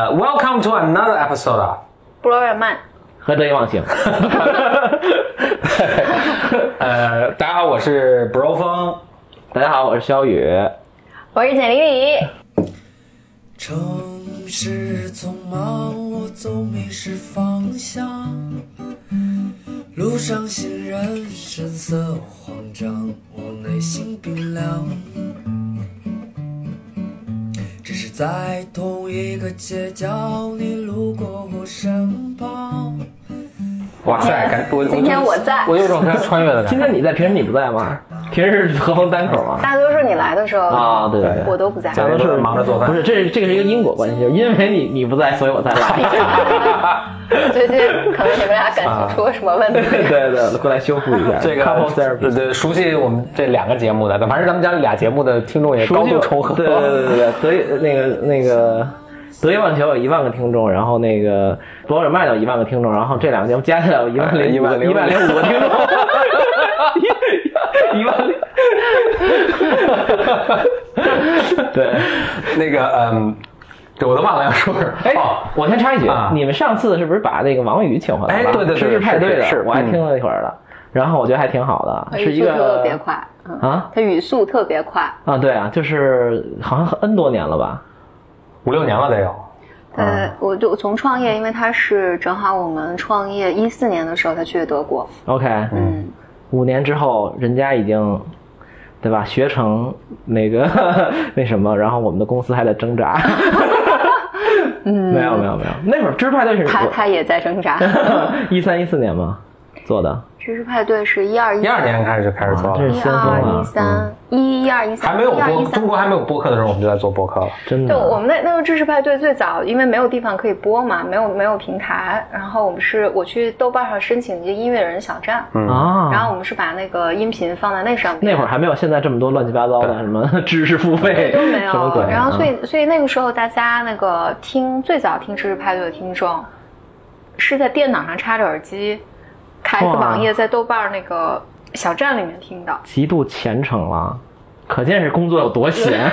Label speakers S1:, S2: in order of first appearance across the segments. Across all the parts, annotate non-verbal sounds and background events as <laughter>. S1: Uh, welcome to another episode 啊，
S2: 布罗尔曼，
S3: 何得意忘形？
S1: 呃，大家好，我是 Bro 风，
S3: 大家好，我是肖宇。
S2: 我是简丽丽。
S4: 城市匆忙，我总迷失方向。路上行人神色慌张，我内心冰凉。只是在同一个街角，你路过我身旁。
S1: 哇塞，感我
S2: 今天我在
S1: 我有种在穿越的感
S3: 今
S1: 觉。
S3: 天你在，平时你不在吗？平时是何峰单口吗？
S2: 大多数你来的时候，
S3: 啊，对对对，
S2: 我都不
S1: <laughs>
S2: 在。
S1: 大多数人忙着做饭
S3: 不是，这是这个是一个因果关系，就是因为你你不在，所以我才来。
S2: 最近可能你们俩感情出了什么问题？
S3: 对对对，过来修复一下
S1: 这个
S3: couple
S1: 对
S3: therapy，
S1: 对，熟悉我们这两个节目的，反正咱们家俩节目的听众也高
S3: 熟悉
S1: 度重合。
S3: 对对对对对，得意那个那个。得意忘形有一万个听众，然后那个博尔曼有一万个听众，然后这两个节目加起来有一万零
S1: 一万零
S3: 一万零五个听众，一万零。
S1: <laughs>
S3: 对，
S1: 那个嗯，对我都忘了要说什么。
S3: 哎
S1: 哦，
S3: 我先插一句
S1: 啊，
S3: 你们上次是不是把那个王宇请回来了？
S1: 哎对对对
S3: 知识派对的，
S1: 是是是嗯
S3: 我还听了一会儿了，然后我觉得还挺好的，是一个
S2: 语速特别快，嗯，
S3: 啊
S2: 他语速特别快，
S3: 啊，对啊，就是好像 N 多年了吧？
S1: 五六年了得有。嗯
S2: 呃，我就从创业，因为他是正好我们创业一四年的时候，他去的德国，
S3: OK，
S2: 嗯，
S3: 五年之后人家已经。对吧？学成那个 <laughs> 那什么，然后我们的公司还在挣
S2: <laughs>
S3: 扎。嗯，没有没有没有，那会儿知识派对是
S2: 他他也在挣扎。
S3: <laughs> 一三一四年吗？做的？
S2: 知识派对是一二
S1: 一二年开始就开始做
S3: 啊这
S1: 了
S3: 是，
S2: 一
S3: 先锋啊
S2: 二一三一一二一三，
S1: 还没有
S2: 一嗯二
S1: 播
S2: 一三
S1: 中。国还没有播客的时候，我们就在做播客了。
S3: 真的
S2: 对，？我们那那时候知识派对最早，因为没有地方可以播嘛，没有没有平台，然后我们是我去豆瓣上申请一个音乐人小站，嗯，
S3: 啊，
S2: 然后我们是把那个音频放在那上面，
S3: 那会儿还没有现在这么多乱七八糟的什么 <laughs> 知识付费，
S2: 都没
S3: 什么鬼
S2: 有
S3: 啊。
S2: 然后所以所以那个时候大家那个听最早听知识派对的听众，是在电脑上插着耳机，开个
S3: 哇
S2: 网页在豆瓣儿那个小站里面听的。
S3: 极度虔诚了，可见是工作有
S2: <laughs>
S3: 多闲。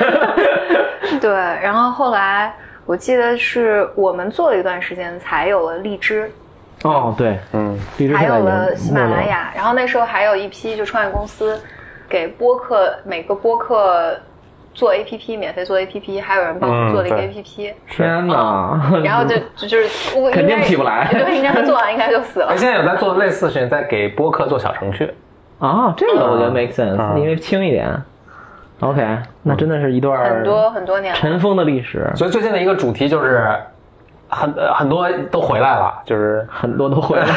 S2: 对，然后后来我记得是我们做了一段时间才有了荔枝，
S3: 哦，对，
S1: 嗯，
S3: 荔枝
S2: 还
S3: 现在
S2: 有
S3: 已经
S2: 了喜马
S3: 没
S2: 拉
S3: 有了。
S2: 雅，然后那时候还有一批就创业公司给播客每个播客做 APP 免费做 APP，还有人帮我们做了一个
S1: 嗯
S2: APP，、
S3: 天哪！
S2: 哦然后就就就是我
S3: 嗯肯定
S2: 应该
S3: 起不来
S2: 对，应该做完应该就死了
S3: <laughs>
S1: 哎，。现在有在做类似的事情，在给播客做小程序。
S3: 啊，这个我觉得 make
S1: 啊嗯
S3: sense，因为轻一点。OK，那真的是一段
S2: 很多很多年了，
S3: 尘封的历史，
S1: 所以最近的一个主题就是很呃很多都回来了，
S3: <laughs>
S1: 就是
S3: 很多都回
S2: <laughs>
S3: 来了。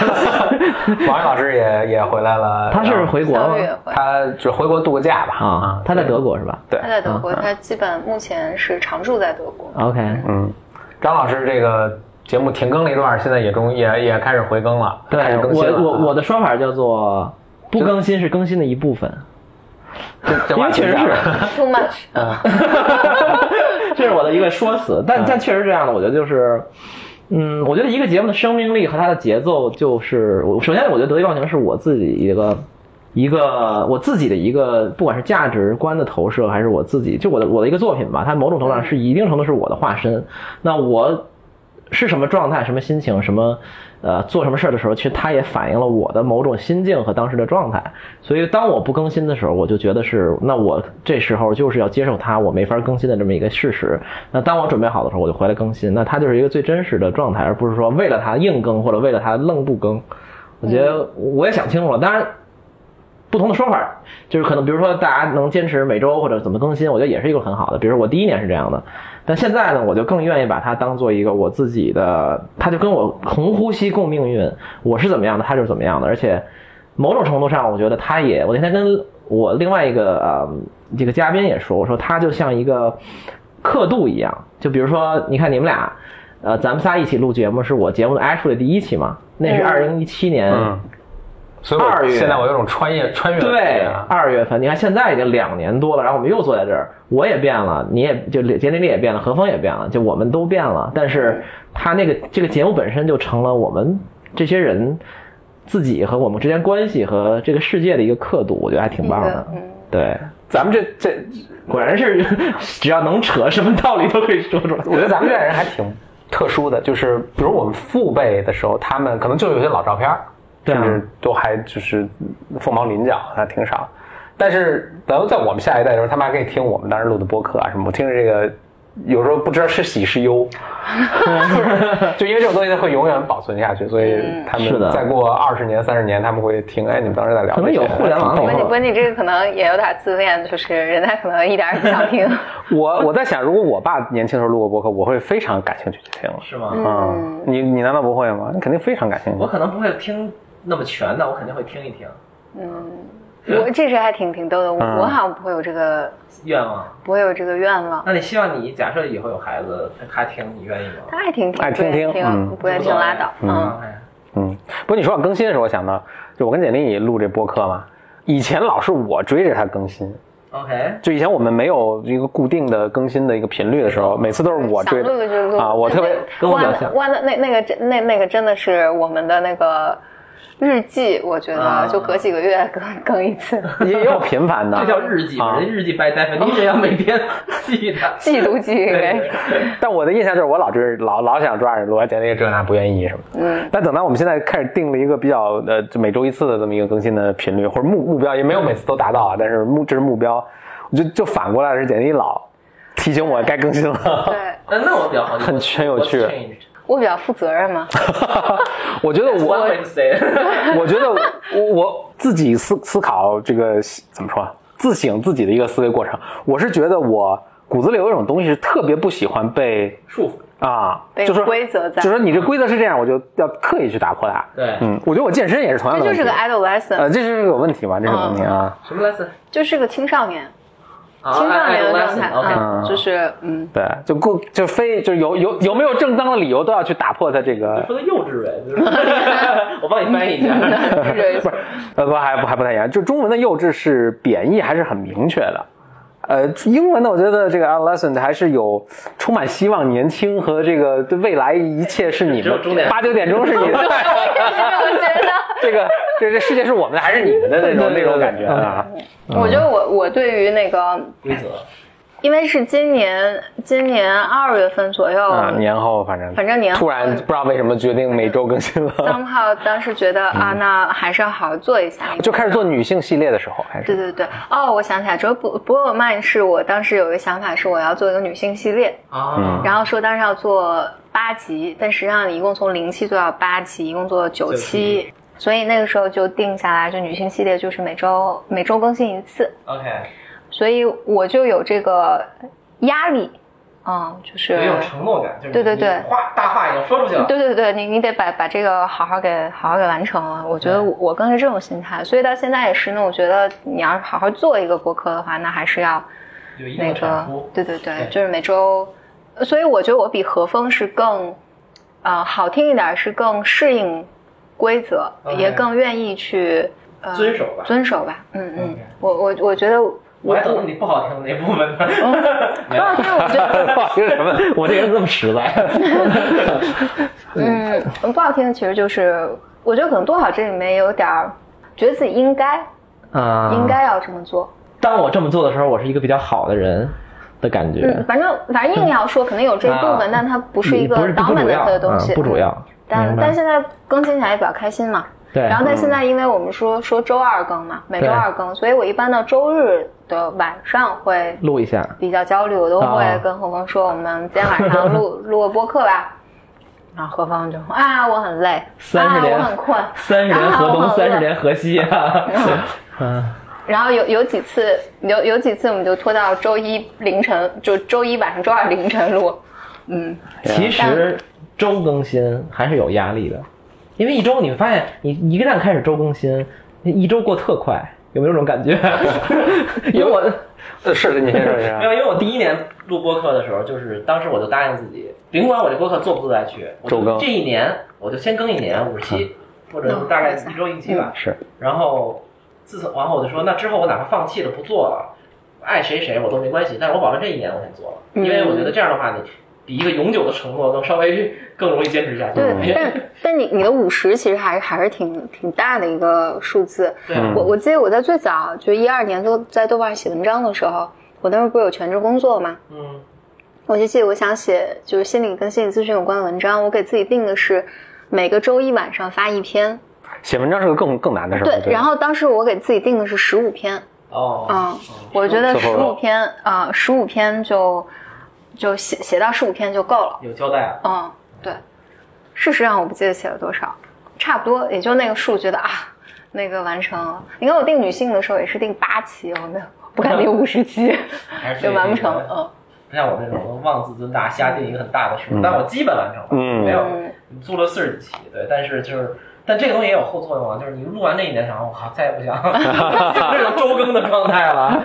S1: 王源老师也也回来了。
S3: 他是回国
S2: 小
S3: 吗
S2: 雨回
S1: 他就是回国度个假吧？
S3: 啊，他在德国是吧？
S1: 对
S2: 他在德国，
S3: 嗯嗯
S2: 他基本目前是常驻在德国。
S3: ，OK，
S1: 嗯，张老师这个节目停更了一段，现在也中也也开始回更了，开
S3: 对
S1: 始更新
S3: 我
S1: 了。啊
S3: 我我的说法叫做不更新是更新的一部分，
S1: 这这
S3: 因为
S1: 话
S3: 确实
S1: 题
S3: 是。嗯
S2: Too
S3: <laughs>
S2: much，
S3: 这是我的一个说辞，但但确实这样的，我觉得就是，嗯，我觉得一个节目的生命力和它的节奏，就是我首先我觉得得意忘形是我自己一个一个我自己的一个，不管是价值观的投射，还是我自己就我的我的一个作品吧，它某种程度上是一定程度是我的化身。那我是什么状态、什么心情、什么呃做什么事儿的时候，其实它也反映了我的某种心境和当时的状态。所以当我不更新的时候，我就觉得是那我这时候就是要接受它我没法更新的这么一个事实。那当我准备好的时候，我就回来更新。那它就是一个最真实的状态，而不是说为了它硬更或者为了它愣不更。我觉得我也想清楚了，当然。不同的说法，就是可能比如说大家能坚持每周或者怎么更新，我觉得也是一个很好的。比如说我第一年是这样的，但现在呢，我就更愿意把它当做一个我自己的，它就跟我同呼吸共命运，我是怎么样的，它就是怎么样的。而且某种程度上，我觉得它也，我那天跟我另外一个呃这个嘉宾也说，我说它就像一个刻度一样，就比如说你看你们俩，呃，咱们仨一起录节目，是我节目的 actually 第一期嘛，那是二零一七年。
S1: 嗯，所以我
S3: 二月
S1: 现在我有种穿越穿越的感
S3: 对
S1: 觉啊，
S3: 二月份，你看现在已经两年多了，然后我们又坐在这儿，我也变了，你也就杰林丽也变了，何峰也变了，就我们都变了。但是他那个这个节目本身就成了我们这些人自己和我们之间关系和这个世界的一个刻度，我觉得还挺棒的。
S2: 一个嗯
S3: 对，
S1: 咱们这这，
S3: 果然是只要能扯，什么道理都可以说出来。
S1: 我觉得咱们这代人还挺特殊的，就是比如我们父辈的时候，他们可能就有些老照片儿，
S3: 对啊
S1: 甚至都还就是凤毛麟角，还挺少。但是等到在我们下一代的时候，他们还可以听我们当时录的播客啊什么，我听着这个。有时候不知道是喜是
S3: <laughs>
S1: 忧，就是就因为这种东西它会永远保存下去，所以
S2: 嗯
S1: 他
S3: 是的
S1: 们再过二十年、三十年，他们会听。哎，你们当时在聊
S3: 可
S1: 这
S3: 能
S1: 些，
S3: 有互联网
S2: 不
S3: 以
S2: 过你不
S3: 后
S2: 过，你这个可能也有点自恋，就是人家可能一点儿也不想
S3: <laughs>
S2: 听。
S1: 我我在想，如果我爸年轻时候录过播客，我会非常感兴趣去听。
S3: 是吗？
S1: 嗯，你你难道不会吗？你肯定非常感兴趣。
S3: 可能不会听那么全的，我肯定会听一听
S2: 我这是还挺挺逗的，我
S1: 嗯
S2: 我好像不会有这个，
S3: 愿望。
S2: 不会有这个愿望。
S3: 那你希望你假设以后有孩子，他听你愿意吗？
S2: 他爱听听，
S1: 爱听
S2: 不愿
S1: 听
S2: 意
S1: 嗯
S2: 听，不愿意听拉倒。嗯，
S1: 嗯，不过你说到更新的时候，我想到，就我跟简历录这播客嘛，以前老是我追着他更新，
S3: ，OK，
S1: 就以前我们没有一个固定的更新的一个频率的时候，每次都是我
S2: 嗯想
S1: 追
S2: 录就录
S1: 啊，我特别
S3: 跟我表
S2: 哇
S3: 现
S2: 哇，那那那个真那那个真的是我们的那个日记，我觉
S3: 啊
S2: 得就隔几个月更更一次，
S1: <laughs> 也也有频繁的
S3: 这，叫日记，
S1: 啊
S3: 人家日记 by definition，你只要每天记的。
S2: 记录记应该是。
S1: 但我的印象就是我老追着老老想抓着罗简历这那不愿意什么的。
S2: 嗯，
S1: 但等到我们现在开始定了一个比较呃，就每周一次的这么一个更新的频率或者目目标，也没有每次都达到啊，但是目这是目标，我就就反过来是简历老提醒我该更新了。
S2: 对
S3: 那那我比较好奇，
S1: 很很有趣
S3: What's changed？
S2: 我比较负责任嘛，
S1: <laughs> 我觉得我
S2: <laughs>
S3: One way to say it
S1: <laughs> 我觉得我我自己思思考这个怎么说啊，自省自己的一个思维过程，我是觉得我骨子里有一种东西是特别不喜欢被
S3: 束缚，
S1: 啊，
S2: 被
S1: 就说
S2: 规则在
S1: 就说你这规则是这样，我就要刻意去打破它。
S3: 对
S1: 嗯，我觉得我健身也是同样
S2: 这
S1: 的
S2: 就
S1: 问题。
S2: 是个 idol lesson，
S1: 呃，这就是个问题嘛，这是个问题啊。
S3: 什么 lesson？
S2: 就是个青少年，
S3: 啊
S2: 青少年的状态
S3: OK，
S2: 啊，就是嗯，
S1: 对，就故就非就有有有没有正当的理由都要去打破它这个，
S3: 说的幼稚呗，
S2: <laughs>
S3: 就是我帮你翻译一下。
S2: 就
S1: <laughs>
S2: 是 <laughs>
S1: 不是呃不还不还不太一样，就中文的幼稚是贬义还是很明确的，呃，英文的我觉得这个 adolescent 还是有充满希望、年轻和这个对未来一切是你
S3: 只有
S1: 们
S3: 终点
S1: 八九点钟是你的，
S2: 我觉得。
S1: 这个这这世界是我们的还是你们的那种那种感觉啊，
S2: 我觉得我我对于那个，
S3: 规则，
S2: 因为是今年今年二月份左右，
S1: 啊，年后反正
S2: 哦反正年后
S1: 突然不知道为什么决定每周更新了，
S2: somehow 当时觉得啊，那还是要好好做一下。
S1: <laughs> 啊就开始做女性系列的时候开
S2: 对
S1: 始，
S2: 对对，哦，我想起来，卓不不过曼是我当时有一个想法，是我要做一个女性系列，
S3: 啊，
S2: 然后说当时要做八集，但实际上一共从零期做到八集，一共做了九
S3: 九
S2: 期，所以那个时候就定下来，就女性系列就是每周每周更新一次，
S3: OK，
S2: 所以我就有这个压力，嗯，就是
S3: 有一种承诺感，就是你
S2: 对对对
S3: 你话大话已经说出去了，
S2: 对对对，你你得把把这个好好给好好给完成啊了。我觉得
S3: 对
S2: 我我更是这种心态，所以到现在也是呢。我觉得你要是好好做一个播客的话，那还是要
S3: 有一定
S2: 那
S3: 的
S2: 个
S3: 产出，
S2: 对对对，
S3: 对
S2: 就是每周。所以我觉得我比何峰是更，呃，好听一点，是更适应规则
S3: OK
S2: 也更愿意去、呃、
S3: 遵守吧
S2: 遵守吧。嗯嗯
S3: OK
S2: 我我我觉得我
S3: 我还等你不好听的那部分呢。
S2: 不
S3: 没有
S2: <laughs> 好听，我觉得
S1: <laughs> 不好意思什么，
S3: 我这人这么实在，
S2: 嗯，不好听的其实就是，我觉得可能多少这里面有点儿觉得自己应该。
S3: <laughs> 啊
S2: 应。该要这么做。
S3: 当我这么做的时候，我是一个比较好的人的感觉，
S2: 嗯，反正反正硬要说，可能有这一部分，
S3: 啊
S2: 但它不
S3: 不
S2: 是一个
S3: 不是不主
S2: dominant
S3: 要
S2: 的东西，
S3: 嗯不主要。
S2: 但
S3: 明白
S2: 但现在更新起来也比较开心嘛。
S3: 对，嗯
S2: 然后但现在因为我们说说周二更嘛，每周二更，所以我一般到周日的晚上会
S3: 录一下，
S2: 比较焦虑，我都
S3: 啊
S2: 会跟何峰说，我们今天晚上录
S3: <laughs>
S2: 录个播客吧。然后何峰就啊，我很累，
S3: 三
S2: 啊
S3: 十，年
S2: 我很困，
S3: 三十年河
S2: 啊我
S3: 东，
S2: 很饿
S3: 三十年河西啊。
S2: <laughs>
S3: <laughs> 嗯，
S2: 然后有有几次，有有几次我们就拖到周一凌晨，就周一晚上、周二凌晨录。嗯，
S3: 其实周更新还是有压力的，因为一周你会发现，你一旦开始周更新，一周过特快，有没有这种
S2: <laughs>
S3: 感觉？因为我
S1: 呃是的，你先说一下
S2: <laughs>
S5: 没。有，因为我第一年录播客的时候，就是当时我就答应自己，甭管我这播客做不做得下去，我就
S1: 周更嗯
S5: 这一年我就先更一年五十期，或者大概一周一期吧。
S1: 是，
S5: 然后自从然后我就说，那之后我哪怕放弃了不做了，爱谁谁我都没关系，但是我保证这一年我先做了，
S1: 嗯
S5: 因为我觉得这样的话，你比一个永久的承诺更稍微更容易坚持下去。 <laughs>
S2: 对，但但你你的五十其实还还是挺挺大的一个数字。
S5: 对
S2: 我我记得我在最早就一二年都在豆瓣写文章的时候，我那时候不是有全职工作嘛，
S5: 嗯，
S2: 我就记得我想写就是心理跟心理咨询有关的文章，我给自己定的是每个周一晚上发一篇。
S1: 写文章是个更更难的事儿。
S2: 对，然后当时我给自己定的是十五篇，
S3: 哦，
S2: 嗯，我觉得
S1: 最后
S2: 十五篇啊，十五、篇就就写写到十五篇就够了。
S3: 有交代啊。
S2: 嗯，对。事实上我不记得写了多少，差不多也就那个数，觉得啊，那个完成了。你看我定女性的时候也是定八期，我没有不敢定五十
S1: <laughs>
S2: 期，
S3: 还是
S2: 就完不成。
S3: 那个
S2: 嗯，
S3: 不像我这种妄自尊大，瞎定一个很大的数，但我基本完成了，
S1: 嗯
S3: 没有做了四十几期，对，但是就是。但这个东西也有后作用啊，就是你录完那一年，想我靠，再也不想这种周更的状态了，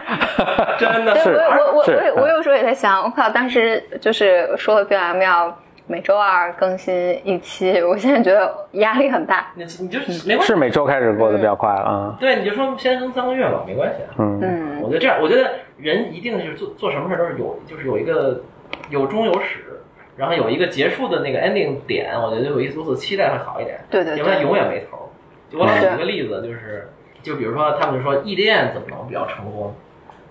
S3: 真的
S2: 对，
S3: 是
S2: 我我我我
S1: 是嗯
S2: 也我有时候也在想，我靠，当时就是说了 B M 要每周二更新一期，我现在觉得压力很大。
S3: 你你就没关
S1: <laughs>
S3: 系，
S1: 是每周开始过得比较快了啊。
S3: 对，你就说先更三个月吧，没关系啊。
S1: 嗯，
S2: 嗯，
S3: 我觉得这样，我觉得人一定是做做什么事儿都是有，就是有一个有终有始，然后有一个结束的那个 ending 点，我觉得有一丝丝期待会好一点。
S2: 对对
S3: 要不然
S2: 对，
S3: 永远没头儿。就我老举
S2: 对
S3: 一个例子，就是就比如说他们就说异地恋怎么能比较成功，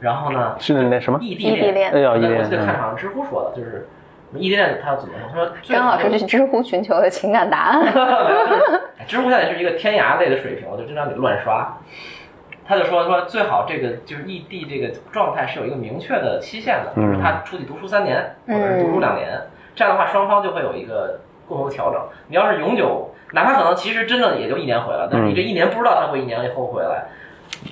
S3: 然后呢，
S1: 是那什么？
S3: 异地
S2: 异地恋
S1: 哎呦，
S3: 我
S1: 一
S3: 记得
S1: 恋
S3: 我记得看
S1: 嗯
S3: 好像知乎说的，就是异地恋他怎么说？他说最
S2: 张老师去知乎寻求了情感答案。
S3: 哎知乎现在是一个天涯类的水平，我就经常得乱刷。他就说说最好这个就是异地这个状态是有一个明确的期限的，
S1: 嗯
S3: 就是他出去读书三年或
S2: 嗯
S3: 者是读书两年，这样的话双方就会有一个共同调整。你要是永久，哪怕可能其实真的也就一年回来，但是你这一年不知道他会一年以后回来，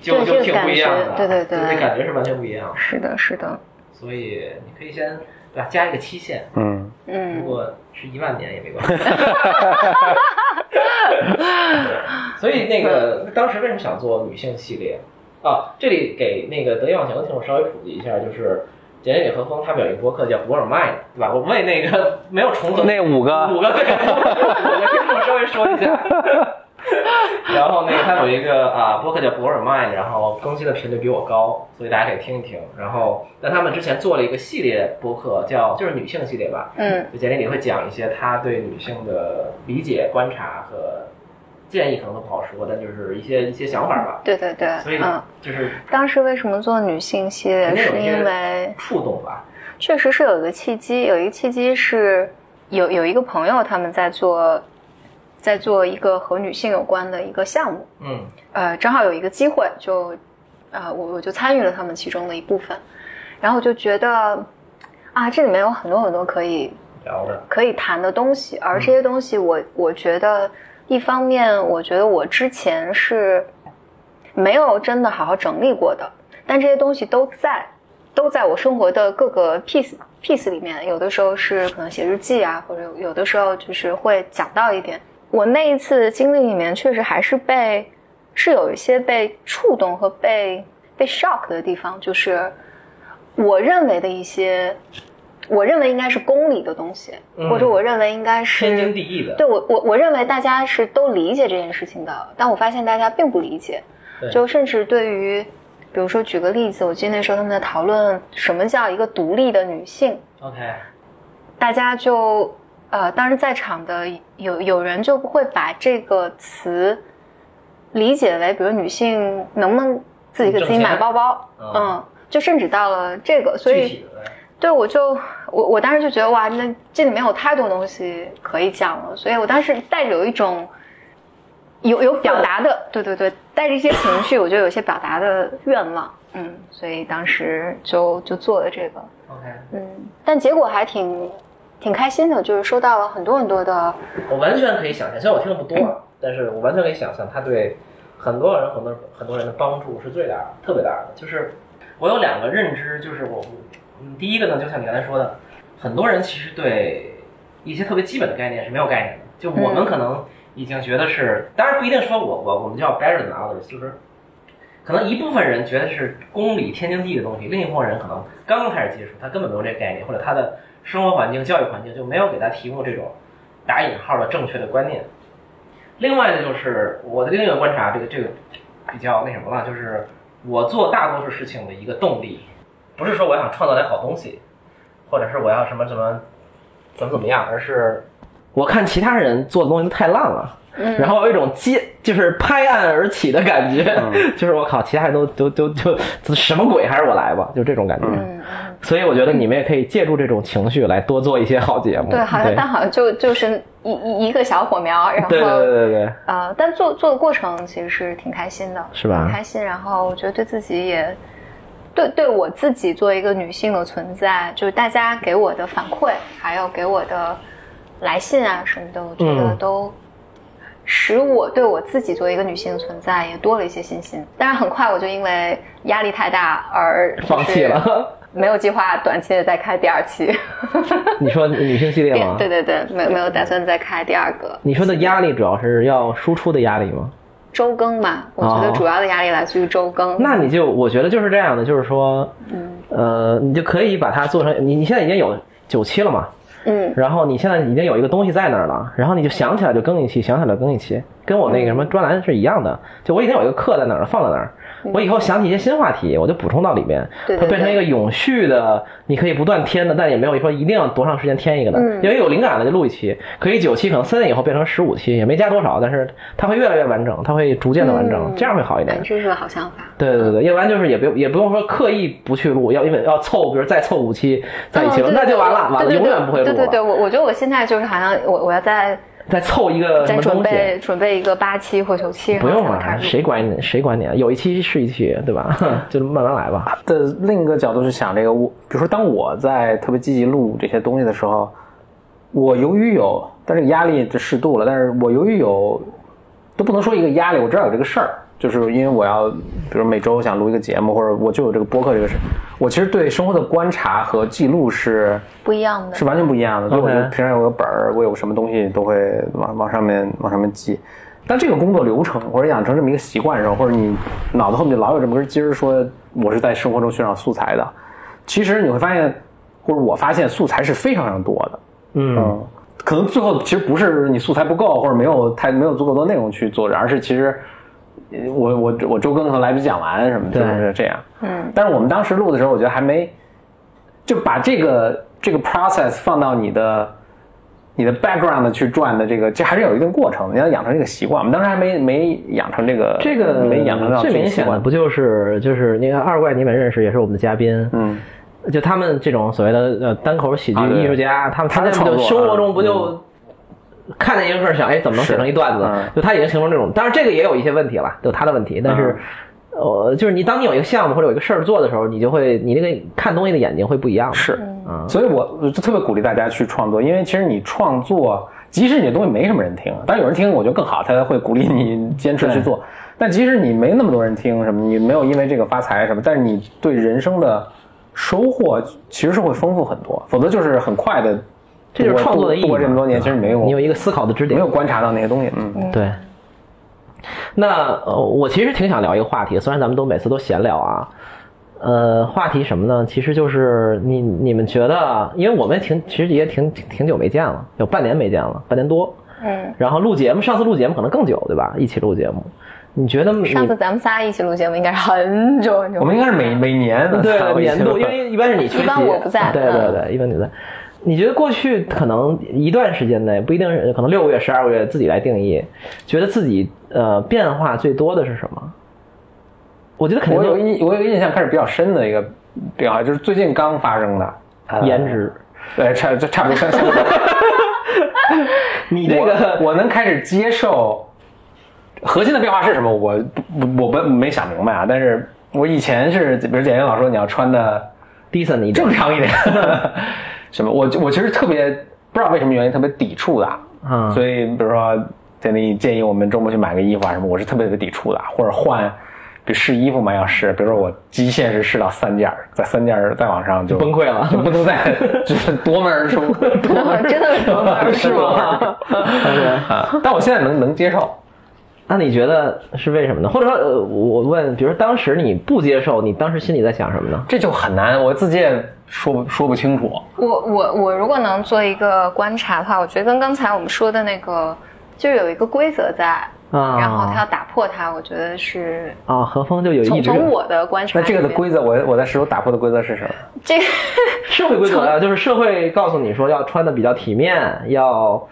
S3: 就
S2: 对
S3: 就
S2: 这
S3: 挺
S2: 个
S3: 不一样的，啊
S2: 感觉对对对
S3: 就这感觉是完全不一样的。
S2: 是的，是的，
S3: 所以你可以先对吧加一个期限，
S1: 嗯，
S3: 如
S2: 嗯，
S3: 果是一万年也没关系。对 <laughs> 所以那个当时为什么想做女性系列啊？这里给那个得意忘形的听众稍微普及一下，就是简简与和风他们有一个播客叫《博尔麦》，对吧？我为那个没有重合
S1: 那五个
S3: 五个对，五个听众稍微说一下。然后那个他有一个啊播客叫博尔曼，然后更新的频率比我高，所以大家可以听一听。然后那他们之前做了一个系列播客，叫就是女性系列吧，
S2: 嗯，
S3: 就简历里会讲一些他对女性的理解、观察和建议，可能都不好说，但就是一些一些想法吧。
S2: 对对对，
S3: 所以
S2: 嗯，
S3: 就是
S2: 当时为什么做女性系列，
S3: 肯定有
S2: 是
S3: 一些
S2: 因为
S3: 触动吧，
S2: 确实是有一个契机，有一个契机是有有一个朋友他们在做，在做一个和女性有关的一个项目，
S3: 嗯，
S2: 呃，正好有一个机会，就呃，我我就参与了他们其中的一部分，然后我就觉得啊，这里面有很多很多可以
S3: 聊的，
S2: 可以谈的东西，而这些东西我，我觉得一方面，我觉得我之前是没有真的好好整理过的，但这些东西都在，都在我生活的各个 piece piece 里面。有的时候是可能写日记啊，或者有有的时候就是会讲到一点。我那一次经历里面，确实还是被是有一些被触动和被被 shock 的地方，就是我认为的一些。我认为应该是公理的东西，
S3: 嗯
S2: 或者我认为应该是
S3: 天经地义的。
S2: 对我，我我认为大家是都理解这件事情的，但我发现大家并不理解
S3: 对，
S2: 就甚至对于，比如说举个例子，我记得那时候他们在讨论什么叫一个独立的女性，
S3: OK，
S2: 大家就呃，当时在场的有有人就不会把这个词理解为，比如女性能不能自己给自己
S3: 挣钱
S2: 买包包，
S3: 嗯
S2: 嗯，就甚至到了这个，所以
S3: 具体的
S2: 对，我就我我当时就觉得哇，那这里面有太多东西可以讲了，所以我当时带着有一种有有表达的，对对对，带着一些情绪，我就有一些表达的愿望，嗯，所以当时就就做了这个，
S3: OK，
S2: 嗯，但结果还挺挺开心的，就是收到了很多很多的，
S3: 我完全可以想象，虽然我听的不多啊，但是我完全可以想象他对很多人、很多很多人的帮助是最大的、特别大的。就是我有两个认知，就是我，嗯，第一个呢，就像你刚才说的，很多人其实对一些特别基本的概念是没有概念的，就我们
S2: 嗯
S3: 可能已经觉得是，当然不一定说我我我们叫 better than others，就是。可能一部分人觉得是公理天经地义的东西，另一部分人可能刚刚开始接触，他根本没有这个概念，或者他的生活环境、教育环境就没有给他提供这种打引号的正确的观念。另外呢，就是我的另一个观察，这个这个比较那什么了，就是我做大多数事情的一个动力，不是说我想创造点好东西，或者是我要什么什么怎么怎么样，而是我看其他人做的东西都太烂了，
S2: 嗯
S3: 然后有一种接就是拍案而起的感觉，就是我靠，其他人都都都都都什么鬼，还是我来吧，就这种感觉。
S2: 嗯
S3: 所以我觉得你们也可以借助这种情绪来多做一些好节目。
S2: 对，好像但好像就就是一一一个小火苗，然后
S3: 对对对对对，
S2: 呃，但做做的过程其实是挺开心的，
S3: 是吧
S2: 挺开心，然后我觉得对自己也，对对我自己作为一个女性的存在，就是大家给我的反馈，还有给我的来信啊什么的，我觉得
S3: 嗯
S2: 都使我对我自己作为一个女性的存在也多了一些信心。但是很快我就因为压力太大而就是
S3: 放弃，了。
S2: <laughs> 没有计划短期的再开第二期。
S3: <laughs> 你说女性系列吗？
S2: <laughs> 对对对，没有没有打算再开第二个
S3: 你说的压力主要是要输出的压力吗？
S2: 周更嘛？我觉得
S3: 哦
S2: 主要的压力来自于周更。
S3: 那你就我觉得就是这样的，就是说，呃，你就可以把它做成你你现在已经有九期了嘛，
S2: 嗯
S3: 然后你现在已经有一个东西在那儿了，然后你就想起来就更一期，想起来就更一期，跟我那个什么专栏是一样的。就我已经有一个课在那儿了，放在那儿，我以后想起一些新话题，我就补充到里面，
S2: 嗯对对
S3: 它变成
S2: 对
S3: 一个永续的，你可以不断添的，但也没有说一定要多长时间添一个的，
S2: 嗯
S3: 因为有灵感了就录一期，可以九期，可能三年以后变成十五期，也没加多少，但是它会越来越完整，它会逐渐的完整，
S2: 嗯
S3: 这样会好一点
S2: 哎，。这是个好想法。
S3: 对对对，要不然就是也不也不用说刻意不去录，要因为要凑，比如再凑五期在一起录，
S2: 嗯对
S3: 那就完了，
S2: 对
S3: 完了
S2: 对对
S3: 永远不会录
S2: 对
S3: 了。
S2: 对对，我我觉得我现在就是好像我我要再
S3: 再凑一个什
S2: 再
S3: 么
S2: 准
S3: 东
S2: 备
S3: 西，
S2: 准备一个八期或九期，然
S3: 不
S2: 后
S3: 用
S2: 才能开
S3: 了，
S2: 始录
S3: 谁管你谁管你啊？有一期是一期，对 <laughs> 吧？就慢慢来吧。
S1: 的另一个角度是想这个，我比如说当我在特别积极录这些东西的时候，我由于有，但是压力这适度了，但是我由于有，都不能说一个压力，我知道有这个事儿，就是因为我要，比如每周想录一个节目，或者我就有这个播客这个事，我其实对生活的观察和记录是
S2: 不一样的
S1: 是。完全不一样的。所以我
S3: OK
S1: 就平常有个本儿，我有什么东西都会往往上面往上面记。但这个工作流程或者养成这么一个习惯的时候，或者你脑子后面就老有这么根筋儿，说我是在生活中寻找素材的。其实你会发现，或者我发现素材是非常非常多的。
S3: 嗯，
S1: 嗯，可能最后其实不是你素材不够，或者没有太没有足够多内容去做这，而是其实呃我我我周更和来不及讲完什么，
S3: 对
S1: 就是这样。
S2: 嗯，
S1: 但是我们当时录的时候，我觉得还没就把这个这个 process 放到你的你的 background 去转的这个，这还是有一定过程的，你要养成这个习惯。我们当时还没没养成这个
S3: 这个
S1: 没养成这样
S3: 最
S1: 的
S3: 明
S1: 习
S3: 显的
S1: 惯。
S3: 不就是就是那个二怪，你们认识也是我们的嘉宾，
S1: 嗯，
S3: 就他们这种所谓的呃单口喜剧
S1: 啊对
S3: 艺术家，他们
S1: 他
S3: 他
S1: 的
S3: 们不就
S1: 创作
S3: 生活中
S1: 嗯
S3: 不就看见一个事儿想，哎，怎么能
S1: 是
S3: 写成一段子
S1: 嗯？
S3: 就他已经形成这种，当然这个也有一些问题了，有他的问题，但是。呃，就是你当你有一个项目或者有一个事儿做的时候，你就会你那个看东西的眼睛会不一样。
S1: 是，
S3: 啊，
S1: 所以我我就特别鼓励大家去创作，因为其实你创作，即使你的东西没什么人听，但有人听，我觉得更好，他会鼓励你坚持去做。但即使你没那么多人听，什么你没有因为这个发财什么，但是你对人生的收获其实是会丰富很多，否则就是很快的。
S3: 这就是创作的意义
S1: 度
S3: 嘛。嗯
S1: 过这么多年，其实没有
S3: 你有一个思考的支点
S1: 没有。观察到那些东西，嗯，
S3: 对。那呃，我其实挺想聊一个话题，虽然咱们都每次都闲聊啊，呃，话题什么呢？其实就是你你们觉得，因为我们挺其实也挺挺挺久没见了，有半年没见了，半年多。
S2: 嗯，
S3: 然后录节目，上次录节目可能更久，对吧？一起录节目，你觉得你
S2: 上次咱们仨一起录节目应该是很久很久。
S1: 我们应该是每每年
S3: <laughs>
S1: <laughs>
S3: 对年度，因
S1: 因
S3: 为一般是你缺席，
S2: 一般我不在嗯
S3: 对对对，一般你在。你觉得过去可能一段时间内不一定是，可能六个月、十二个月自己来定义，觉得自己呃变化最多的是什么？我觉得肯定
S1: 我有
S3: 就
S1: 印我有印象开始比较深的一个变化，就是最近刚发生的呃
S3: 颜值。
S1: 对，差就差不多像。像
S3: 你这个
S1: 我我能开始接受核心的变化是什么？我不我不没想明白啊，但是我以前是，比如简英老说你要穿的
S3: decent 一
S1: <laughs>
S3: 点
S1: 正常一点，什么？我我其实特别不知道为什么原因特别抵触的，
S3: 啊，
S1: 所以比如说建议建议我们周末去买个衣服啊什么，我是特别特别抵触的，或者换。比如试衣服嘛，要试，比如说我极限是试到三件儿，在三件儿再往上就
S3: 崩溃了
S1: 就不能再就是多门儿出，多
S2: <laughs>
S1: 门儿
S2: 真的是多门
S3: <laughs>
S2: 儿
S1: 是吗？啊但我现在能能接受，
S3: 那你觉得是为什么呢？或者说，呃，我问，比如说当时你不接受，你当时心里在想什么呢？
S1: 这就很难，我自己也说不说不清楚。
S2: 我我我如果能做一个观察的话，我觉得跟刚才我们说的那个，就是有一个规则在，
S3: 啊，
S2: 然后他要打破它，我觉得是
S3: 啊，何峰就有
S2: 从
S3: 一直
S2: 从我的观察
S1: 那
S2: 里
S1: 这
S2: 面，
S1: 个的规则，我我在石头打破的规则是什么？<laughs>
S2: 这个
S3: 社会规则啊，就是社会告诉你说要穿的比较体面，要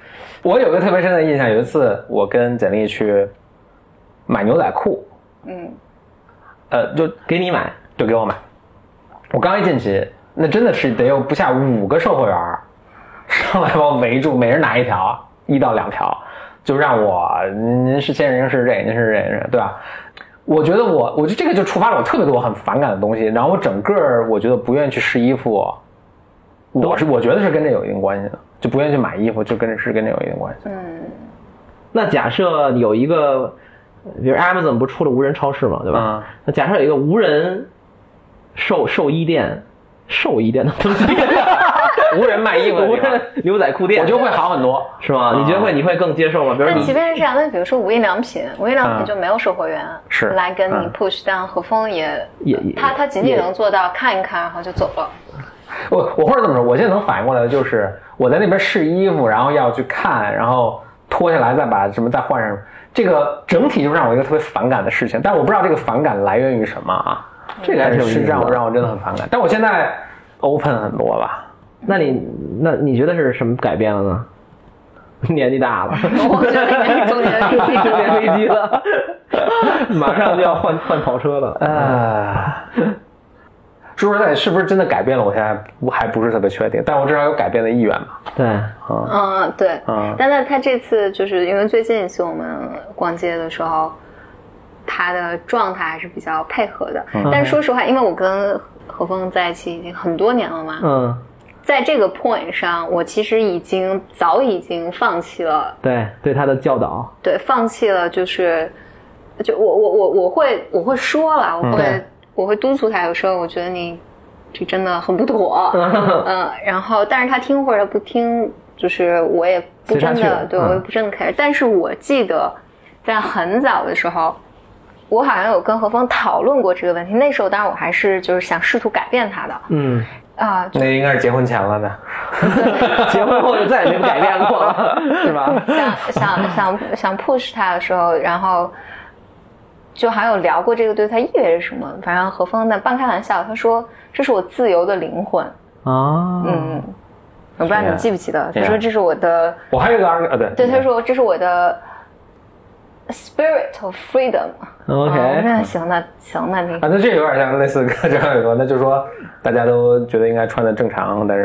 S1: 我有个特别深的印象，有一次我跟简历去买牛仔裤，
S2: 嗯，
S1: 呃，就
S3: 给你买，
S1: 就给我买。我刚一进去，那真的是得有不下五个售货员儿上来把我围住，每人拿一条，一到两条，就让我您是先生，您是这个，您是这个，对吧？我觉得我，我觉得这个就触发了我特别多很反感的东西，然后我整个儿我觉得不愿意去试衣服，我是我觉得是跟这有一定关系的，就不愿意去买衣服，就跟这是跟这有一定关系。
S2: 嗯
S3: 那假设有一个，比如 Amazon 不出了无人超市嘛，对
S1: 嗯
S3: 吧？
S1: 啊
S3: 那假设有一个无人兽兽衣店，兽衣店的
S1: <laughs>
S3: 东西，
S1: 无人卖哎衣服的
S3: 无
S1: 地方
S3: 人，牛仔裤店，
S1: <laughs> 我就会好嗯很多。
S3: 是吗？你觉得会你会更接受吗？比如
S2: 但
S3: 你
S2: 即便是这样，那比如说无印良品，无印良
S1: 嗯
S2: 品就没有售货员
S1: 是
S2: 来跟你
S1: 嗯
S2: push，但何峰也
S3: 也也
S2: 他他仅
S3: 也
S2: 仅能做到看一看，然后就走了。
S1: 我我或者这么说，我现在能反应过来的就是我在那边试衣服，然后要去看，然后脱下来再把什么再换上，这个整体就让我一个特别反感的事情。但我不知道这个反感来源于什么啊，这个还
S3: 嗯
S1: 是是让我让我真的很反感。但我现在 open 很多吧， <laughs>
S3: 那你那你觉得是什么改变了呢？ <laughs> 年纪大了， <laughs>
S2: 我觉得应该是中年危机
S1: <laughs>
S3: 中年危机了， <laughs> 马上就要换换跑车了。
S1: 啊，说实在，是不是真的改变了？我现在不还不是特别确定，但我至少有改变的意愿嘛。
S3: 对，
S2: 嗯，对。
S1: 嗯
S2: 但是他这次就是因为最近一次我们逛街的时候，他的状态还是比较配合的。
S1: 嗯
S2: 但是说实话，因为我跟何峰在一起已经很多年了嘛，
S3: 嗯，
S2: 在这个 point 上，我其实已经早已经放弃了，
S3: 对，对他的教导，
S2: 对，放弃了就是，就我我我我会我会说了，我会、
S3: 嗯对
S2: 我会督促他，有时候我觉得你这真的很不
S3: <laughs>
S2: 妥，嗯，然后但是他听或者不听，就是我也不
S3: 随他
S2: 真
S3: 去
S2: 的，对
S3: 嗯
S2: 我也不真的 care、但是我记得在很早的时候，我好像有跟何峰讨论过这个问题。那时候当然我还是就是想试图改变他的
S3: 嗯，
S2: 啊、
S1: 那应该是结婚前了呢。
S3: <laughs> 结婚后就再也没改变过了，是吧？
S2: 想想想想 push 他的时候，然后就好像有聊过这个对他意味着什么。反正何峰呢半开玩笑，他说这是我自由的灵魂。
S3: 啊，
S2: 嗯，我不知道
S1: 是啊
S2: 你记不记得，
S1: 对
S2: 他
S1: 啊
S2: 说这是我的，
S1: 我还有一个二啊，对
S2: 对，他说这是我的 spirit of freedom。
S3: OK
S2: 哦我说那行，那行，那你
S1: <laughs> 啊，那 <laughs> 这有点像类似跟张小雨说，那就是说大家都觉得应该穿的正常，但是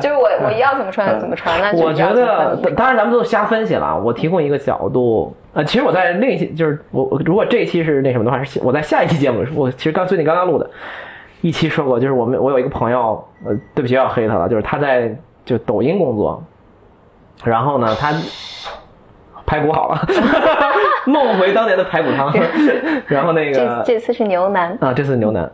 S2: 就是我我要怎么穿就怎么穿，哦那就
S3: 我
S2: 要
S3: 觉
S2: 怎么穿
S3: 得，当然咱们都瞎分析了啊。我提供一个角度，呃，其实我在那一期就是我我如果这一期是那什么的话，是我在下一期节目，我其实刚最近刚刚录的一期说过，就是我们我有一个朋友，呃，对不起又要黑他了，就是他在就抖音工作，然后呢他排骨好了， <laughs> 梦回当年的排骨
S2: <laughs>
S3: 汤，然后那
S2: 这
S3: 个
S2: 这次是牛腩，
S3: 啊，这次牛腩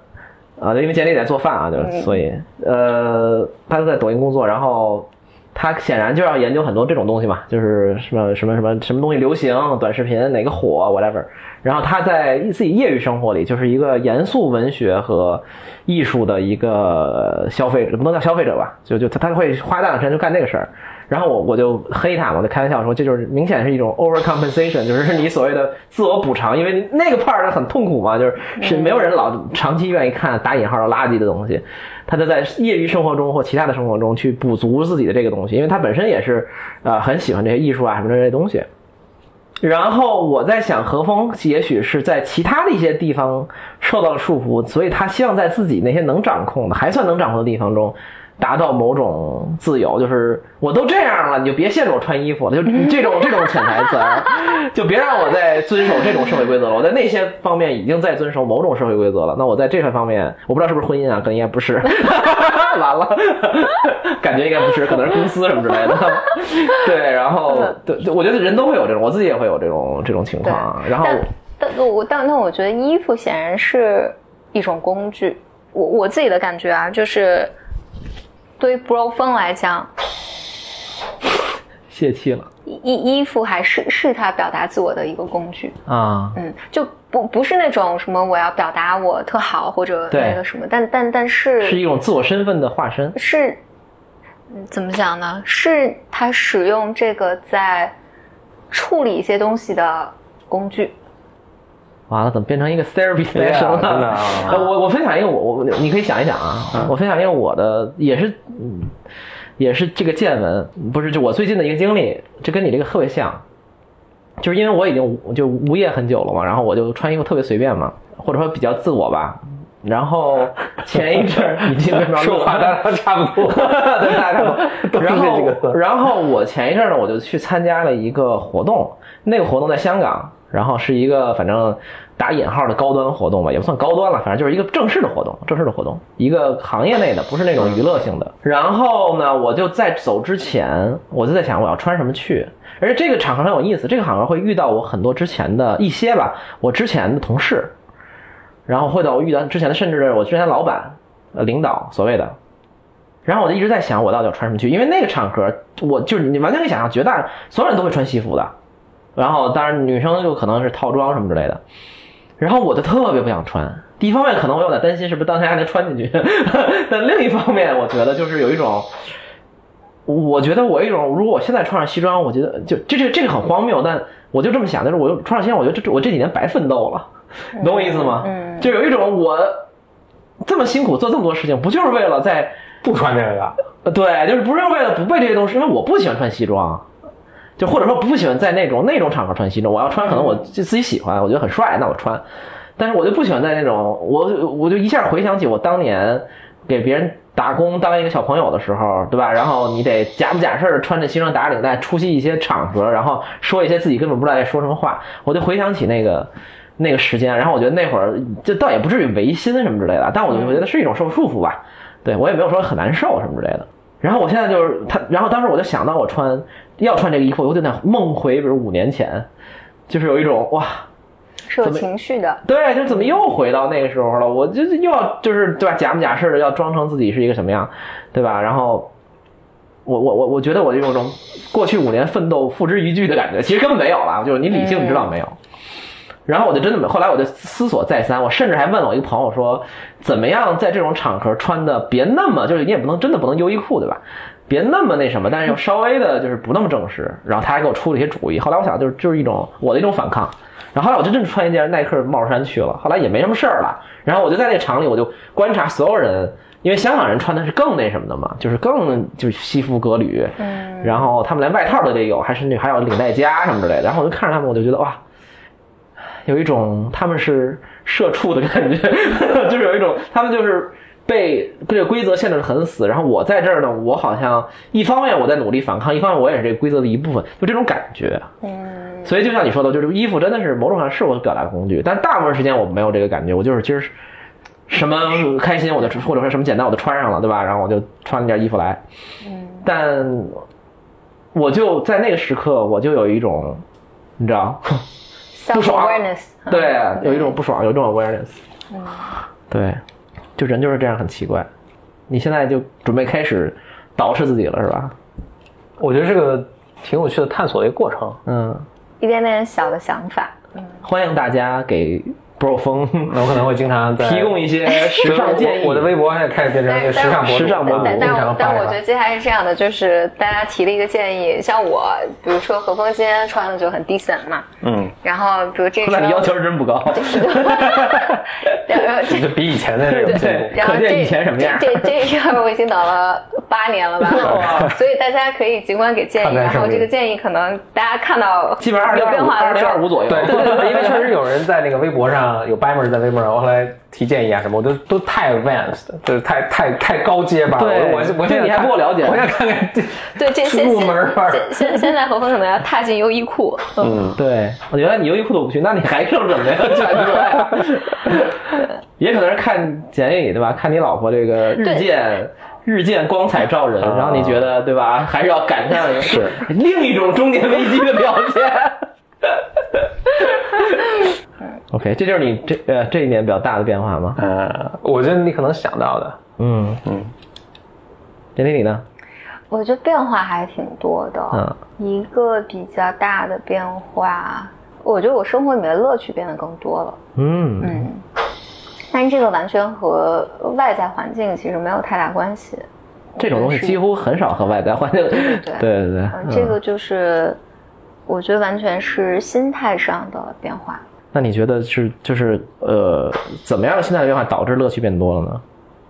S3: 啊，因为简历在做饭啊，就是、所以呃，他在抖音工作，然后他显然就要研究很多这种东西嘛，就是什么什么什么什么东西流行，短视频哪个火，whatever。然后他在自己业余生活里，就是一个严肃文学和艺术的一个消费者，不能叫消费者吧，就就他他会花大量时间就干这个事儿。然后我我就黑他嘛，我就开玩笑说，这就是明显是一种 overcompensation，就是你所谓的自我补偿，因为那个 part 很痛苦嘛，就是是没有人老长期愿意看打引号的垃圾的东西，他就在业余生活中或其他的生活中去补足自己的这个东西，因为他本身也是呃很喜欢这些艺术啊什么这些东西。然后我在想，何峰也许是在其他的一些地方受到了束缚，所以他希望在自己那些能掌控的、还算能掌控的地方中，达到某种自由。就是我都这样了，你就别限制我穿衣服了，就这种这种潜台词儿， <laughs> 就别让我再遵守这种社会规则了。我在那些方面已经在遵守某种社会规则了，那我在这些方面，我不知道是不是婚姻啊，可能应该不是。完了， <laughs> 感觉应该不是，可能是公司什么之类的。对，然后对，对我觉得人都会有这种，我自己也会有这种这种情况啊。然后
S2: 但但我但那我觉得衣服显然是一种工具。我我自己的感觉啊，就是对于 bro 风来讲，
S3: 泄气了
S2: 衣衣服还是是他表达自我的一个工具。
S3: 啊，
S2: 嗯，就不不是那种什么我要表达我特好或者
S3: 对
S2: 那个什么，但但但是
S3: 是一种自我身份的化身。
S2: 是嗯怎么讲呢？是他使用这个在处理一些东西的工
S3: 啊
S2: 具。
S3: 完了，怎么变成一个 therapy
S1: <laughs> 对啊
S3: session 了？
S1: 真的 <laughs> 啊
S3: 呃我我分享一个我我你可以想一想啊，
S1: 嗯
S3: 我分享一个我的也是嗯也是这个见闻，不是就我最近的一个经历，这跟你这个特别像，就是因为我已经无就无业很久了嘛，然后我就穿衣服特别随便嘛，或者说比较自我吧。然后前一
S1: <laughs>
S3: 阵儿你这个
S1: 说话大家差不多，
S3: 对，
S1: <laughs>
S3: 大概
S1: 都是
S3: 然
S1: 这几个
S3: 后，
S1: 字
S3: 然后我前一阵儿呢，我就去参加了一个活动，那个活动在香港，然后是一个反正打引号的高端活动吧，也不算高端了，反正就是一个正式的活动，正式的活动，一个行业内的，不是那种娱乐
S1: 嗯
S3: 性的。然后呢，我就在走之前，我就在想我要穿什么去。而且这个场合很有意思，这个场合会遇到我很多之前的一些吧，我之前的同事，然后会到我遇到之前的，甚至是我之前的老板、呃领导所谓的。然后我就一直在想，我到底要穿什么去？因为那个场合，我就是你完全可以想象，绝大所有人都会穿西服的，然后当然女生就可能是套装什么之类的。然后我就特别不想穿，第一方面可能我有点担心是不是当天还能穿进去， <laughs> 但另一方面我觉得就是有一种，我觉得我有一种，如果我现在穿上西装，我觉得就这这这个很荒谬，但我就这么想，就是我就穿上西装，我觉得这我这几年白奋斗了，你懂我意思吗？
S2: 嗯
S3: 就有一种我这么辛苦做这么多事情，不就是为了在
S1: 不穿这个，
S3: 呃，对，就是不是为了不被这些东西，因为我不喜欢穿西装，就或者说不喜欢在那种那种场合穿西装。我要穿，可能我就自己喜欢，我觉得很帅，那我穿。但是我就不喜欢在那种，我我就一下回想起我当年给别人打工当一个小朋友的时候，对吧？然后你得假不假事的穿着西装打领带出席一些场合，然后说一些自己根本不知道在说什么话。我就回想起那个那个时间，然后我觉得那会儿这倒也不至于违心什么之类的，但我就觉得是一种受束缚吧。对我也没有说很难受什么之类的。然后我现在就是他，然后当时我就想到我穿要穿这个衣服，我就在梦回，比如五年前，就是有一种哇，
S2: 是有
S3: 怎么
S2: 情绪的，
S3: 对，就怎么又回到那个时候了？我就是又要就是对吧，假模假式的要装成自己是一个什么样，对吧？然后我我我我觉得我有种过去五年奋斗付之一炬的感觉，其实根本没有了，就是你理性知道没有。然后我就真的没，后来我就思索再三，我甚至还问了我一个朋友说，怎么样在这种场合穿的别那么，就是你也不能真的不能优衣库对吧？别那么那什么，但是又稍微的就是不那么正式。然后他还给我出了一些主意。后来我想就是就是一种我的一种反抗。然后后来我就真的穿一件耐克帽衫去了，后来也没什么事儿了。然后我就在那厂里，我就观察所有人，因为香港人穿的是更那什么的嘛，就是更就是西服革履，
S2: 嗯
S3: 然后他们连外套都得有，还甚至还有领带夹什么之类的。然后我就看着他们，我就觉得哇，有一种他们是社畜的感觉， <laughs> 就是有一种他们就是被这个规则限制的很死。然后我在这儿呢，我好像一方面我在努力反抗，一方面我也是这个规则的一部分，就这种感觉。
S2: 嗯，
S3: 所以就像你说的，就是衣服真的是某种上是我的表达工具，但大部分时间我没有这个感觉，我就是今儿什
S1: 嗯
S3: 么开心我就或者说什么简单我就穿上了，对吧？然后我就穿了件衣服来，嗯，但我就在那个时刻，我就有一种你
S1: <laughs>
S3: 知道，
S2: self
S3: 爽
S2: awareness，
S3: 啊对，有一种不爽，有一种 awareness，对，
S1: 嗯
S3: 就人就是这样很奇怪。你现在就准备开始捯饬自己了，是吧？
S1: 我觉得是个挺有趣的探索的一个过程。
S3: 嗯，
S2: 一点点小的想法，
S3: 欢迎大家给
S1: <laughs>
S3: bro 风
S1: 那我可能会经常在
S3: 提供一些时尚建议。
S1: 我的微博现在开始变成一个时尚博主，啊
S3: 时尚博主
S1: 经
S2: 但但
S1: 常
S2: 我
S1: 发
S2: 但我觉得
S1: 呀。
S2: 接下来是这样的，就是大家提了一个建议，像我，比如说何峰今天穿的就很 decent 嘛，
S1: 嗯，
S2: 然后比如这
S3: <laughs> 那
S2: 双，
S3: 你要求是真不高，
S2: <laughs> 然后这
S1: 就比以前的这种进
S3: 对
S1: 步。
S2: 然后
S3: 可
S2: 这
S3: 见以前什么样
S2: 这这这个我已经等了八年
S3: <laughs>
S2: 了吧，所以大家可以尽管给建
S1: 看
S2: 议，
S1: 在
S2: 然
S1: 上
S2: 后
S1: 面
S2: 这个建议可能大家看到
S3: 基本上二零
S2: 有
S3: 二
S2: 变
S3: 五、
S2: 化的
S3: 二零
S2: 时
S3: 二五
S2: 候，
S3: 左右。
S1: 对，
S3: <laughs>
S1: 对因为确实有人在那个微博上有 Bimer 在微博上，我后来提建议啊什么，我都都太 advanced，就是太太太高阶吧。
S3: 对
S1: 我我我现
S3: 对
S1: 在
S3: 你还
S1: 看
S3: 不够了解
S1: 我想看
S3: <laughs>
S1: 看这
S2: 对这现
S1: 入门儿
S2: 现现现在何峰可能要踏进优衣库，嗯，
S3: 对，我原来你优衣库都不去，那你还是准备要站出来？ <laughs> 也可能是看简历对吧？看你老婆这个日
S2: 对
S3: 渐日渐光彩照人，
S1: 啊
S3: 然后你觉得对吧？还是要赶上
S1: 是
S3: 另一种中年危机的表现。OK，这就是你这呃这一年比较大的变化吗？
S1: 呃，我觉得你可能想到的，
S3: 嗯
S1: 嗯，
S3: 简历你呢？
S2: 我觉得变化还挺多的，
S3: 嗯，
S2: 一个比较大的变化，我觉得我生活里面的乐趣变得更多了。
S3: 嗯
S2: 嗯，但这个完全和外在环境其实没有太大关系。
S3: <laughs> 这种东西几乎很少和外在环境。
S2: 对对对
S3: 对对对
S2: 嗯，这个就是我觉得完全是心态上的变化。
S3: 那你觉得是就是呃，怎么样心态的变化导致乐趣变多了呢？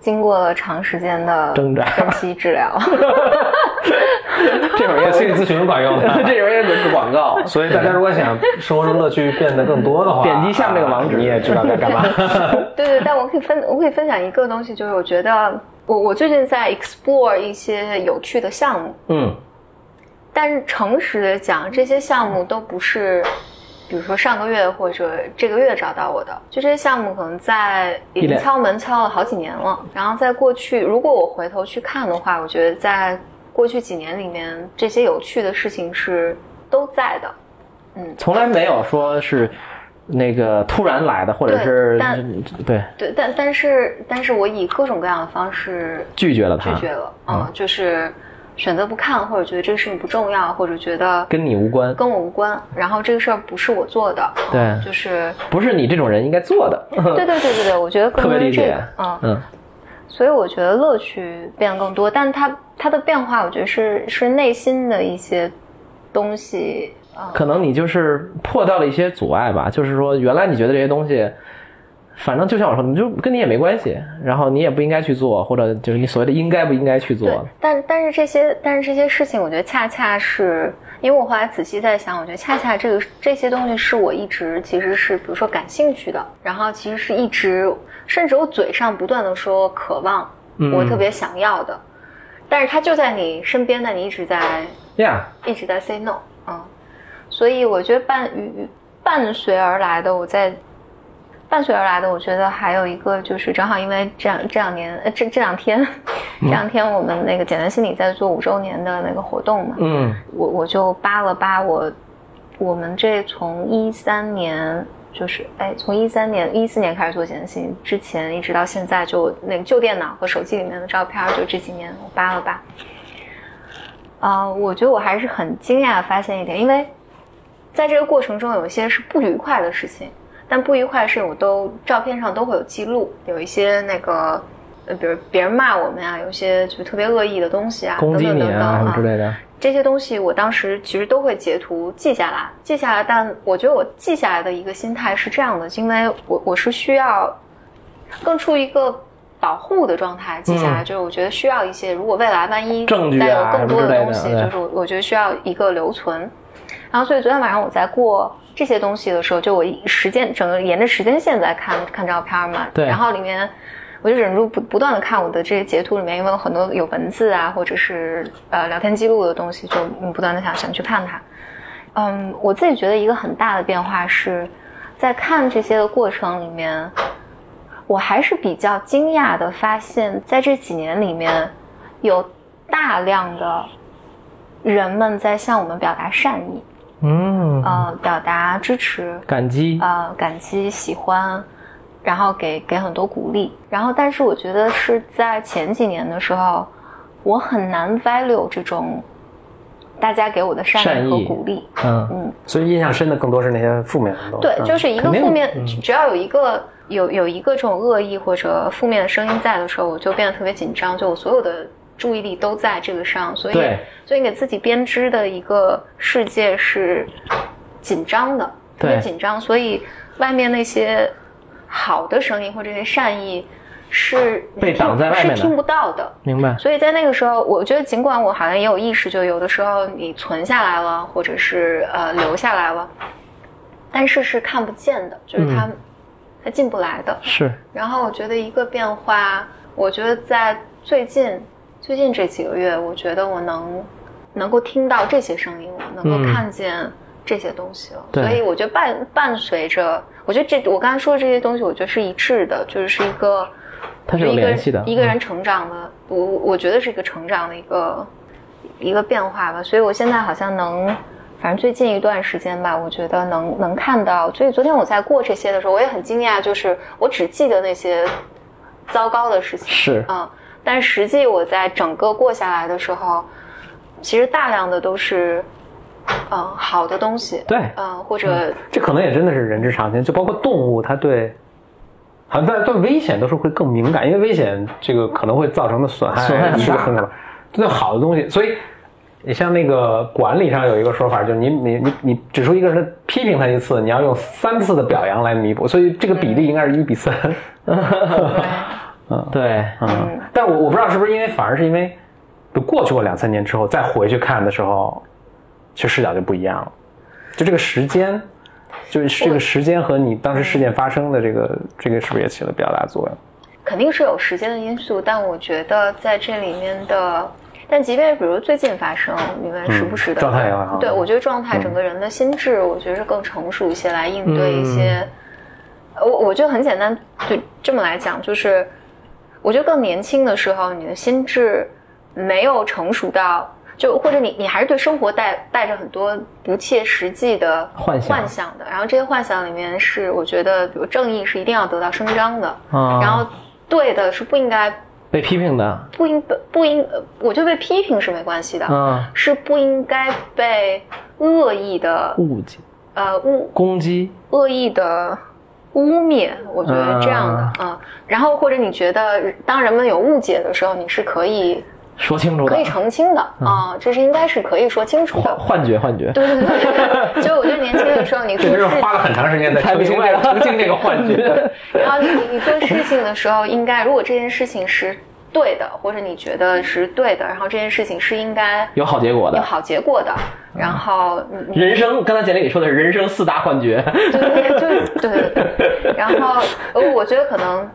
S2: 经过长时间的
S3: 挣扎
S2: 分析治
S3: <laughs>
S2: 疗，
S1: 这种也心理咨询管用的。
S3: <laughs> <laughs> 这里面也是广告，
S1: 所以大家如果想生活中乐趣变得更多的话，
S3: 点击下面这个网址
S1: 你也知道该干
S3: <laughs>
S1: 嘛。
S2: 对对，但我可以分，我可以分享一个东西，就是我觉得我我最近在 explore 一些有趣的项目，
S3: <laughs> 嗯
S2: 但是诚实的讲，这些项目都不是，比如说上个月或者这个月找到我的，就这些项目可能在已
S3: 一
S2: 经
S3: 两
S2: 敲门敲了好几年了。然后在过去，如果我回头去看的话，我觉得在过去几年里面，这些有趣的事情是都在的。
S3: 从来没有说是那个突然来的，或者
S2: 对
S3: 是
S2: 但
S3: 对
S2: 对，但但是但是我以各种各样的方式
S3: 拒绝了他
S2: 拒，绝了，嗯，就是选择不看，或者觉得这个事情不重要，或者觉得
S3: 跟你无关，
S2: 跟我无关，然后这个事儿不是我做的，嗯
S3: 对
S2: 就是
S3: <laughs> 不是你这种人应该做的。 <laughs>
S2: 对对对对对，我觉得更
S3: 特别
S2: 多是
S3: 理
S2: 这
S3: 解
S2: 个，嗯，
S3: 嗯，
S2: 所以我觉得乐趣变得更多，但它它的变化，我觉得是是内心的一些东西，啊、
S3: 可能你就是破掉了一些阻碍吧，就是说原来你觉得这些东西。反正就像我说的，你就跟你也没关系，然后你也不应该去做，或者就是你所谓的应该不应该去
S2: 对
S3: 做，，
S2: 但但是这些但是这些事情，我觉得恰恰是因为我后来仔细在想，我觉得恰恰这个这些东西是我一直其实是比如说感兴趣的，然后其实是一直甚至我嘴上不断的说渴望，
S3: 嗯
S2: 我特别想要的，但是它就在你身边，但你一直在
S3: 呀、
S2: 一直在 say no，嗯，所以我觉得伴与与伴随而来的，我在伴随而来的，我觉得还有一个就是正好因为这两这两年呃这这两天 <laughs> 这两天我们那个简单心理在做五周年的那个活动嘛，
S3: 嗯，
S2: 我我就扒了扒我我们这从一三年。就是哎，从一三年、一四年开始做简单心理，之前一直到现在，就那个旧电脑和手机里面的照片，就这几年我扒了扒，啊、我觉得我还是很惊讶地发现一点，因为在这个过程中有一些是不愉快的事情，但不愉快的事情我都照片上都会有记录，有一些那个，呃，比如别人骂我们呀、有一些就是特别恶意的东西啊，
S3: 攻击
S2: 等
S3: 你
S2: 等等等
S3: 啊什么
S2: 啊
S3: 之类的，
S2: 这些东西我当时其实都会截图记下来，记下来。但我觉得我记下来的一个心态是这样的，因为我我是需要更处于一个保护的状态记下来，
S3: 嗯
S2: 就是我觉得需要一些，如果未来万一
S3: 证据啊
S2: 带有更多
S3: 什么之类的
S2: 东西，
S3: 对
S2: 就是我我觉得需要一个留存。然后所以昨天晚上我在过这些东西的时候，就我一时间整个沿着时间线在看看照片嘛，
S3: 对
S2: 然后里面。我就忍住不不断的看我的这些截图里面，因为有很多有文字啊，或者是呃聊天记录的东西，就嗯不断的想想去看它。嗯，我自己觉得一个很大的变化是，在看这些的过程里面，我还是比较惊讶的发现，在这几年里面，有大量的人们在向我们表达善意，
S3: 嗯，
S2: 呃，表达支持，
S3: 感激，
S2: 呃感激喜欢，然后给给很多鼓励。然后，但是我觉得是在前几年的时候，我很难 value 这种大家给我的善
S3: 善
S2: 意
S3: 意
S2: 和鼓励。
S3: 嗯，
S1: 所以印象深的更多是那些负面的东西。
S2: 对，
S1: 嗯
S2: 就是一个
S3: 肯定
S2: 负面，只要有一个有有一个这种恶意或者负面的声音在的时候，我就变得特别紧张，就我所有的注意力都在这个上，所以
S3: 对
S2: 所以给自己编织的一个世界是紧张的，特别
S3: 对
S2: 紧张，所以外面那些好的声音或者这些善意是
S3: 被
S2: 你
S3: 挡在外面的
S2: 是听不到的。
S3: 明白，
S2: 所以在那个时候，我觉得尽管我好像也有意识，就有的时候你存下来了，或者是呃留下来了，但是是看不见的，就是它、
S3: 嗯
S2: 它进不来的。
S3: 是，
S2: 然后我觉得一个变化，我觉得在最近最近这几个月，我觉得我能能够听到这些声音，我能够
S3: 嗯
S2: 看见这些东西了。
S3: 对
S2: 所以我觉得伴伴随着，我觉得这我刚才说的这些东西，我觉得是一致的，就是是一个
S3: 它是有
S2: 一个
S3: 联系的嗯
S2: 一个人成长的，我我觉得是一个成长的一个一个变化吧。所以我现在好像能。反正最近一段时间吧，我觉得能能看到，所以昨天我在过这些的时候，我也很惊讶，就是我只记得那些糟糕的事情，
S3: 是
S2: 嗯，但实际我在整个过下来的时候，其实大量的都是嗯好的东西，
S3: 对
S2: 嗯或者
S1: 这可能也真的是人之常情，就包括动物，它对，好像对对危险都是会更敏感，因为危险这个可能会造成的损害
S3: 损害很大
S1: 是很可怕。对好的东西，所以你像那个管理上有一个说法，就是你你你你指出一个人批评他一次，你要用三次的表扬来弥补，所以这个比例应该是一比三。
S3: 对，
S1: 嗯，但我我不知道是不是因为，反而是因为就过去过两三年之后再回去看的时候，其实视角就不一样了，就这个时间。就是这个时间和你当时事件
S2: 嗯
S1: 发生的这个这个是不是也起了比较大作用？
S2: 肯定是有时间的因素，但我觉得在这里面的，但即便比如最近发生，你们时不时的、
S1: 嗯状态也会好
S2: 对我觉得状
S3: 嗯
S2: 态，整个人的心智，我觉得是更成熟一些来应对一
S3: 嗯
S2: 些。呃我我觉得很简单，对这么来讲，就是我觉得更年轻的时候，你的心智没有成熟到。就或者你你还是对生活带带着很多不切实际的
S3: 幻想
S2: 幻想的，然后这些幻想里面是我觉得，比如正义是一定要得到伸张的，
S3: 啊
S2: 然后对的是不应该
S3: 被批评的，
S2: 不应不应，呃我觉得被批评是没关系的，
S3: 嗯，
S2: 是不应该被恶意的
S3: 误解、
S2: 呃污
S3: 攻击，
S2: 恶意的污蔑，我觉得这样的啊、嗯然后或者你觉得当人们有误解的时候，你是可以
S3: 说清楚
S2: 可
S3: 的
S2: 以，澄清的啊、这是应该是可以说清楚
S3: 幻
S2: 的。
S3: 幻觉，幻
S2: <laughs>
S3: 觉，
S2: 对对对对对，所以我觉得年轻的时候你做
S1: 这就
S2: 事
S1: 是
S2: 情
S1: 花了很长时间在
S3: 才
S1: 澄
S3: 明
S1: 清
S3: 白
S1: 这个
S3: 了
S1: 澄清这个幻觉。
S3: <laughs>
S2: 然后你你做事情的时候，应该如果这件事情是对的，或者你觉得是对的，然后这件事情是应该
S3: 有好结果
S2: 有
S3: 的。
S2: 好结果的，然后你你
S3: 人生，刚才简历里说的是人生四大幻觉，
S2: 对对对就是对对对，然后呃我觉得可能。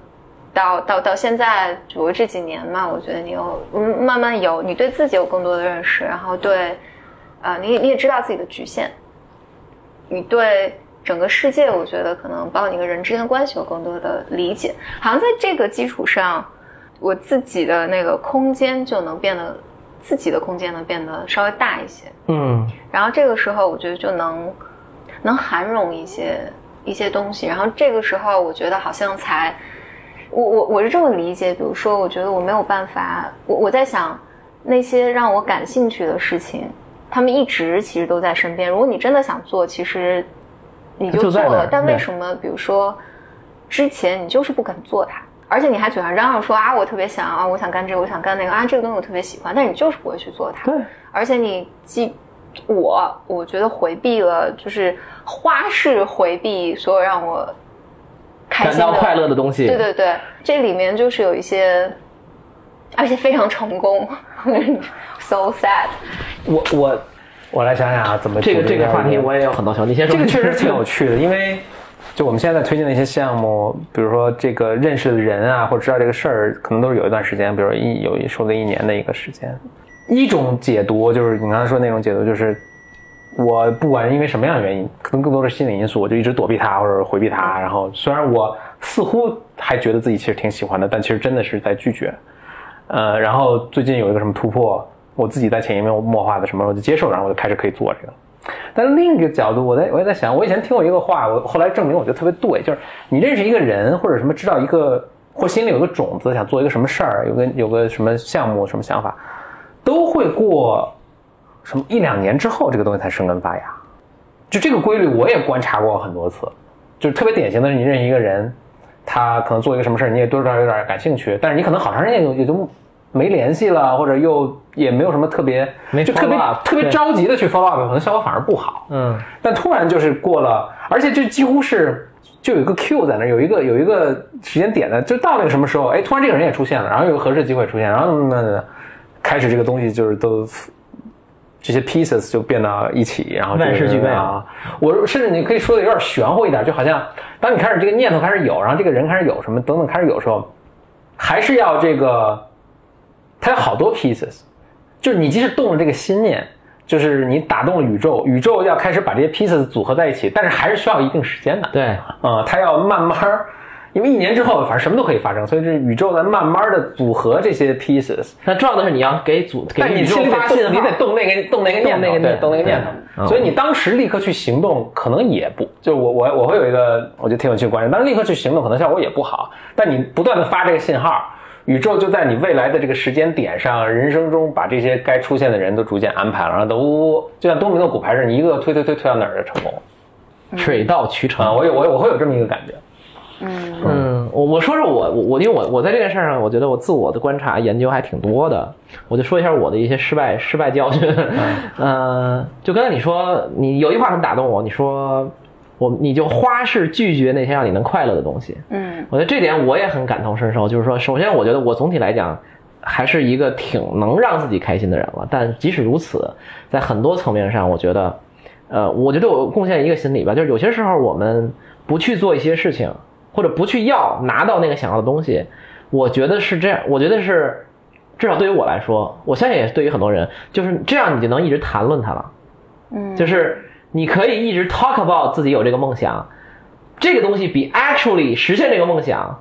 S2: 到到到现在，我这几年嘛，我觉得你有嗯慢慢有你对自己有更多的认识，然后对，啊、你你也知道自己的局限，你对整个世界，我觉得可能包括你跟人之间的关系有更多的理解。好像在这个基础上，我自己的那个空间就能变得，自己的空间能变得稍微大一些。
S3: 嗯，
S2: 然后这个时候，我觉得就能能涵容一些一些东西。然后这个时候，我觉得好像才，我我我是这么理解。比如说，我觉得我没有办法，我我在想那些让我感兴趣的事情，他们一直其实都在身边。如果你真的想做，其实你
S3: 就
S2: 就做
S3: 在那儿
S2: 了。但为
S3: 对
S2: 什么，比如说之前你就是不肯做它？而且你还嘴上嚷嚷说啊，我特别想啊，我想干这个，我想干那个啊，这个东西我特别喜欢，但你就是不会去做它。
S3: 对，
S2: 而且你既我我觉得回避了，就是花式回避所有让我开
S3: 感
S2: 心的
S3: 到快乐的东西，
S2: 对对对，这里面就是有一些，而且非常成功 <laughs> ，so sad。
S3: 我我
S1: 我来想想啊，怎么
S3: 这个
S1: 组织
S3: 这个
S1: 下
S3: 话题
S1: 一
S3: 我也有很多想，你先说。
S1: 这个确实挺有 <laughs> 趣的，因为就我们现在推荐的一些项目，比如说这个认识的人啊，或者知道这个事儿，可能都是有一段时间，比如一有一说的一年的一个时间。一种解读就是你刚才说那种解读，就是我不管因为什么样的原因，可能更多的是心理因素，我就一直躲避它或者回避它。然后虽然我似乎还觉得自己其实挺喜欢的，但其实真的是在拒绝。呃，然后最近有一个什么突破，我自己在潜移默化的什么，我就接受，然后我就开始可以做这个了。但是另一个角度，我在我也在想，我以前听过一个话，我后来证明我觉得特别对，就是你认识一个人或者什么，知道一个或心里有个种子，想做一个什么事儿，有个有个什么项目、什么想法，都会过什么一两年之后，这个东西才生根发芽。就这个规律，我也观察过很多次。就特别典型的是，你认识一个人，他可能做一个什么事儿，你也多少有点感兴趣，但是你可能好长时间也也就没联系了，或者又也没有什么特别，
S3: 没
S1: 就特别
S3: follow up，
S1: 特别
S3: 对
S1: 着急的去 follow up，可能效果反而不好。
S3: 嗯，
S1: 但突然就是过了，而且这几乎是就有一个 Q 在那儿，有一个有一个时间点的，就到那个什么时候，哎，突然这个人也出现了，然后有个合适的机会出现，然后那那开始这个东西就是都这些 pieces 就变到一起，然后就
S3: 万事俱备
S1: 啊。我甚至你可以说的有点玄乎一点，就好像当你开始这个念头开始有，然后这个人开始有什么等等开始有时候，还是要这个，它有好多 pieces，就是你即使动了这个心念，就是你打动了宇宙，宇宙要开始把这些 pieces 组合在一起，但是还是需要一定时间的。
S3: 对，
S1: 啊、它要慢慢儿，因为一年之后反正什么都可以发生，所以这宇宙在慢慢的组合这些 pieces。
S3: 那重要的是你要给组给
S1: 但你
S3: 宇宙
S1: 心里
S3: 发信
S1: 动，你
S3: 号
S1: 得，动那个动那个念
S3: 动那
S1: 头，对，
S3: 个念
S1: 动那个念
S3: 对
S1: 头。
S3: 嗯
S1: 所以你当时立刻去行动，可能也不就我我我会有一个我觉得挺有趣的观点，当时立刻去行动可能效果也不好，但你不断的发这个信号。宇宙就在你未来的这个时间点上，人生中把这些该出现的人都逐渐安排了，然后都就像多米诺骨牌似的，你一个个推推推推到哪儿就成功了
S3: 水到渠
S1: 啊！
S3: 成。
S1: 我有我有我会有这么一个感觉，
S2: 嗯，
S3: 嗯，我我说说我我我，因为我我在这件事上，我觉得我自我的观察研究还挺多的，我就说一下我的一些失败失败教训。
S1: 嗯
S3: <laughs> 呃，就刚才你说，你有一句话很打动我，你说我你就花式拒绝那些让你能快乐的东西。
S2: 嗯
S3: 我觉得这点我也很感同身受，就是说，首先我觉得我总体来讲还是一个挺能让自己开心的人了，但即使如此，在很多层面上，我觉得，呃，我觉得我贡献一个心理吧，就是有些时候我们不去做一些事情，或者不去要拿到那个想要的东西，我觉得是这样，我觉得是。至少对于我来说，我相信也是对于很多人，就是这样，你就能一直谈论它了。
S2: 嗯，
S3: 就是你可以一直 talk about 自己有这个梦想，这个东西比 actually 实现这个梦想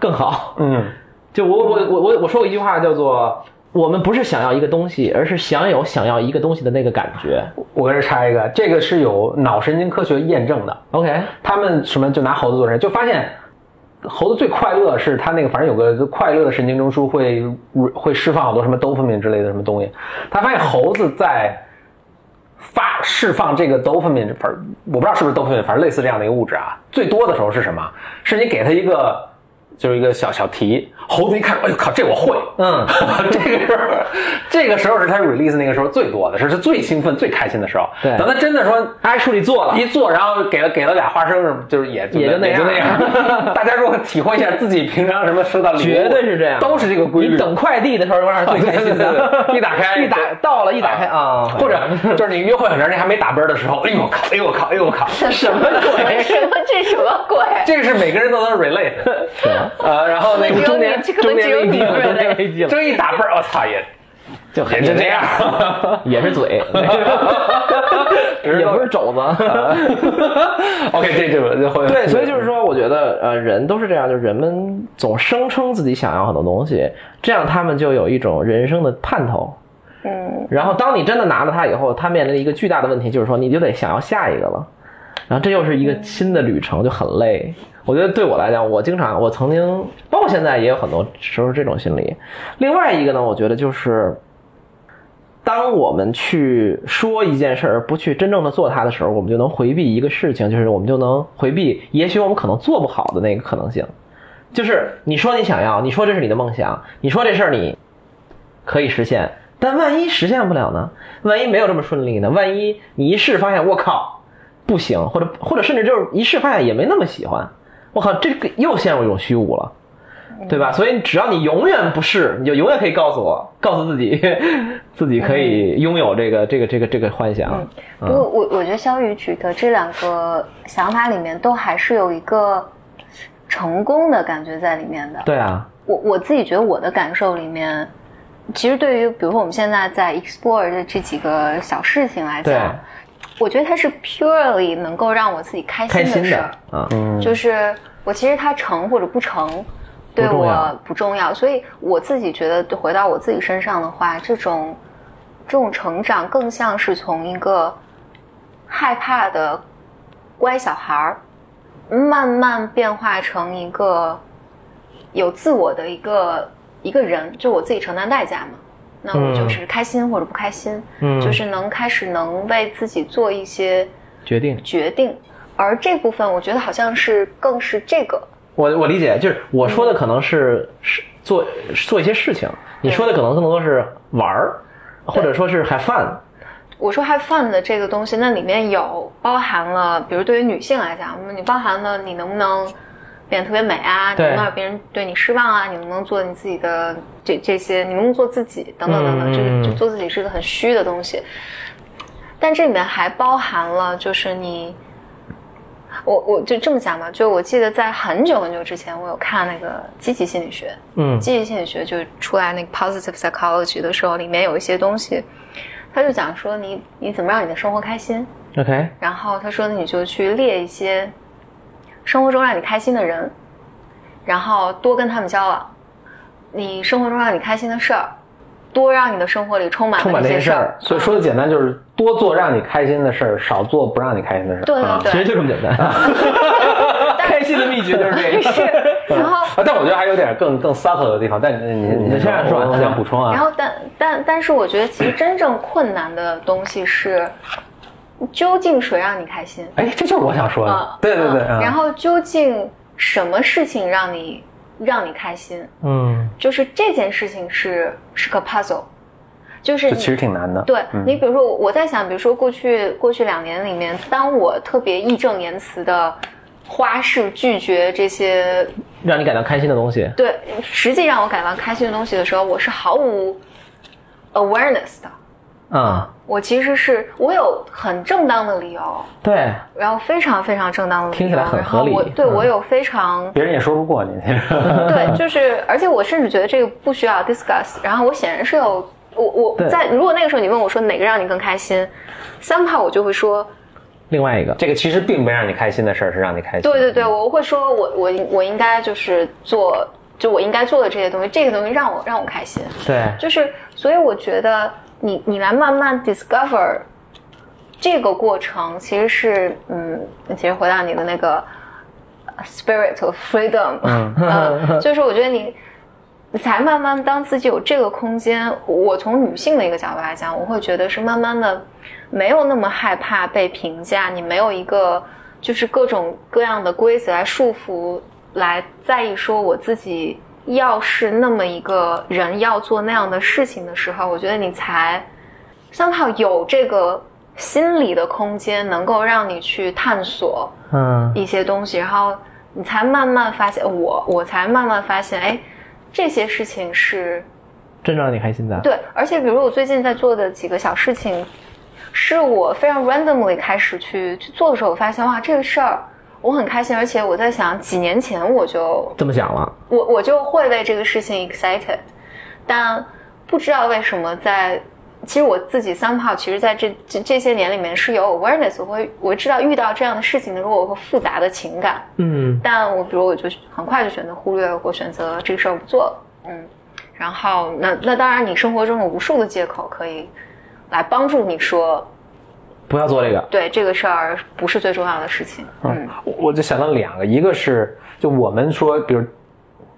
S3: 更好。
S1: 嗯
S3: 就我我我我我说过一句话叫做。我们不是想要一个东西，而是享有想要一个东西的那个感
S1: <laughs>
S3: 觉。
S1: 我跟这插一个，这个是有脑神经科学验证的。
S3: OK，
S1: 他们什么就拿猴子做人，就发现猴子最快乐是它那个反正有个快乐的神经中枢会会释放好多什么 dopamine 之类的什么东西。他发现猴子在发释放这个 dopamine，反正我不知道是不是 dopamine，反正类似这样的一个物质啊，最多的时候是什么？是你给它一个。就是一个小小题，猴子一看，哎呦靠，这我会，
S3: 嗯，
S1: <laughs> 这个时候，这个时候是他 release 那个时候最多的，是是最兴奋、最开心的时候。
S3: 对
S1: 等他真的说
S3: 爱处理做了，
S1: 一做，然后给了给了俩花生，就是也
S3: 也就那样
S1: 就那样。 <laughs> 大家如果体会一下自己平常什么收到礼物，
S3: 绝对是这样，
S1: 都是这个规律。
S3: 你等快递的时候，永远是最开心
S1: 对对对 <laughs>
S3: 的。
S1: 对一打开
S3: 一打到了，一打开啊，
S1: 或者就是你约会很长时间还没打啵儿的时候，哎呦我靠，哎呦我靠，哎呦我靠，
S3: <laughs> 什么鬼？
S2: <laughs> 什么这什么鬼？
S1: 这个是每个人都能 relate。呃，
S3: <laughs>
S1: 然后那
S2: 只
S1: 个
S2: 有
S1: 中
S2: 你
S1: 年
S2: 这个
S1: 中
S2: 只
S1: 年危
S2: 有你
S1: 机，
S2: 能
S1: 中年
S2: relate
S1: 危机了，这一打啵儿，我操
S3: <laughs>
S1: 也
S3: 就
S1: 也就这样，
S3: <laughs> 也是嘴，也不是肘子。
S1: <laughs> 啊 OK，这就就会
S3: 对，所以就是说，我觉得呃，人都是这样，就是人们总声称自己想要很多东西，这样他们就有一种人生的盼头。
S2: 嗯
S3: 然后当你真的拿了它以后，他面临一个巨大的问题，就是说你就得想要下一个了。然后这又是一个新的旅程，就很累。我觉得对我来讲，我经常，我曾经，包括现在也有很多时候是这种心理。另外一个呢，我觉得就是，当我们去说一件事儿，而不去真正的做它的时候，我们就能回避一个事情，就是我们就能回避，也许我们可能做不好的那个可能性。就是你说你想要，你说这是你的梦想，你说这事儿你可以实现，但万一实现不了呢？万一没有这么顺利呢？万一你一试发现我靠不行，或者或者甚至就是一试发现也没那么喜欢，我靠，这个又陷入一种虚无了。对
S2: 嗯
S3: 吧？所以只要你永远不试，你就永远可以告诉我，告诉自己， <laughs> 自己可以拥有这个这个这个这个幻想。
S2: 嗯，不过我我觉得肖宇举的这两个想法里面，都还是有一个成功的感觉在里面的。
S3: 对啊，
S2: 我我自己觉得我的感受里面，其实对于比如说我们现在在 explore 的这几个小事情来
S3: 对，啊
S2: 讲，我觉得它是 purely 能够让我自己开
S3: 开
S2: 心
S3: 心
S2: 的事
S3: 的
S2: 儿。
S3: 啊，
S2: 就是我其实它成或者不成，对
S3: 不重
S2: 我
S3: 要
S2: 不重要，所以我自己觉得回到我自己身上的话，这种这种成长更像是从一个害怕的乖小孩儿，慢慢变化成一个有自我的一个一个人，就我自己承担代价嘛。那我就是开心或者不开心，
S3: 嗯
S2: 就是能开始能为自己做一些
S3: 决定。
S2: 决定。而这部分，我觉得好像是更是这个，
S3: 我我理解，就是我说的可能是是做做一些事情，你说的可能更多是玩儿，或者说是 have fun。
S2: 我说 have fun 的这个东西，那里面有包含了，比如对于女性来讲，你包含了你能不能变得特别美啊，你
S3: 对
S2: 能不能让别人对你失望啊，你能不能做你自己的这这些，你能不能做自己等等等等，
S3: 嗯
S2: 就是就做自己是一个很虚的东西。但这里面还包含了，就是你，我我就这么讲吧，就我记得在很久很久之前，我有看那个积极心理学，
S3: 嗯
S2: 积极心理学就出来那个 positive psychology 的时候，里面有一些东西，他就讲说你你怎么让你的生活开心，
S3: ，OK，
S2: 然后他说你就去列一些生活中让你开心的人，然后多跟他们交往，你生活中让你开心的事儿，多让你的生活里充满
S3: 充满
S2: 那
S3: 这
S2: 些
S3: 些事
S2: 事
S3: 儿
S2: 儿，，
S1: 所以说的简单就是多做让你开心的事儿，少做不让你开心的事儿。
S2: 对对
S1: 啊
S2: 对，
S3: 其实就这么简单。 <laughs> 开心的秘诀就是这个。
S2: 是，
S3: <laughs>
S2: 然后
S1: 啊，但我觉得还有点更更 subtle 的地方，但你你
S3: 你先说
S1: 我我想补充
S2: 然
S1: 啊。
S2: 后但但但是我觉得其实真正困难的东西是，究竟谁让你开心？
S1: 哎，这就是我想说的
S2: 啊，。
S1: 对对对，
S2: 嗯
S1: 啊
S2: 然后究竟什么事情让你让你开心，
S3: 嗯
S2: 就是这件事情是是个 puzzle，就
S1: <laughs>
S2: 是
S1: 这
S2: 你
S1: 其实挺难的。
S2: 对
S1: 嗯
S2: 你，比如说，我在想，比如说过去过去两年里面，当我特别义正言辞的花式拒绝这些
S3: <laughs> 让你感到开心的东西，
S2: 对实际让我感到开心的东西的时候，我是毫无 awareness 的。
S3: 嗯，
S2: 我其实是我有很正当的理由，
S3: 对，
S2: 然后非常非常正当的理由，
S3: 听起来很合理
S2: 然后我对
S3: 嗯
S2: 我有非常
S1: 别人也说不过你。
S2: 对，就是，而且我甚至觉得这个不需要 discuss。然后我显然是有，我我
S3: 对
S2: 在如果那个时候你问我说哪个让你更开心，三炮我就会说，
S3: <laughs> 另外一个，
S1: 这个其实并没让你开心的事儿，是让你开心。
S2: 对对对，我会说我我我应该就是做，就我应该做的这些东西，这个东西让我让我开心。
S3: 对，
S2: 就是，所以我觉得你你来慢慢 discover 这个过程，其实是嗯，其实回到你的那个 spirit of freedom，嗯、 <laughs> 呃，就是我觉得你。你才慢慢当自己有这个空间，我从女性的一个角度来讲，我会觉得是慢慢的，没有那么害怕被评价，你没有一个就是各种各样的规则来束缚，来在意说我自己要是那么一个人要做那样的事情的时候，我觉得你才相好有这个心理的空间，能够让你去探索
S3: 嗯
S2: 一些东西，然后你才慢慢发现，我我才慢慢发现，哎，这些事情是
S3: 真正让你开心的，
S2: 对，而且比如我最近在做的几个小事情，是我非常 randomly 开始去去做的时候，我发现哇，这个事儿我很开心，而且我在想，几年前我就
S3: 这么想了，
S2: 我我就会为这个事情 excited，但不知道为什么在。其实我自己三炮，其实在这这这些年里面是有 awareness，我会我知道遇到这样的事情的时候，我会复杂的情感，
S3: 嗯
S2: 但我比如我就很快就选择忽略，我选择这个事儿不做了，嗯，然后那那当然，你生活中有无数的借口可以来帮助你说，
S3: 不要做这个，
S2: 对这个事儿不是最重要的事情，嗯，
S1: 我我就想到两个，一个是就我们说，比如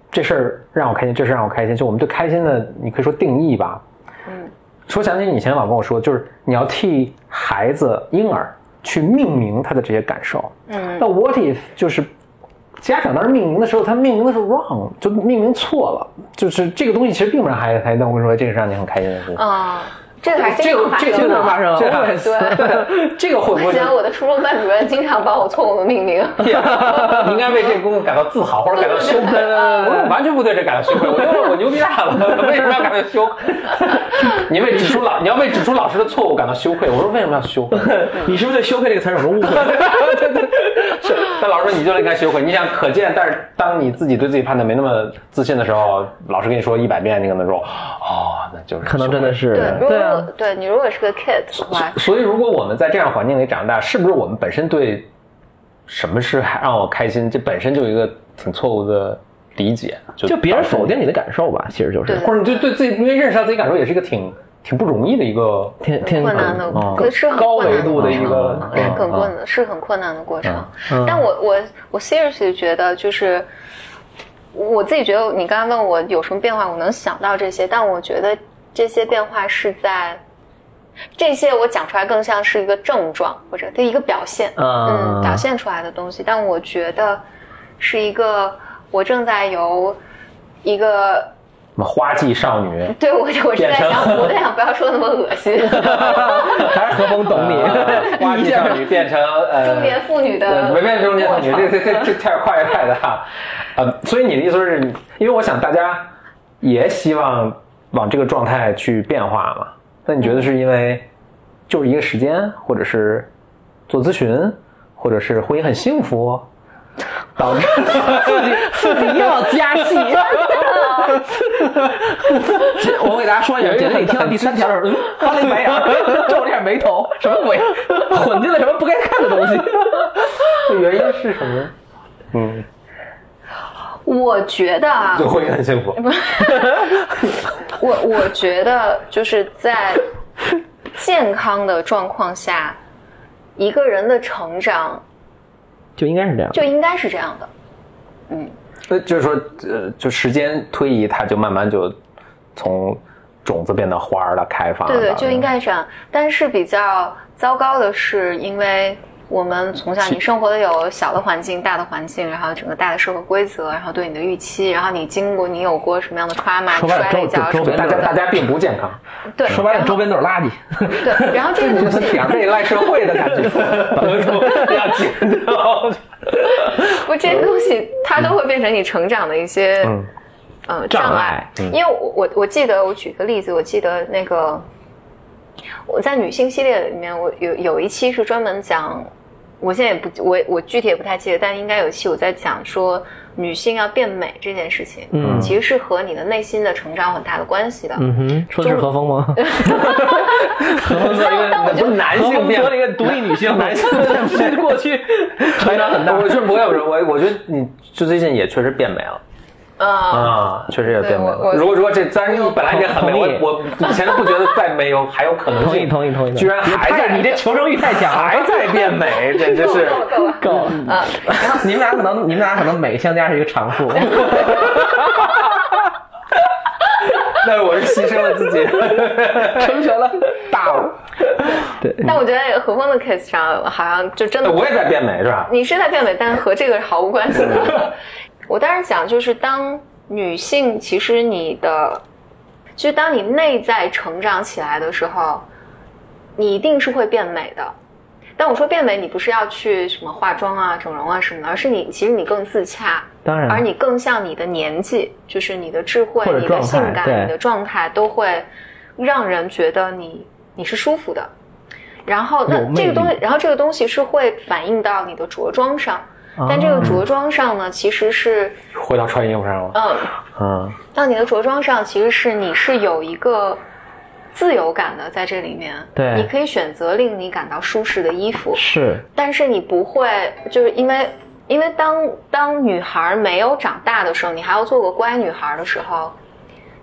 S1: 这事儿让我开心，这事儿让我开心，就我们对开心的，你可以说定义吧。
S2: 嗯，
S1: 说想起你以前老跟我说，就是你要替孩子婴儿去命名他的这些感受。
S2: 嗯，
S1: 那 what if 就是家长当时命名的时候，他命名的是 wrong，就命名错了，就是这个东西其实并不让孩子开心。但我跟你说，这是让你很开心的事情。
S2: 啊、这个还
S1: 这
S2: 经
S1: 个
S2: 常发
S1: 这个
S2: 生
S1: 经常
S2: 的。
S1: 发生，
S3: 这个
S1: 我
S2: 对
S1: 这个会不
S2: 我
S1: 会是
S2: 想我的初中班主任经常帮我错误的
S1: <laughs>
S2: 命名，
S3: <laughs>
S1: 你应该为这个功夫感到自豪或者感到羞愧。我完全不对这感到羞愧，我觉得我牛逼大了，为什么要感到羞愧？ <laughs> 你为指出老你要为指出老师的错误感到羞愧，我说为什么要羞愧？
S3: <laughs> 你是不是对“羞愧”这个词儿有什么误会？
S1: 对对对， <laughs> 是。但老师说你就应该羞愧，你想可见，但是当你自己对自己判断没那么自信的时候，老师跟你说一百遍，你可能说哦，那就是
S3: 可能真的是，
S2: 对，如果
S3: 对啊，
S2: 对你如果是个 kid 的话，
S1: 所以，如果我们在这样环境里长大，是不是我们本身对什么是让我开心，这本身就有一个挺错误的理解？就
S3: 就别人否定你的感受吧，其实就是
S2: 对
S1: 或者你对对自己因为认识到自己感受，也是一个挺挺不容易的一个。
S3: 天天
S2: 困难的，
S1: 嗯
S2: 可是很
S1: 高
S2: 困
S1: 维
S2: 难
S1: 度的
S2: 过
S1: 一
S2: 程
S1: 个
S2: 嗯
S1: 嗯
S2: 是很
S1: 嗯
S2: 困难，是很困难的过程。
S3: 嗯
S2: 但我我我 seriously 觉得就是。我自己觉得，你刚刚问我有什么变化，我能想到这些，但我觉得这些变化是在，这些我讲出来更像是一个症状或者一个表现，
S3: 啊
S2: 嗯，表现出来的东西。但我觉得是一个，我正在由一个
S1: 什么花季少女，
S2: 对我我是在
S1: 变成
S2: 想，我在想不要说那么恶心，
S3: 还是何峰懂 <laughs>
S1: 呃花
S3: 你，
S1: 季少女变成 <laughs> 呃
S2: 中年妇女的
S1: 呃没变成中年妇女，
S2: 过程
S1: 这这这这太快太大。呃，所以你的意思是，因为我想大家也希望往这个状态去变化嘛？那你觉得是因为就是一个时间，或者是做咨询，或者是婚姻很幸福，导
S3: <laughs>
S1: 致自己
S3: 自己又要加
S1: <laughs>
S3: 戏。这我给大家说一下，姐姐，你听到第三条的时候，嗯翻了
S1: <laughs>
S3: 一白眼儿，皱了一下眉头，什么鬼？混进了什么不该看的东西？
S1: 原因是 <laughs> 什么？嗯，
S2: 我觉得啊，
S1: 就婚姻很幸福。
S2: 我我觉得就是在健康的状况下，一个人的成长
S3: 就应该是这样。
S2: 就应该是这样的。
S1: 那就是说，呃，就时间推移，它就慢慢就从种子变到
S3: 啊
S1: 花儿了，开放了。
S2: 对对，
S1: 到
S2: 就应该这样。但是比较糟糕的是，因为我们从小你生活的有小的环境、大的环境，然后整个大的社会规则，然后对你的预期，然后你经过你有过什么样的 trauma，
S3: 说
S2: 你
S3: 白了
S2: 摔了一跤什
S3: 周周
S2: 么
S1: 对，
S2: 的，
S3: 围
S1: 大家大家并不健
S3: <laughs>
S1: 康，
S2: 对，
S3: 说白了，
S2: 然
S3: 周
S2: 后
S3: 边都是垃圾，
S2: 对，
S3: <laughs>
S2: 然后这个东
S1: <laughs>
S2: 西
S1: 就是点儿背赖社会的感觉，要剪掉。
S2: 不，这些东西它都会变成你成长的一些嗯、呃、
S3: 障
S2: 障
S3: 碍嗯
S2: 因为我我我记得，我举个例子，我记得那个我在女性系列里面，我有有一期是专门讲，我现在也不我我具体也不太记得，但应该有一期我在讲说女性要变美这件事情，
S3: 嗯
S2: 其实是和你的内心的成长有很大的关系的，
S3: 嗯哼，说的是何峰吗？何峰作为一个
S2: 但我觉得
S3: 男
S1: 性变
S3: 作为一个独立女性，男性过去成长很大。
S1: 我是不会，我我觉得你就最近也确实变美了
S2: 呃，
S1: 啊，确实也变美
S2: 对我
S1: 了。
S2: 我
S1: 如果如果这，当然你本来已经很美，
S3: 同意
S1: 我我以前都不觉得再美有还有可能
S3: 同意
S1: 性，
S3: 同意同意，
S1: 嗯居然
S3: 你
S1: 还
S3: 太
S1: 在
S3: 你这求生欲太强了，
S1: 还嗯在变美，这就
S2: 够
S3: <laughs>
S1: 是 <laughs>
S2: 了够了够
S3: 够了。
S2: 了啊！
S3: <laughs> 你们俩可能你们俩可能美相加是一个常
S1: <laughs>
S3: 数，
S1: 但是我是牺牲了自己，
S3: <laughs> 成全了大我。
S2: 但我觉得何峰的 case 上好像就真的
S1: 哎我也在变美是吧？
S2: 你是在变美，但和这个毫无关系的。 <laughs> 我当时讲就是，当女性其实你的，就是当你内在成长起来的时候，你一定是会变美的。但我说变美，你不是要去什么化妆啊、整容啊什么的，而是你其实你更自洽，
S3: 当然，
S2: 而你更像你的年纪，就是你的智慧
S3: 嗯或者、
S2: 你
S3: 状
S2: 的
S3: 态
S2: 性感、
S3: 对
S2: 你的状态，都会让人觉得你你是舒服的。然后那
S3: 有魅
S2: 这个东西
S3: 力，
S2: 然后这个东西是会反映到你的着装上，
S3: 啊
S2: 但这个着装上呢，其实是
S1: 回到穿衣服上了，
S2: 嗯，
S1: 嗯，
S2: 到你的着装上其实是你是有一个。自由感的在这里面，
S3: 对
S2: 你可以选择令你感到舒适的衣服，
S3: 是
S2: 但是你不会，就是因为因为当当女孩没有长大的时候，你还要做个乖女孩的时候，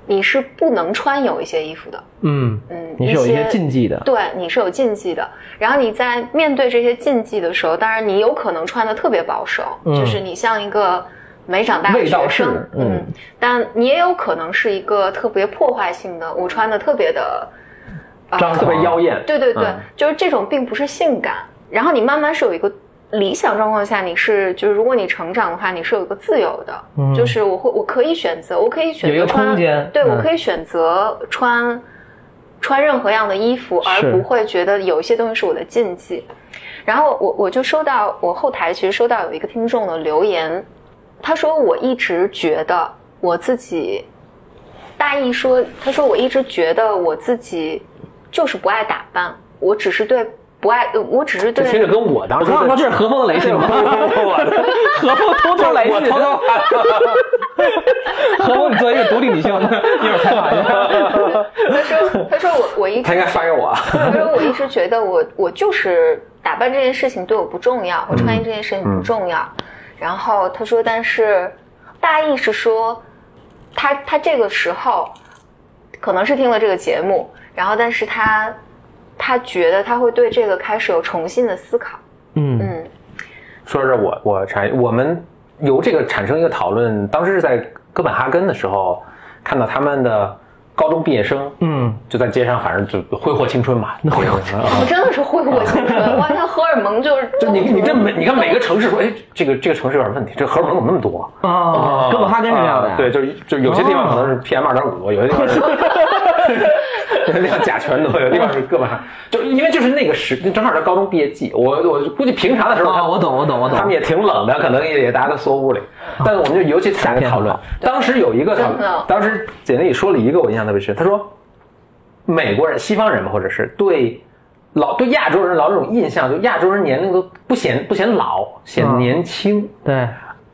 S2: 你是不能穿有一些衣服的，
S3: 嗯，
S2: 嗯，
S3: 你是有一些禁忌的，
S2: 对，你是有禁忌的。然后你在面对这些禁忌的时候，当然你有可能穿的特别保守，
S3: 嗯
S2: 就是你像一个没长大的
S3: 味道
S2: 学
S3: 是
S2: 生，
S3: 嗯
S2: 但你也有可能是一个特别破坏性的，我穿的特别的，呃
S3: 张啊
S1: 特别妖
S3: <laughs>
S1: 艳，
S2: 对对对，
S1: 嗯
S2: 就是这种并不是性感。然后你慢慢是有一个理想状况下，你是就是如果你成长的话，你是有一个自由的，
S3: 嗯
S2: 就是我会我可以选择，我可以选
S3: 有一
S2: 择
S3: 个
S2: 穿，
S3: 空间
S2: 对、
S3: 嗯
S2: 我可以选择穿穿任何样的衣服，
S3: 是
S2: 而不会觉得有一些东西是我的禁忌。然后我我就收到我后台其实收到有一个听众的留言，他说我一直觉得我自己，大意说，他说我一直觉得我自己就是不爱打扮，我只是对不爱，呃我只是
S1: 这听着
S2: 对。
S1: 跟我当
S3: 我
S1: 时
S3: 刚
S1: 的
S3: 刚说这是何峰
S1: <laughs>
S3: 的雷讯吗？何峰偷偷来
S1: 我
S3: 信，
S1: 偷偷
S3: 何峰你作为一个独立女性， <laughs> 一会儿采访一下。
S2: 他说他说我
S1: <laughs>
S2: 我一
S1: 他
S2: 直
S1: 应该发给我，
S2: <laughs> 他说我一直觉得我我就是打扮这件事情对我不重要，我
S3: 嗯
S2: 穿衣这件事情不重要。然后他说，但是大意是说，他他这个时候可能是听了这个节目，然后但是他他觉得他会对这个开始有重新的思考。
S3: 嗯
S2: 嗯
S1: 说是我我产我们由这个产生一个讨论，当时是在哥本哈根的时候，看到他们的高中毕业生
S3: 嗯，
S1: 就在街上，反正就挥霍青春嘛，挥霍青春
S2: 我
S1: 啊。
S2: 哦真的是挥霍青
S3: <laughs>
S2: 春，哇！那荷尔蒙就是 <laughs>
S1: 就你你这每你看每个城市说，哎，这个这个城市有点问题，这荷尔蒙怎么那么多？
S3: 哦，哥本哈根是这样的呀，
S1: 啊
S3: 哦
S1: 对，就是就有些地方可能是 PM 二点五多，有些地
S3: <laughs>
S1: 方是，有些地方甲醛多，有些地方是哥本哈，就因为就是那个时，正好是高中毕业季，我我估计平常的时候他
S3: 哦，我懂，我懂，我懂
S1: 他。们也挺冷的，可能也大家都缩屋里。
S3: 哦
S1: 但是我们就尤其谈个讨论
S3: 夏，
S1: 当时有一个讨
S2: 真的哦
S1: 当时简历里说了一个我印象特别深，他说美国人、西方人嘛，或者是对老对亚洲人老有种印象，就亚洲人年龄都不显不显老，显
S3: 嗯
S1: 年轻。
S3: 对，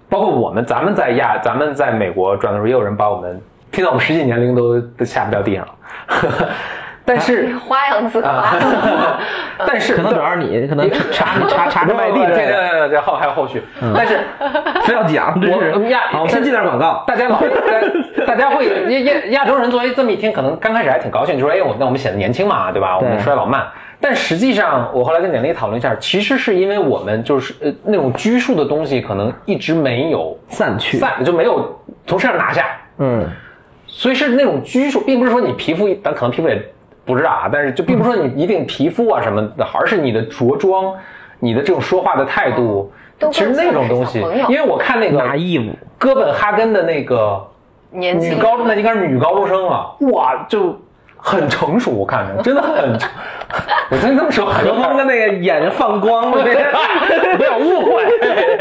S1: 包括我们，咱们在亚，咱们在美国转的时候，也有人把我们听到我们实际年龄都都吓不掉地上了。 <laughs> 但是
S2: <laughs> 花样自夸
S1: 啊。， <laughs>
S3: <laughs>
S1: 但是
S3: 可能主要是你，可能 <laughs> 查查查查外地
S1: 这
S3: 的，嗯
S1: 这这后还有后续。但是
S3: <laughs> 非要讲，真
S1: 我
S3: 是。
S1: 亚
S3: 好，我先进点广告。
S1: 大家
S3: <laughs>
S1: 老大大家会亚亚亚洲人作为这么一听，可能刚开始还挺高兴，就说哎，我那我们显得年轻嘛，对吧？我
S3: 对
S1: 们衰老慢。但实际上，我后来跟简历讨论一下，其实是因为我们就是呃那种拘束的东西，可能一直没有
S3: 散去
S1: 散就没有从身上拿下，
S3: 嗯，
S1: 所以是那种拘束，并不是说你皮肤，但
S2: 嗯
S1: 可能皮肤也不知道啊，但是就并不是说你一定皮肤啊什么的，而是你的着装。你的这种说话的态度，
S2: 嗯都
S1: 其实
S2: 更像
S1: 那种
S2: 是
S1: 东
S2: 小
S1: 西
S2: 朋友，
S1: 因为我看那个
S3: 拿衣服，
S1: 哥本哈根的那个
S2: 年纪
S1: 女高中，那应该是女高中生了，哇，就很成熟，我看着真的很，
S2: <laughs>
S1: 我真这么说，
S3: 何峰的那个眼睛放光了，那不要误会。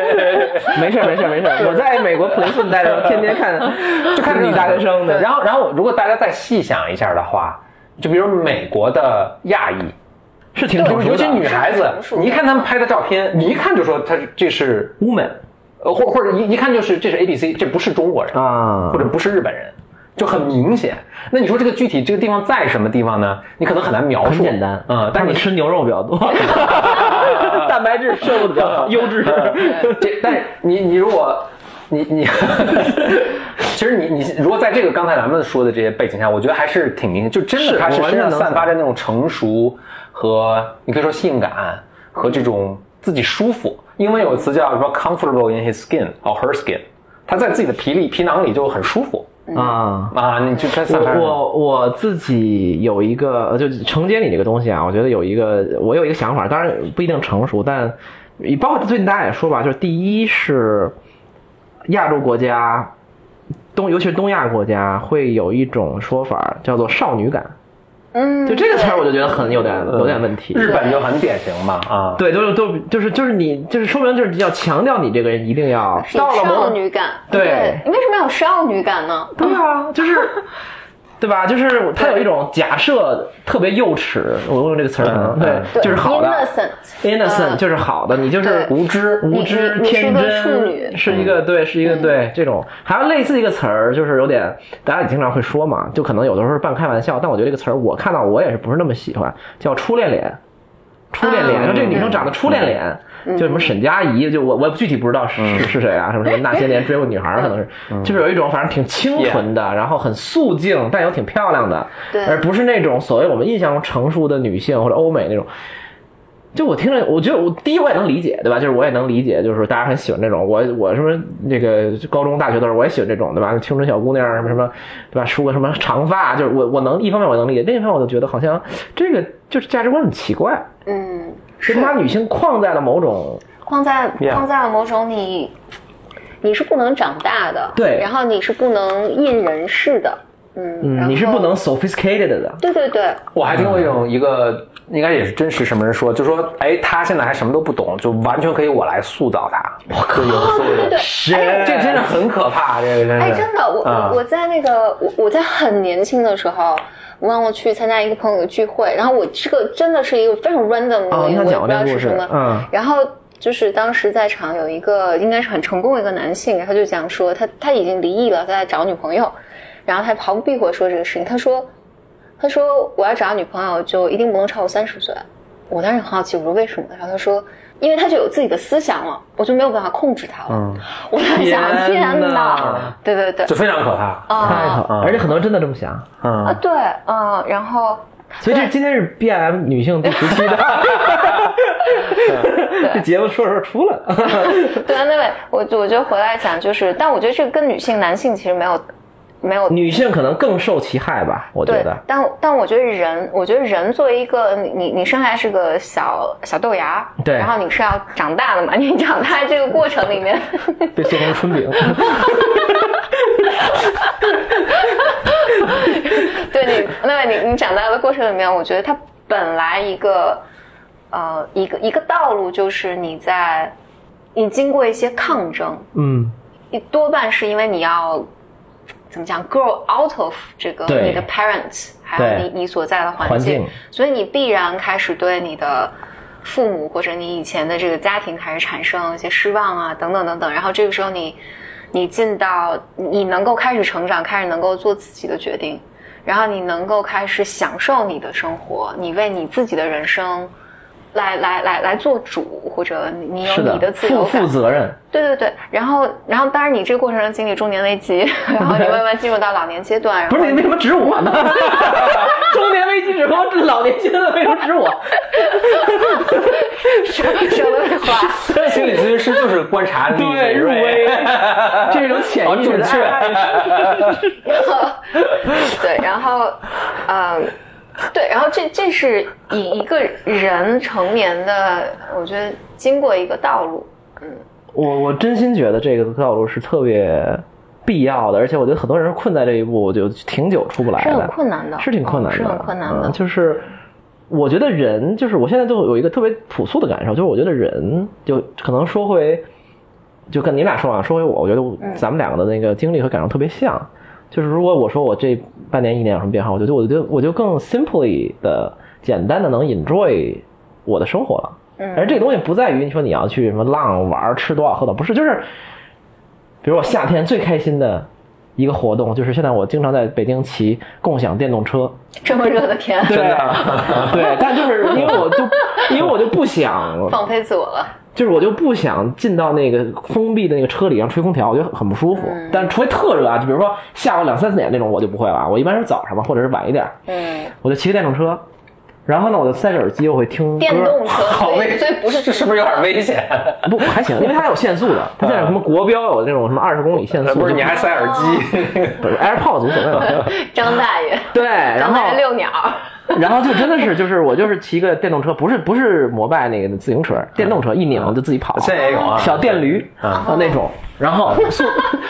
S3: <laughs> 没事儿没事儿没事儿，我在美国普林斯顿待着，天天看就
S2: <laughs>
S3: 看女大学生的，
S1: 然后，然后如果大家再细想一下的话，就比如美国的亚裔，
S3: 是挺
S1: 就
S3: 成
S1: 是
S3: 熟
S1: 尤
S3: 的
S1: 其女孩子
S2: 是成熟，的
S1: 你一看他们拍的照片，你一看就说她是这是，
S3: woman
S1: 呃，或或者一一看就是这是 A B C，这不是中国人，
S3: 啊
S1: 或者不是日本人，就很明显。那你说这个具体这个地方在什么地方呢？你可能很难描述，
S3: 很简单啊
S1: 嗯，
S3: 但
S1: 但
S3: 是
S1: 你
S3: 你吃牛肉比较多， <laughs> 蛋白质摄入的比较好， <laughs> 优质。
S1: 呃这，但是你你如果你你， <laughs> 其实你你如果在这个刚才咱们说的这些背景下，我觉得还是挺明显，就真
S3: 是
S1: 的他是
S3: 我完
S1: 身
S3: 全
S1: 上
S3: 能
S1: 散发着那种成熟和你可以说性感和这种自己舒服。英文有个词叫什么 “comfortable in his skin” or her skin，他在自己的皮里皮囊里就很舒服
S3: 啊。
S1: 啊，你就他散发
S3: 我
S1: 着
S3: 我我自己有一个，呃就承接你这个东西啊，我觉得有一个，我有一个想法，当然不一定成熟，但包括最近大家也说吧，就是第一是亚洲国家，东尤其是东亚国家会有一种说法叫做少女感，
S2: 嗯，
S3: 就这个词儿，我就觉得很有点
S1: 嗯
S3: 有点问题。
S1: 日本就很典型嘛啊，
S3: 对，都是都就是就是你就是说明就是要强调你这个人一定要
S2: 对
S3: 到了
S2: 有
S3: 某
S2: 少
S3: 种
S2: 女感，
S3: 对
S2: 你为什么要有少女感呢？
S3: 对啊，就是，对吧？就是它有一种假设特别幼稚，我用这个词儿可能
S1: 嗯嗯
S3: 对，就是好的
S2: ，innocent，
S3: ，innocent 就是好的，你就是
S2: 呃对
S3: 无知、
S2: 你
S3: 无知、
S2: 你你是
S3: 天
S2: 个
S3: 真，
S2: 处女嗯
S3: 是一个对，是一个对这种。还有类似一个词儿，就是有点大家也经常会说嘛，就可能有的时候半开玩笑，但我觉得这个词儿我看到我也是不是那么喜欢，叫初恋脸。初恋脸，
S2: 啊
S3: 说这个女生长得初恋脸，
S2: 嗯
S3: 就什么沈佳宜，就我我具体不知道是是是谁啊，什么什么那些年追过女孩儿，可能是，就是有一种反正挺清纯
S2: 嗯
S3: 的，然后很素净，但又挺漂亮的，
S2: 对
S3: 而不是那种所谓我们印象中成熟的女性或者欧美那种。就我听着，我觉得我第一我也能理解，对吧？就是我也能理解，就是说大家很喜欢这种，我我什么那个高中、大学的时候我也喜欢这种，对吧？青春小姑娘什么什么，对吧？梳个什么长发，就是我我能一方面我能理解，另一方面我就觉得好像这个就是价值观很奇怪，
S2: 嗯，
S3: 是把女性框在了某种
S2: 框在
S1: Yeah
S2: 框在了某种你，你是不能长大的，
S3: 对
S2: 然后你是不能印人事的，嗯，然
S3: 嗯，
S2: 后
S3: 你是不能 sophisticated 的，
S2: 对对对，
S1: 我还听过一种一个应该也是真实什么人说，就说哎，他现在还什么都不懂，就完全可以我来塑造他。我靠，有人说
S2: 哦对对
S1: 这
S2: 对
S1: 种，这
S3: 哎
S1: 这真的很可怕，这个真是。
S2: 哎，真的，我、
S1: 啊
S2: 我我在那个我我在很年轻的时候，我忘了去参加一个朋友的聚会，然后我这个真的是一个非常 random 的，
S3: 哦
S2: 我
S3: 你
S2: 也
S3: 看
S2: 不知
S3: 讲过这个
S2: 道是
S3: 故事
S2: 什么，
S3: 嗯
S2: 然后。就是当时在场有一个应该是很成功的一个男性，然后就讲说他他已经离异了，他在找女朋友，然后他毫不避讳说这个事情。他说他说我要找女朋友就一定不能超过三十岁。我当时很好奇，我说为什么？然后他说因为他就有自己的思想了，我就没有办法控制他了。
S1: 嗯，
S2: 我在想，
S3: 天
S2: 天
S3: 哪
S2: 哪！对对对
S1: 就，非常可怕。
S3: 太
S2: 啊
S3: 好，而且很多人真的这么想，
S2: 啊
S1: 嗯，
S2: 对啊，然后
S3: 所以这今天是 B M 女性第十
S2: <laughs>
S3: 期的，这节目说着说着出来了，
S2: 对啊，那位我我觉得回来讲就是，但我觉得这个跟女性、男性其实没有没有
S3: 女性可能更受其害吧，我觉
S2: 对
S3: 得，
S2: 但但我觉得人，我觉得人作为一个你你你生下来是个小小豆芽，
S3: 对
S2: 然后你是要长大的嘛，你长大这个过程里面， <laughs>
S3: 被做成春饼，
S2: 对你，那你你长大的过程里面，我觉得它本来一个呃一个一个道路就是你在你经过一些抗争，
S3: 嗯，
S2: 你多半是因为你要怎么讲，grow out of 这个
S3: 对
S2: 你的 parents，还有
S3: 对
S2: 你你所在的环
S3: 环境
S2: 所以你必然开始对你的父母或者你以前的这个家庭开始产生一些失望啊，等等等等。然后这个时候你你进到你能够开始成长，开始能够做自己的决定，然后你能够开始享受你的生活，你为你自己的人生。来来来来做主，或者你你有
S3: 是的
S2: 你的，自由
S3: 负
S2: 感，
S3: 负责任，
S2: 对对对，然后然后当然你这个过程中经历中年危 <laughs> 机，然后你慢慢进入到老年阶段，然
S3: 不
S2: 后
S3: 是你为什么指
S2: <laughs>
S3: 我呢？中年危机指和老年阶段为什么指我？
S2: 说的话，
S1: 心理咨询师就是观察你
S3: 对，入微，这是一种潜意识的
S2: 啊
S1: 好准确
S3: 爱。
S2: 对，然后嗯，对，然后这这是以一个人成年的，我觉得经过一个道路，
S3: 我我真心觉得这个道路是特别必要的，而且我觉得很多人是困在这一步，就挺久出不来
S2: 是
S3: 的，
S2: 很困难的，
S3: 是挺困难的，
S2: 是很困难的
S3: 嗯。就是我觉得人，就是我现在就有一个特别朴素的感受，就是我觉得人就可能说回，就跟你俩说啊，说回我，我觉
S2: 嗯
S3: 得咱们两个的那个经历和感受特别像。就是如果我说我这半年一年有什么变化，我觉得我就我就更 simply 的、简单的能 enjoy 我的生活了。而
S2: 嗯
S3: 这个东西不在于你说你要去什么浪玩儿、吃多少、喝多少，不是，就是比如我夏天最开心的一个活动，就是现在我经常在北京骑共享电动车，
S2: 这么热的天，
S3: 对，对，但就是因为我就因为我就不想，
S2: 放飞自我了，
S3: 就是我就不想进到那个封闭的那个车里，然后吹空调，我觉得很不舒服。
S2: 嗯
S3: 但除非特热啊，就比如说下午两三点那种，我就不会了，啊我一般是早上吧，或者是晚一点，
S2: 嗯，
S3: 我就骑个电动车。然后呢，我就塞着耳机，我会听歌。
S2: 电动车，
S1: 好
S2: 所以
S1: 危，
S2: 所以不是
S3: <laughs>
S1: 这是不是有点危险？
S3: 不还行，因为它有限速的，它现在有什么国标有那种什么二十公里限速，
S1: 不是，你还塞耳机？
S3: 不是 AirPods 无所谓了。
S2: 张大爷，
S3: 对，然
S2: 张
S3: 后
S2: 大爷遛鸟，
S3: <laughs> 然后就真的是就是我就是骑个电动车，不是不是摩拜那个自行车，电动车一拧就自己跑，
S1: 现在也有啊，
S3: 小电驴啊那种，然后速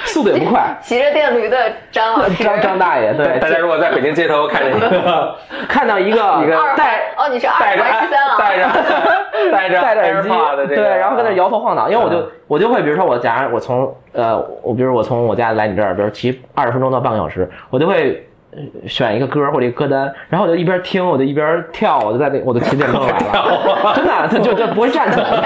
S3: 速度也不
S1: <laughs>
S3: 快。
S2: 骑着电驴的张老师，
S3: 张张大爷，对，
S1: 大家如果在北京街头看见一个
S3: 看到一
S1: <laughs>
S3: 个一
S2: 二
S3: 带
S2: 哦，你是
S1: 戴
S2: 二
S1: 着
S2: 环
S1: <laughs>
S2: 十三郎，
S1: 戴着 <laughs> 戴着
S3: 戴着耳机
S1: AirPod 的，这
S3: 对，
S1: 个嗯
S3: 然后跟那摇头晃脑，因为我就我就会，比如说我假如我从呃，我比如我从我家来你这儿，比如骑二十分钟到半个小时，我就会。呃选一个歌或者一个歌单，然后我就一边听，我就一边跳，我就在那，我就骑电动
S1: <laughs>
S3: 车来了，真的，他就就不会站起来。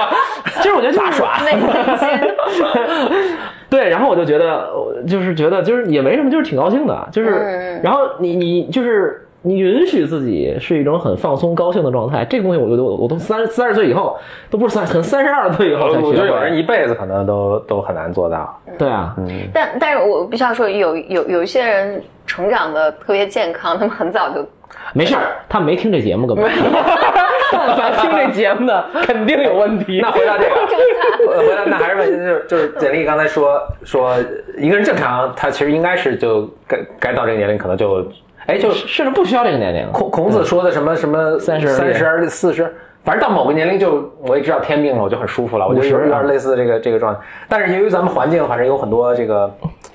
S3: <laughs> 就是我觉得就是 <laughs> 耍
S2: 内心
S3: <laughs> 对，然后我就觉得，我就是觉得，就是也没什么，就是挺高兴的，啊就是，
S2: 嗯
S3: 然后你你就是你允许自己是一种很放松、高兴的状态，这个东西我觉得我我都三三十岁以后都不是三，很三十二岁以后才学
S1: <laughs>
S3: 会。
S1: 我觉得有人一嗯辈子可能都都很难做到。
S3: 对啊，
S2: 但但是我必须要说，有有有一些人成长的特别健康，他们很早就
S3: 没事儿，他没听这节目，根本。 <laughs> 但凡听这节目的，肯定有问题。
S1: 那回到 <laughs> 这个，回到那还是问题，就是就是简历刚才说说一个人正常，他其实应该是就该该到这个年龄，可能就哎
S3: <laughs>
S1: 就
S3: 甚至不需要这个年龄。
S1: 孔孔子说的什么什么
S3: 嗯三十而立
S1: 三十而立四十，反正到某个年龄就我也知道天命了，我就很舒服了，我就有
S3: 50
S1: 有点类似这个这个状态。但是由于咱们环境，反正有很多这个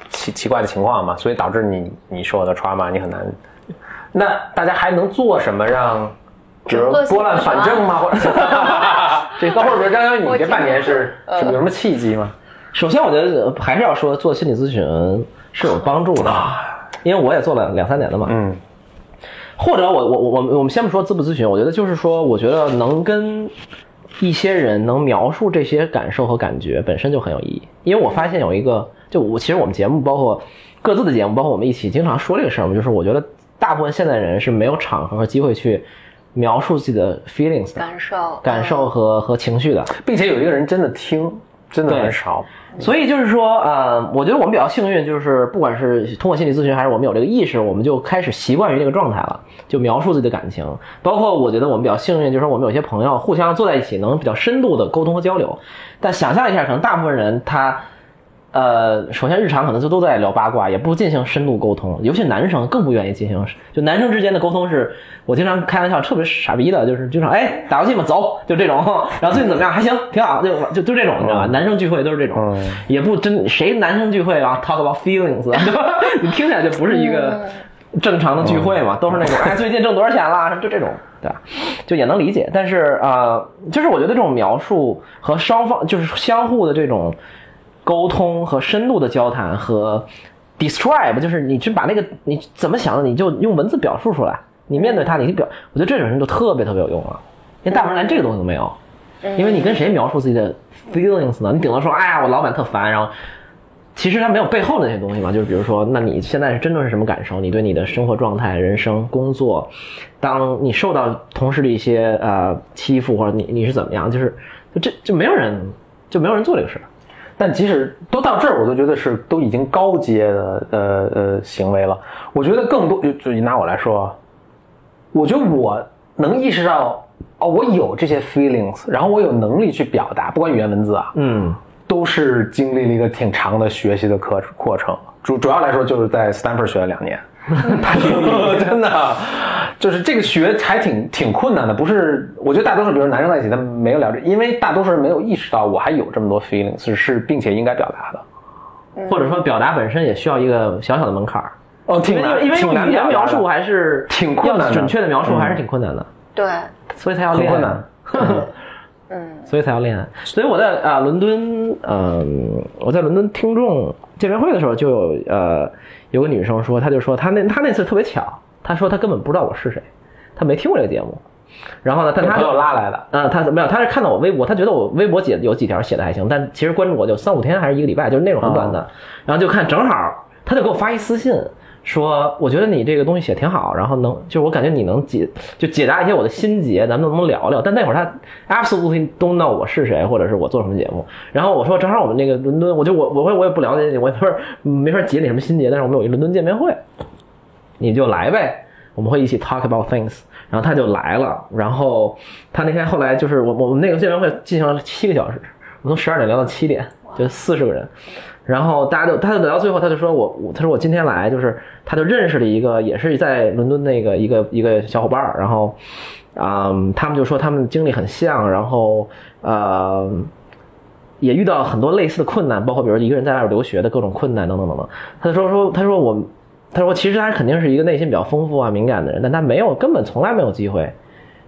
S1: 奇奇怪的情况嘛，所以导致你你受的 trauma 你很难。那大家还能做什么让，比如
S2: 整个
S1: 拨乱反正吗？或
S2: <laughs>
S1: 者这个，或者说张小雨，
S2: 我
S1: 你这
S2: 听
S1: 半年是
S2: 嗯
S1: 是有什么契机吗？
S3: 首先，我觉得还是要说做心理咨询是有帮助的，因为我也做了两三年了嘛。
S1: 嗯，
S3: 或者我我我我们我们先不说咨不咨询，我觉得就是说，我觉得能跟一些人能描述这些感受和感觉本身就很有意义，因为我发现有一个，就我其实我们节目包括各自的节目，包括我们一起经常说这个事儿嘛，就是我觉得大部分现代人是没有场合和机会去描述自己的 feelings 的
S2: 感受嗯
S3: 感受和和情绪的，
S1: 并且有一个人真的听，真的
S3: 对
S1: 很少。
S3: 所以就是说，呃，我觉得我们比较幸运，就是不管是通过心理咨询，还是我们有这个意识，我们就开始习惯于这个状态了，就描述自己的感情。包括我觉得我们比较幸运，就是我们有些朋友互相坐在一起，能比较深度的沟通和交流。但想象一下，可能大部分人他，呃，首先日常可能就都在聊八卦，也不进行深度沟通，尤其男生更不愿意进行。就男生之间的沟通是，我经常开玩笑，特别傻逼的，就是经常哎打游戏嘛，走，就这种。 <laughs> 然后最近怎么样？还行，挺好，就就就这种，你知道吧？男生聚会都是这种，
S1: 嗯
S3: 也不真谁男生聚会啊，talk about feelings，你啊 <laughs> 听起来就不是一个正常的聚会嘛，都是那种哎最近挣多少钱啦，什么就这种，对吧？就也能理解，但是啊、呃就是我觉得这种描述和双方就是相互的这种沟通和深度的交谈和 describe，就是你去把那个你怎么想的，你就用文字表述出来。你面对他，你表，我觉得这种人就特别特别有用了，啊因为大部分人连这个东西都没有。因为你跟谁描述自己的 feelings 呢？你顶多说，哎呀，我老板特烦，然后其实他没有背后的那些东西嘛，就是比如说，那你现在是真正是什么感受？你对你的生活状态、人生、工作，当你受到同事的一些呃欺负，或者你你是怎么样？就是就这就没有人就没有人做这个事儿。
S1: 但即使都到这儿，我都觉得是都已经高阶的呃呃行为了。我觉得更多就就拿我来说啊，我觉得我能意识到哦，我有这些 feelings，然后我有能力去表达，不管语言文字啊，
S3: 嗯，
S1: 都是经历了一个挺长的学习的课 <laughs> 过程。主主要来说就是在斯坦福学了两年，真的就是这个学还挺挺困难的，不是？我觉得大多数，比如男生在一起，他们没有了解，因为大多数人没有意识到我还有这么多 feelings 是是，并且应该表达的。
S3: 或者说表达本身也需要一个小小的门槛儿，
S1: 哦，挺
S3: 因为
S1: 难，
S3: 因为
S1: 挺
S3: 用
S1: 难
S3: 语言
S1: 表
S3: 描
S1: 达的
S3: 述还是
S1: 挺困
S3: 要
S1: 难的
S3: 准确的嗯描述还是挺困难的，
S2: 对，
S3: 所以才要
S1: 很
S3: 练，
S1: 困难。
S3: <laughs>
S2: 嗯
S3: 所以才要练。 <laughs> 所以我在啊、伦敦，嗯、我在伦敦听众见面会的时候，就有呃有个女生说，她就说她那她那次特别巧，她说她根本不知道我是谁，她没听过这个节目。然后呢，但
S1: 被
S3: 她
S1: 朋
S3: 就
S1: 友拉来的，
S3: 嗯，他没有，他是看到我微博，他觉得我微博写有几条写的还行，但其实关注我就三五天还是一个礼拜，就是内容很短的。然后就看正好，他就给我发一私信说，我觉得你这个东西写挺好，然后能就是我感觉你能解就解答一些我的心结，咱们能不能聊聊？但那会儿他 absolutely don't know 我是谁，或者是我做什么节目。然后我说正好我们那个伦敦，我就我我会我也不了解你，我也不是没法解你什么心结，但是我们有一伦敦见面会，你就来呗，我们会一起 talk about things。然后他就来了，然后他那天后来就是我我们那个见面会进行了七个小时，我们从十二点聊到七点，就四十个人。然后大家就，他就聊到最后，他就说我，我他说我今天来就是，他就认识了一个也是在伦敦那个一个一个小伙伴儿，然后，嗯，他们就说他们经历很像，然后呃，也遇到很多类似的困难，包括比如一个人在外边留学的各种困难等等等等。他就说说他说我他说其实他肯定是一个内心比较丰富啊敏感的人，但他没有根本从来没有机会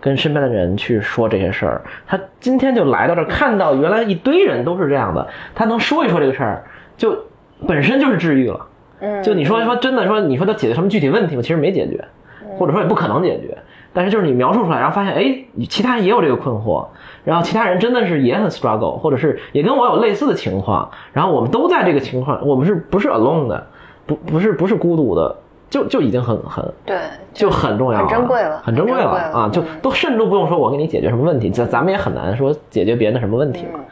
S3: 跟身边的人去说这些事儿。他今天就来到这儿，看到原来一堆人都是这样的，他能说一说这个事儿，就本身就是治愈了。
S2: 嗯，
S3: 就你说说真的说，你说他解决什么具体问题吗？其实没解决，
S2: 嗯
S3: 或者说也不可能解决。但是就是你描述出来，然后发现，哎，其他人也有这个困惑，然后其他人真的是也很 struggle，或者是也跟我有类似的情况，然后我们都在这个情况，我们是不是 alone 的，不不是不是孤独的，就就已经很很
S2: 对，
S3: 就很重要了，
S2: 很珍贵了
S3: 很珍贵了
S2: 很珍贵了
S3: 啊！就
S2: 嗯
S3: 都甚至都不用说我给你解决什么问题，咱咱们也很难说解决别人的什么问题
S2: 嗯
S3: 嘛。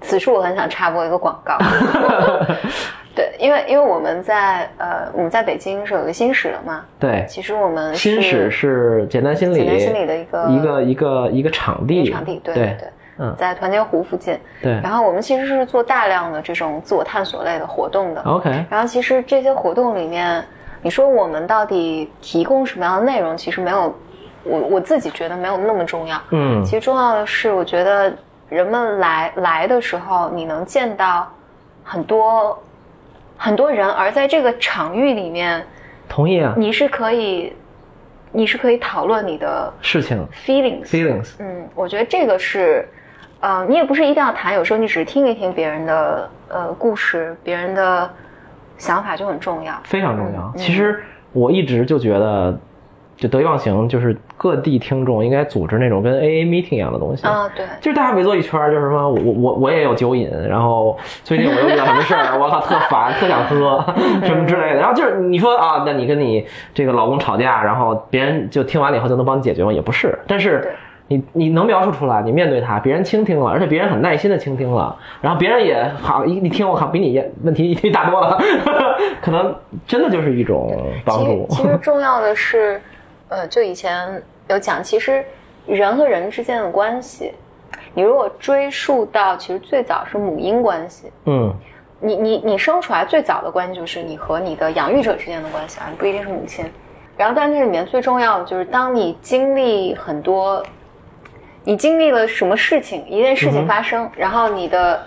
S2: 此处我很想插播一个广
S3: <laughs>
S2: 告。对，因为因为我们在呃我们在北京是有一个新史的嘛，
S3: 对，
S2: 其实我们
S3: 新史是简单心理
S2: 简单心理的一个
S3: 一个一个一个场地
S2: 场地，对
S3: 对
S2: 对，
S3: 嗯
S2: 在团结湖附近。
S3: 对
S2: 然后我们其实是做大量的这种自我探索类的活动的。
S3: ，OK，
S2: 然后其实这些活动里面，你说我们到底提供什么样的内容，其实没有，我我自己觉得没有那么重要。
S3: 嗯
S2: 其实重要的是，我觉得人们来来的时候，你能见到很多很多人，而在这个场域里面，
S3: 同意啊，
S2: 你是可以你是可以讨论你的
S3: 事情
S2: feelings。
S3: feelings，
S2: 嗯，我觉得这个是，呃，你也不是一定要谈，有时候你只是听一听别人的呃故事，别人的想法就很重要。
S3: 非常重要。
S2: 嗯
S3: 其实我一直就觉得，就得意忘形，就是各地听众应该组织那种跟 AA meeting 一样的东西。
S2: 啊、对，
S3: 就是大家围坐一圈儿，就是什么我我我我也有酒瘾，然后最近我又遇到什么事儿，
S2: <laughs>
S3: 我靠特烦，特想喝什么之类的。然后就是你说啊，那你跟你这个老公吵架，然后别人就听完了以后就能帮你解决吗？也不是，但是
S2: 对。
S3: 你你能描述出来，你面对他，别人倾听了，而且别人很耐心的倾听了，然后别人也好，一你听我靠，比你问题一定大多了， <laughs> 可能真的就是一种帮助。
S2: 其实其实重要的是，呃，就以前有讲，其实人和人之间的关系，你如果追溯到其实最早是母婴关系，
S3: 嗯，
S2: 你你你生出来最早的关系就是你和你的养育者之间的关系啊，不一定是母亲。然后，但这里面最重要的就是，当你经历很多，你经历了什么事情，一件事情发生，然后你的，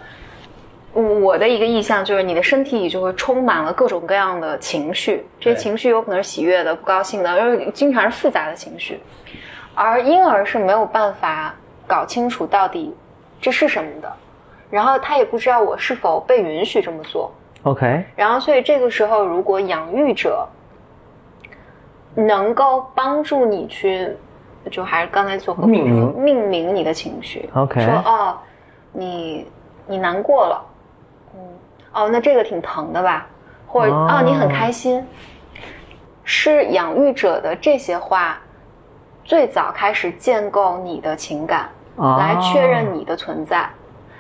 S2: 我的一个意向就是，你的身体里就会充满了各种各样的情绪，这
S5: 对
S2: 些情绪有可能是喜悦的、不高兴的，而经常是复杂的情绪，而婴儿是没有办法搞清楚到底这是什么的。然后他也不知道我是否被允许这么做。
S3: OK，
S2: 然后，所以这个时候，如果养育者能够帮助你去，就还是刚才做
S1: 命名
S2: 命名你的情绪
S3: OK
S2: 说哦，你你难过了，嗯，哦，那这个挺疼的吧？或者
S3: 哦
S2: 哦你很开心，是养育者的这些话最早开始建构你的情感。
S3: 哦
S2: 来确认
S3: 你
S2: 你的存在，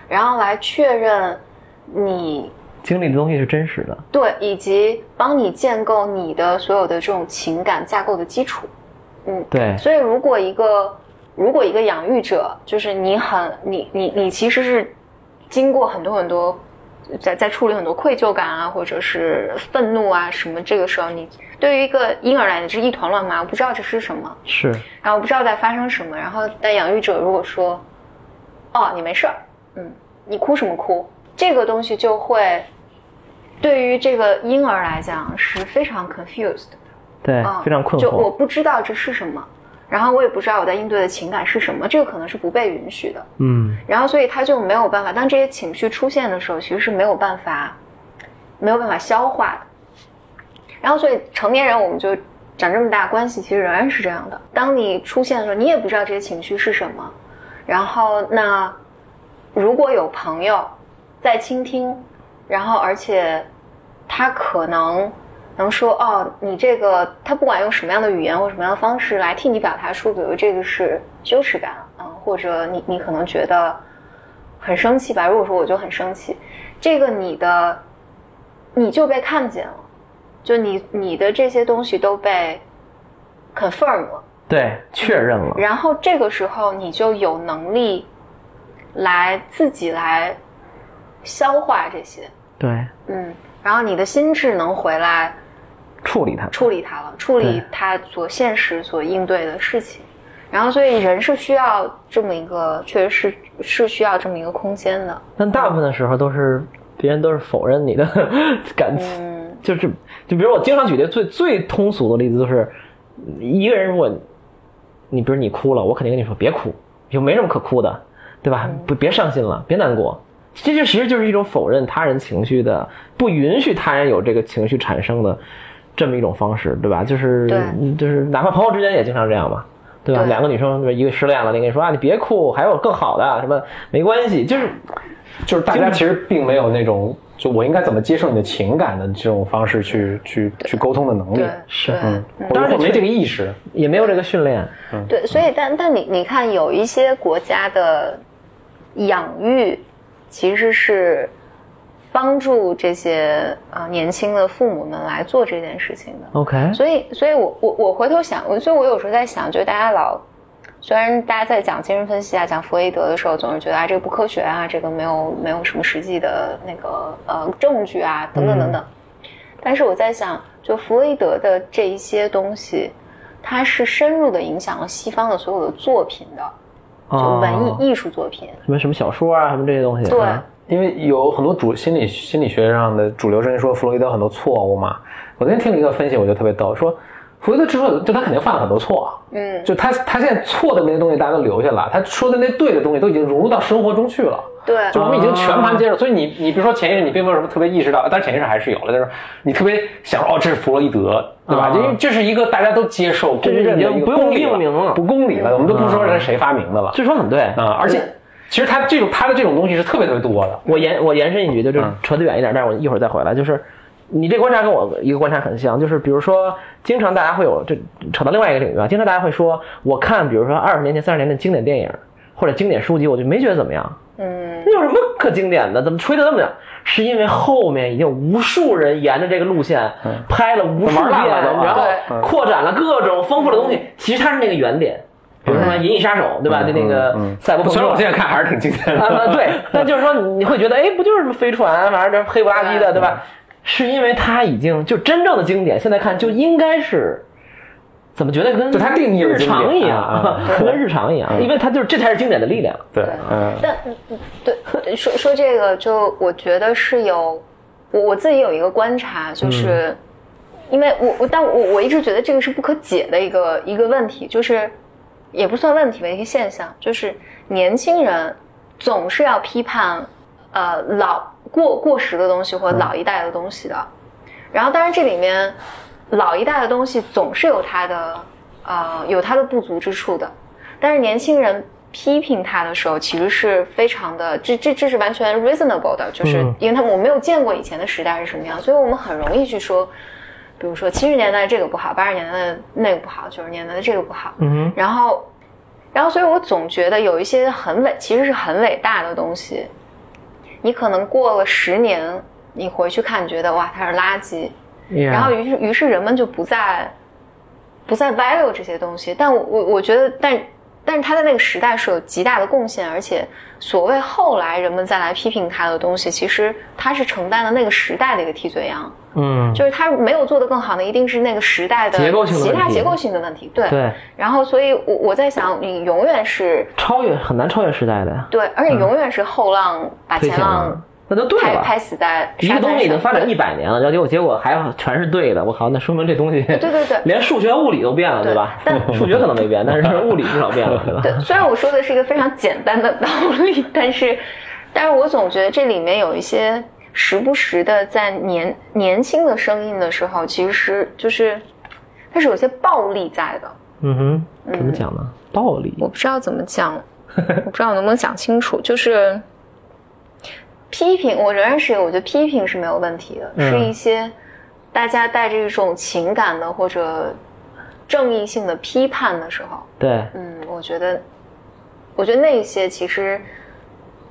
S2: 然后来确认你
S3: 经历的东西是真实的。
S2: 对，以及帮你建构你的所有的这种情感架构的基础。
S3: 对，
S2: 所以，如果一个如果一个养育者，就是你很你你你其实是经过很多很多在在处理很多愧疚感啊，或者是愤怒啊什么，这个时候你对于一个婴儿来讲，你是一团乱麻，我不知道这是什么，
S3: 是
S2: 然后我不知道在发生什么。然后但养育者如果说，哦，你没事儿，嗯，你哭什么哭？这个东西就会对于这个婴儿来讲是非常 confused 的。
S3: 对
S2: 嗯，
S3: 非常困
S2: 就我
S3: 惑。
S2: 不知道这是什么，然后我也不知道我在应对的情感是什么，这个可能是不被允许的。
S3: 嗯，
S2: 然后所以他就没有办法，当这些情绪出现的时候，其实是没有办法，没有办法消化的。然后所以成年人我们就长这么大，关系其实仍然是这样的。当你出现的时候，你也不知道这些情绪是什么。然后那如果有朋友在倾听，然后而且他可能能说哦，你这个他不管用什么样的语言或什么样的方式来替你表达出，比如这个是羞耻感啊、或者你你可能觉得很生气吧。如果说我就很生气，这个你的你就被看见了，就你你的这些东西都被 confirm 了。
S3: 对，确认了。
S2: 然后这个时候你就有能力来自己来消化这些，
S3: 对，
S2: 嗯，然后你的心智能回来
S3: 处理它。
S2: 处理它了，处理
S3: 对
S2: 它所现实所应对的事情。然后，所以人是需要这么一个，确实是是需要这么一个空间的。
S3: 但大部分的时候都是别人都是否认你的 <laughs> 感情，
S2: 嗯，
S3: 就是就比如我经常举的最最通俗的例子就是，一个人如果你比如你哭了，我肯定跟你说别哭，就没什么可哭的，对
S2: 嗯
S3: 吧？不别伤心了，别难过。这就其实就是一种否认他人情绪的，不允许他人有这个情绪产生的这么一种方式，对吧？就是嗯
S2: 对
S3: 就是哪怕朋友之间也经常这样嘛。对吧？
S2: 对
S3: 两个女生，一个失恋了，另一个说啊，你别哭，还有更好的，什么没关系，就是
S1: 就是大家其实并没有那种，就我应该怎么接受你的情感的这种方式去去去沟通的能力
S2: 对，，
S3: 是
S2: 对
S1: 嗯，
S2: 嗯
S1: 我
S3: 当然
S1: 我没
S3: 这
S1: 这个意识，
S3: 也没有这个训练。
S2: 对，所以但但你你看，有一些国家的养育其实是帮助这些呃年轻的父母们来做这件事情的。
S3: OK，
S2: 所以，所以我我我回头想，我所以我有时候在想，就是大家老虽然大家在讲精神分析啊、讲弗洛伊德的时候，总是觉得啊这个不科学啊，这个没有没有什么实际的那个呃证据啊等等等等。但是我在想，就弗洛伊德的这一些东西，它是深入的影响了西方的所有的作品的，就
S3: 哦
S2: 文艺、艺术作品。
S3: 什么什么小说啊，什么这些东西。
S2: 对，
S3: 啊
S1: 因为有很多主心理心理学上的主流声音说弗洛伊德很多错误嘛。我那天听了一个分析，我就特别逗，说弗洛伊德之所以就他肯定犯了很多错，
S2: 嗯，
S1: 就他他现在错的那些东西大家都留下了，他说的那对的东西都已经融入到生活中去了。
S2: 对，
S1: 就我们已经全
S3: 啊
S1: 盘接受，所以你你比如说潜意识你并没有什么特别意识到，但是潜意识还是有了，但是你特别想说哦，这是弗洛伊德，对吧？
S3: 啊
S1: 因为这是一个大家都接受公认
S3: 这
S1: 的
S3: 是已
S1: 一
S3: 经
S1: 个
S3: 不用
S1: 公理
S3: 命名了嗯
S1: 不公理了，我们都不说是谁发明的了
S3: 这说得很对。
S1: 啊。而且其实他这种他的这种东西是特别特别多的，
S3: 我延我延伸一句，就是
S1: 嗯
S3: 扯得远一点，但是我一会儿再回来。就是你这观察跟我一个观察很像，就是比如说，经常大家会有这扯到另外一个领域啊，经常大家会说，我看比如说二十年前、三十年的经典电影或者经典书籍，我就没觉得怎么样。
S2: 嗯，
S3: 那有什么可经典的？怎么吹得那么响？是因为后面已经无数人沿着这个路线拍了无
S1: 嗯
S3: 数遍，
S1: 玩烂了都
S3: 然
S1: 对
S3: 后扩展了各种丰富的东西。其实它是那个原点，比如说什么《银翼杀手》，对吧？就那个
S1: 嗯嗯嗯
S3: 赛博朋
S1: <laughs>
S3: 克。
S1: 虽然我现在看还是挺惊
S3: <laughs>
S1: 艳 <laughs>
S3: 啊、
S1: 的，
S3: 对，但就是说你会觉得，哎，不就是什么飞船啊，反正这黑不拉几的，
S2: 对
S3: 对吧？是因为它已经就真正的经典，现在看就应该是。怎么觉得跟
S1: 就它定义了
S3: 日
S1: 经典
S3: 常一
S1: 啊
S3: 样
S1: 啊，
S3: 跟日常一样，因为它就是这才是经典的力量。
S1: 对，嗯。
S2: 但嗯嗯对说说这个，就我觉得是有，我我自己有一个观察，就是、因为我我但我我一直觉得这个是不可解的一个一个问题，就是也不算问题吧，一个现象，就是年轻人总是要批判呃老过过时的东西或者老一代的东西的，然后当然这里面老一代的东西总是有它的呃有它的不足之处的，但是年轻人批评他的时候，其实是非常的，这这这是完全 reasonable 的，就是
S3: 嗯
S2: 因为他们我没有见过以前的时代是什么样，所以我们很容易去说，比如说七十年代这个不好，八十年代的那个不好，九十年代的这个不好，
S3: 嗯
S2: 然后，然后，所以我总觉得有一些很伟，其实是很伟大的东西，你可能过了十年，你回去看，觉得哇，它是垃圾，
S3: 哼，Yeah
S2: 然后于是于是人们就不再不再 value 这些东西。但我我我觉得，但但是他在那个时代是有极大的贡献，而且所谓后来人们再来批评他的东西，其实他是承担了那个时代的一个替罪羊，
S3: 嗯，
S2: 就是他没有做得更好的，一定是那个时代的
S3: 结构性的
S2: 其他
S3: 问题
S2: 结构性的问题。对，
S3: 对，
S2: 然后所以我，我在想，你永远是
S3: 超越很难超越时代的呀，啊
S2: 对，而且永远是后浪把
S3: 嗯推
S2: 前
S3: 前
S2: 浪
S3: 浪，那就对
S2: 拍
S3: 了。
S2: 拍死在
S3: 一
S2: 沙
S3: 个
S2: 滩
S3: 东西已
S2: 上
S3: 经发展
S2: 对
S3: 一百年了，然后结果结果还全是对的，我靠，那说明这东西
S2: 对对对
S3: <laughs> 连数学、物理都变了，
S2: 对
S3: 对吧？
S2: 但
S3: 数学可能没变，但是物理至少变了，对吧？
S2: 对，虽然我说的是一个非常简单的道理， <laughs> 但是，但是我总觉得这里面有一些时不时的在年年轻的声音的时候，其实就是它是有些暴力在的。
S3: 嗯哼，怎么讲呢？道理
S2: 我不知道怎么讲，我不知道我能不能讲清楚，就是批评，我仍然是我觉得批评是没有问题的，
S3: 嗯
S2: 是一些大家带着一种情感的或者正义性的批判的时候，
S3: 对，
S2: 嗯，我觉得，我觉得那些其实，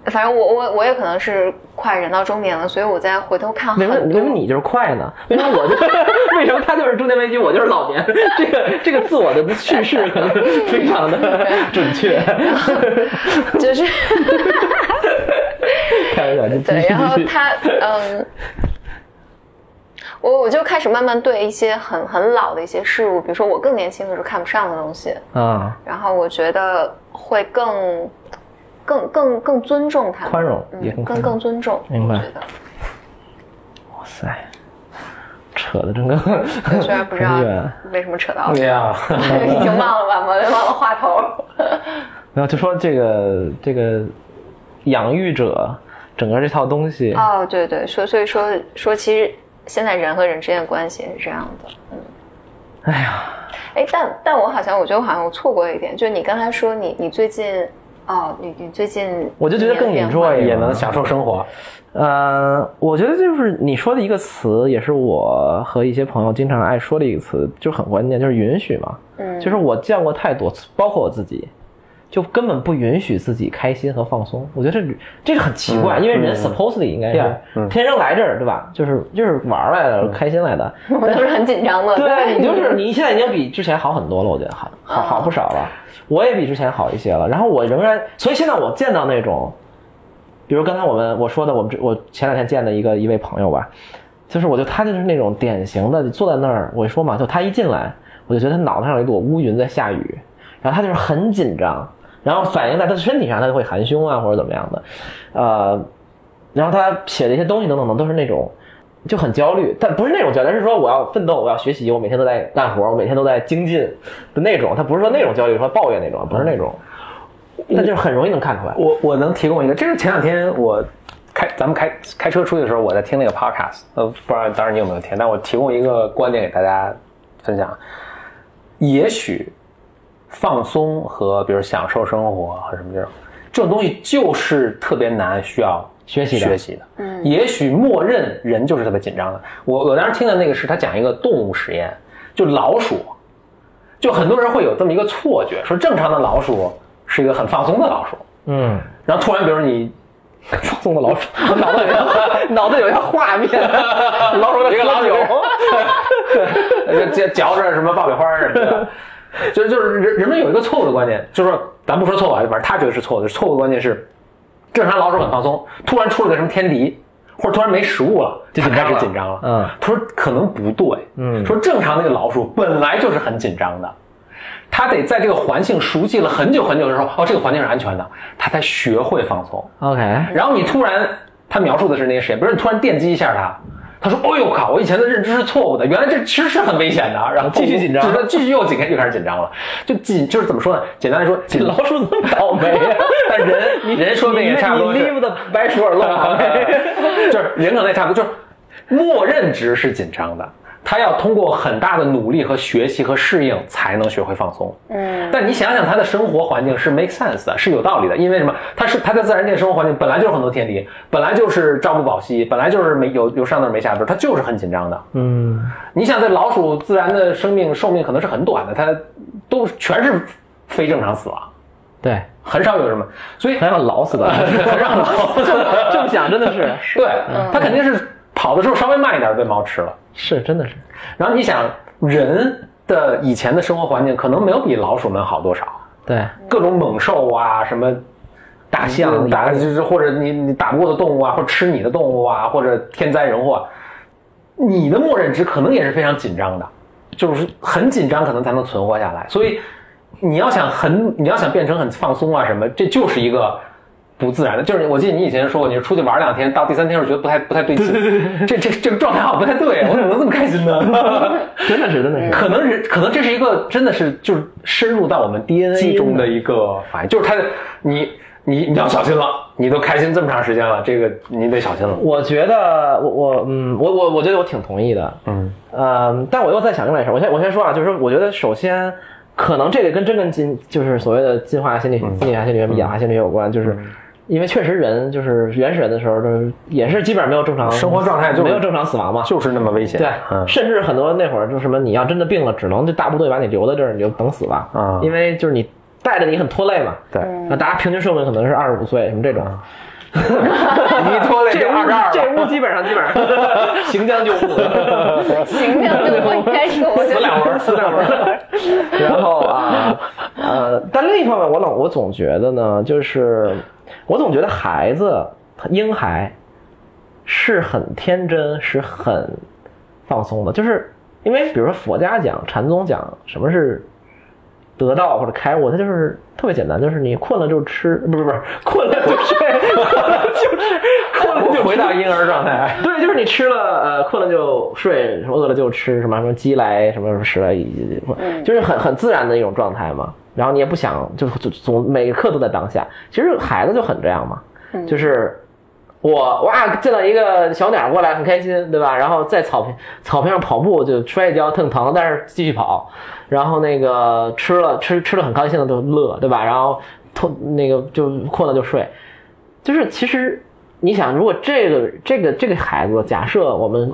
S2: 反正我我我也可能是快人到中年了，所以我再回头看
S3: 为什么
S2: 很
S3: 为什么
S2: 多。
S3: 你就是快呢？为什么我就 <laughs> 为什么他就是中年危机，我就是老年？ <laughs> 这个这个自我的叙事可能非常的准
S1: <laughs>
S3: 确。
S2: 就是 <laughs>
S3: 开玩笑，就继
S2: 对，
S3: 续
S2: 然后
S3: 继续 <laughs>
S2: 他嗯，我我就开始慢慢对一些很很老的一些事物，比如说我更年轻的时候看不上的东西，
S3: 啊，
S2: 然后我觉得会更更更更尊重他们，
S3: 宽容也
S2: 嗯，更
S3: 更宽容
S2: 更尊重，
S3: 明白
S2: 我觉得 <laughs>
S3: 哇塞，扯的真跟
S2: 我虽然不知道
S3: 很远。啊
S2: 为什么扯到
S1: <laughs> 哎
S2: 了，
S1: 呀，
S2: 已经忘了吧，忘了忘了话头。
S3: 没有，就说这个这个养育者整个这套东西，
S1: 啊
S2: 哦，对对，说所以说说，其实现在人和人之间的关系是这样的，嗯。
S3: 哎
S2: 呀，哎，但但我好像我觉得我好像我错过一点，就是你刚才说你你最近哦，你你最近
S3: 我就觉得更
S2: 一年的
S3: enjoy
S2: 变化
S1: 也能享受生活。
S3: 呃，我觉得就是你说的一个词，也是我和一些朋友经常爱说的一个词，就很关键，就是允许嘛。
S2: 嗯，
S3: 就是我见过太多，包括我自己，就根本不允许自己开心和放松。我觉得这这个很奇怪，因为人 supposedly 应该是
S1: Yeah，、嗯
S3: 天生来这儿，对吧？就是就是玩儿来的，开心来的。
S2: 我都是很紧张的，
S3: 对嗯你就是你现在已经比之前好很多了，我觉得好好好不少了。我也比之前好一些了，然后我仍然，所以现在我见到那种，比如刚才我们我说的，我们这我前两天见的一个一位朋友吧，就是我就他就是那种典型的，你坐在那儿，我说嘛，就他一进来，我就觉得他脑袋上有一朵乌云在下雨，然后他就是很紧张，然后反映在他的身体上，他就会含胸啊或者怎么样的，呃，然后他写的一些东西等等等都是那种就很焦虑，但不是那种焦虑，而是说我要奋斗，我要学习，我每天都在干活，我每天都在精进的那种。他不是说那种焦虑，说抱怨那种，不是那种，但就是很容易能看出来。
S1: 我我能提供一个，这是前两天我开咱们开开车出去的时候，我在听那个 podcast，呃，不知道当时你有没有听，但我提供一个观点给大家分享。也许放松和比如享受生活和什么这种这种东西，就是特别难需要
S3: 学习的
S1: 学习的。嗯，也许默认人就是特别紧张的。我我当时听的那个是他讲一个动物实验，就老鼠。就很多人会有这么一个错觉，说正常的老鼠是一个很放松的老鼠，
S3: 嗯，
S1: 然后突然，比如 <laughs> 你放纵的 <laughs> 老鼠，脑袋有脑袋有一个画 <laughs> 面，老鼠在喝 <laughs> 酒，对，嚼嚼着什么爆米花什么 <laughs> 的，就就是人人们有一个错误的观念，就是说咱不说错误啊，反正他觉得是错误的，错误的观念是正常老鼠很放松，突然出了个什么天敌。或者突然没食物了，就
S3: 紧张
S1: 开始
S3: 了
S1: 紧张了。
S3: 嗯
S1: 他说可能不对，
S3: 嗯
S1: 说正常那个老鼠本来就是很紧张的，他得在这个环境熟悉了很久很久的时候，哦，这个环境是安全的，他才学会放松。
S3: OK，
S1: 然后你突然，他描述的是那些谁，比如你突然电击一下他，他说：“哎呦靠，我以前的认知是错误的，原来这其实是很危险的。”啊然后
S3: 继续紧张
S1: 就是继续又紧又开始紧张了，就紧就是怎么说呢？简单来说，紧
S3: 老鼠怎么倒霉啊？
S1: <laughs> 但
S3: <laughs>
S1: 人人说那也差不多
S3: 你
S1: 是
S3: leave the 白鼠
S1: <laughs>
S3: 耳
S1: 就是人可能也差不多，就是默认值是紧张的，他要通过很大的努力和学习和适应才能学会放松。嗯，但你想想他的生活环境是 make sense 的，是有道理的，因为什么？他是他在自然界生活环境本来就是很多天敌，本来就是朝不保夕，本来就是没有有上顿没下顿，他就是很紧张的。
S3: 嗯，
S1: 你想，这老鼠自然的生命寿命可能是很短的，它都全是非正常死亡，
S3: <laughs> 对，
S1: 很少有什么，所以
S3: 很想老死的，
S1: <laughs> 很让老鼠
S3: <laughs> 这么想嗯真的是
S1: 对，它肯定是跑的时候稍微慢一点被猫吃了。
S3: 是真的是，
S1: 然后你想，人的以前的生活环境可能没有比老鼠们好多少，
S3: 对，
S1: 各种猛兽啊，什么大象
S3: 嗯
S1: 打，就是或者你你打不过的动物啊，或者吃你的动物啊，或者天灾人祸啊，你的默认值可能也是非常紧张的，就是很紧张，可能才能存活下来。所以你要想很，你要想变成很放松啊什么，这就是一个。不自然的，就是我记得你以前说过，你出去玩两天，到第三天时候觉得不太不太对劲，这这这个状态好像不太对，我怎么能这么开心呢？ <laughs>
S3: 真的是真的是。
S1: 可能是，可能这是一个真的是就是深入到我们 DNA 中的一个反应，就是他的你你你要小心了，你都开心这么长时间了，这个你得小心了。
S3: 我觉得我我嗯我我我觉得我挺同意的，
S1: 嗯
S3: 嗯，但我又在想另外一事儿。我先我先说啊，就是说我觉得首先可能这个跟真跟进就是所谓的进化心理、心理学、心理学、演化心理学有关，就是。
S1: 嗯
S3: 因为确实人就是原始人的时候，就是也是基本上没有正常
S1: 生活状态就是
S3: 没有正常死亡嘛，
S1: 就是那么危险。
S3: 对，
S1: 嗯
S3: 甚至很多那会儿就是什么，你要真的病了，只能就大部队把你留在这儿，你就等死吧。
S1: 啊
S3: 因为就是你带着你很拖累嘛。
S1: 对，
S3: 那大家平均寿命可能是二十五岁，什么这种。
S1: 你一 <laughs> 拖累
S3: 这
S1: 就
S3: 屋
S1: 二十二
S3: 这
S1: 了。
S3: 屋基本上基本上行将就木。
S2: 形象就不应该是我觉
S3: 死 <laughs> 两
S2: 得
S3: 轮，死两轮。 <laughs> 然后啊，呃，但另一方面，我老我总觉得呢，就是我总觉得孩子婴孩是很天真，是很放松的，就是因为比如说佛家讲、禅宗讲什么是。得到或者开悟，它就是特别简单，就是你困了就吃，不是不是，困了就睡， <laughs> 困了就吃， <laughs> 困了就
S1: 我
S3: 睡
S1: 回到婴儿状态，
S3: <laughs> 对，就是你吃了，呃，困了就睡，饿了就吃，什么什么鸡来，什么什么食来，就是很很自然的一种状态嘛。然后你也不想，就是总总每一刻都在当下。其实孩子就很这样嘛，就是我哇见到一个小鸟过来很开心，对吧？然后在草坪草坪上跑步就摔一跤疼疼，但是继续跑。然后那个吃了吃吃了很高兴的就乐，对吧？然后痛那个就困了就睡，就是其实你想，如果这个这个这个孩子，假设我们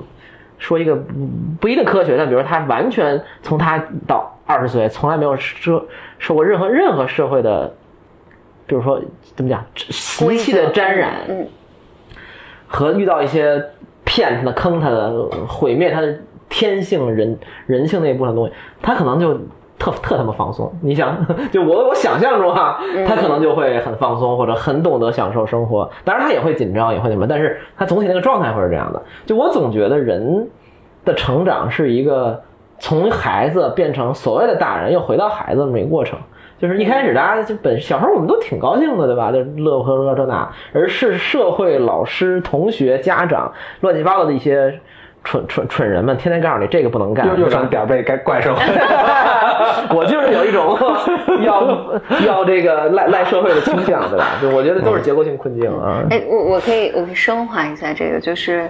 S3: 说一个嗯不一定科学，但比如他完全从他到二十岁从来没有受受过任何任何社会的，比如说怎么讲习
S2: 规
S3: 气
S2: 则
S3: 的沾染，
S2: 嗯，
S3: 和遇到一些骗他的、坑他的、毁灭他的天性人人性那一部分东西，他可能就特特他妈放松。你想， <laughs> 就我我想象中啊，他可能就会很放松，或者很懂得享受生活。当然，他也会紧张，也会什么，但是他总体那个状态会是这样的。就我总觉得人的成长是一个从孩子变成所谓的大人，又回到孩子这么一个过程。就是一开始大家就本小时候我们都挺高兴的，对吧？就乐呵乐这那，而是社会、老师、同学、家长乱七八糟的一些蠢蠢蠢人们，天天告诉你这个不能干，
S1: 又又
S3: 对吧
S1: 成点儿背该怪兽。
S3: <laughs> 我就是有一 <laughs> 种要要这个赖赖社会的倾向，对 <laughs> 吧？就我觉得都是结构性困境啊。
S2: 哎，我我可以我可以升华一下这个，就是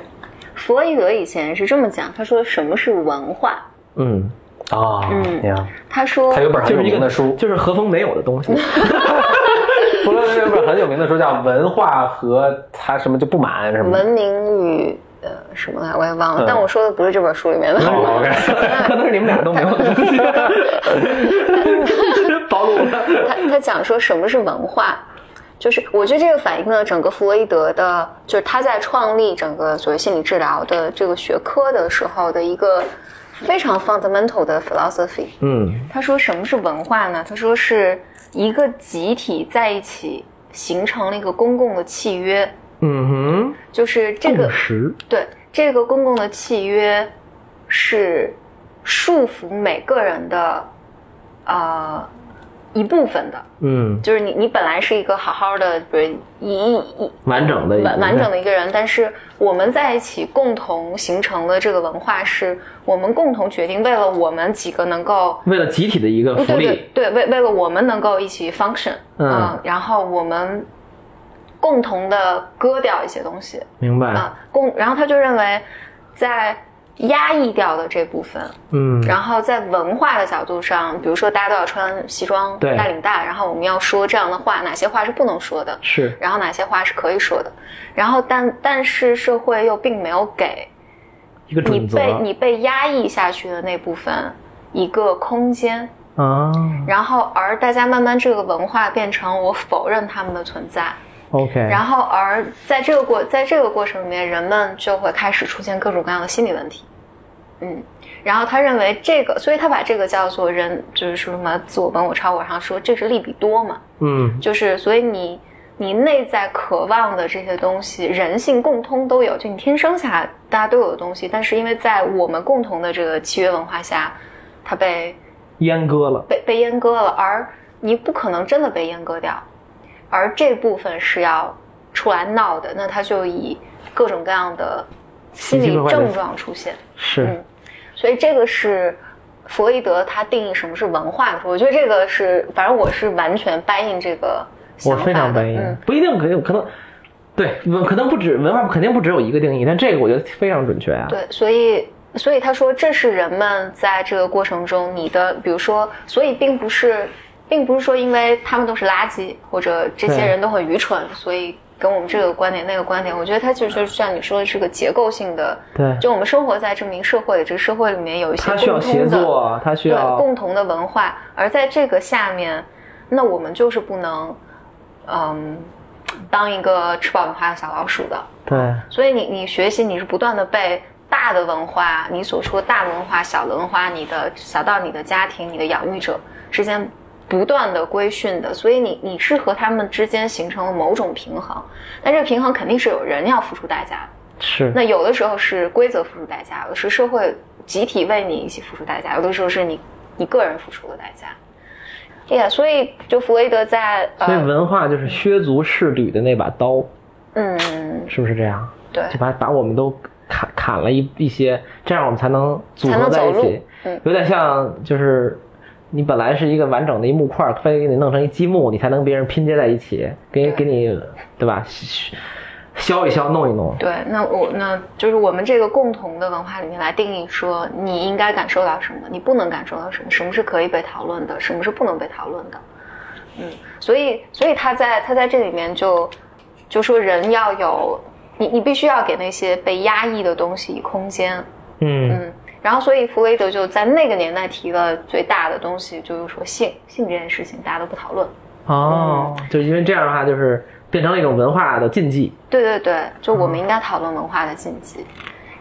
S2: 弗洛伊德以前是这么讲，他说什么是文化？
S3: 嗯，
S1: 啊，
S2: 嗯
S1: 你看，
S2: 他说
S1: 他有本很
S3: 就
S1: 有
S3: 是一
S1: 名
S3: 个
S1: 的书，
S3: 就是和风没有的 <laughs> 东西。
S1: 弗洛伊德有本很有名的书叫《文化和他什么就不满》什么的。
S2: 文明与呃什么来，我也忘了，
S1: 嗯哦
S2: 但我说的不是这本书里面的。
S1: 好，OK，
S3: 可能是你们俩都没有的东西，暴露了。
S2: <laughs> 他他讲说什么是文化，就是我觉得这个反映了整个弗洛伊德的，就是他在创立整个所谓心理治疗的这个学科的时候的一个非常 fundamental 的 philosophy。
S3: 嗯
S2: 他说什么是文化呢？他说是一个集体在一起形成了一个公共的契约，
S3: 嗯哼，
S2: 就是这个
S3: 共识。
S2: 对这个公共的契约是束缚每个人的呃一部分的，
S3: 嗯，
S2: 就是你你本来是一个好好的，比如一一
S3: 完整的
S2: 一完完整的一个人，但是我们在一起共同形成的这个文化，是我们共同决定，为了我们几个能够。
S3: 为了集体的一个
S2: 对
S3: 呃福利
S2: 对，啊对，为为了我们能够一起 function，
S3: 嗯
S2: 然后我们共同的割掉一些东西，
S3: 明白？
S2: 啊，共，然后他就认为，在压抑掉的这部分，
S3: 嗯，
S2: 然后在文化的角度上，比如说大家都要穿西装、
S3: 对
S2: 大领带，然后我们要说这样的话，哪些话是不能说的，
S3: 是
S2: 然后哪些话是可以说的，然后但但是社会又并没有给
S3: 一个
S2: 你
S3: 准则
S2: 被你被压抑下去的那部分一个空间，
S3: 啊。
S2: 然后而大家慢慢这个文化变成我否认他们的存在，
S3: OK，
S2: 然后而在这个过在这个过程里面，人们就会开始出现各种各样的心理问题，嗯，然后他认为这个，所以他把这个叫做人，就是说什么自我本我超我，然后说这是利比多嘛，
S3: 嗯
S2: 就是所以你你内在渴望的这些东西，人性共通都有，就你天生下来大家都有的东西，但是因为在我们共同的这个契约文化下，它被
S3: 阉割了，
S2: 被被阉割了，而你不可能真的被阉割掉，而这部分是要出来闹的，那他就以各种各样的心
S3: 奇
S2: 理
S3: 奇怪怪的
S2: 症状出现。
S3: 是
S2: 嗯所以这个是弗洛伊德他定义什么是文化的时候，我觉得这个是，反正我是完全掰硬这个想
S3: 我
S2: 法的。
S3: 非常同意
S2: 嗯，
S3: 不一定可能可能。对，文可能不止文化，肯定不只有一个定义，但这个我觉得非常准确啊。
S2: 对，所以所以他说这是人们在这个过程中你的，比如说，所以并不是，并不是说因为他们都是垃圾或者这些
S3: 对
S2: 人都很愚蠢，所以跟我们这个观点那个观点，我觉得他
S3: 嗯
S2: 就是像你说的是个结构性的，
S3: 对，
S2: 就我们生活在这么一个社会，这个社会里面有一些
S3: 他需要
S2: 共通
S3: 协
S2: 的
S3: 作，啊他需
S2: 对
S3: 要
S2: 共同的文化，而在这个下面，那我们就是不能，嗯，当一个吃饱饭的小老鼠的。
S3: 对
S2: 所以你你学习，你是不断的被大的文化，你所说大文化、小文化，你的小到你的家庭、你的养育者之间不断的规训的，所以你你是和他们之间形成了某种平衡，但这个平衡肯定是有人要付出代价的。
S3: 是
S2: 那有的时候是规则付出代价，有的是社会集体为你一起付出代价，有的时候是你你个人付出的代价。对呀，所以就弗洛伊德在
S3: 所以
S2: 呃
S3: 文化就是削足适履的那把刀，
S2: 嗯
S3: 是不是这样？
S2: 对
S3: 就把把我们都砍砍了一一些，这样我们才能组合在
S2: 才
S3: 一
S2: 能走路
S3: 起。
S2: 嗯
S3: 有点像就是你本来是一个完整的一木块儿，非得给你弄成一积木，你才能别人拼接在一起，给给你对吧？削削一削，弄一弄。
S2: 对，那我那就是我们这个共同的文化里面来定义说你应该感受到什么，你不能感受到什么，什么是可以被讨论的，什么是不能被讨论的。嗯，所以所以他在他在这里面就就说人要有你你必须要给那些被压抑的东西空间，
S3: 嗯，
S2: 嗯，然后所以弗雷德就在那个年代提了最大的东西，就是说性性这件事情大家都不讨论。
S3: 哦，就因为这样的话，就是变成了一种文化的禁忌。
S2: 对对对，就我们应该讨论文化的禁忌，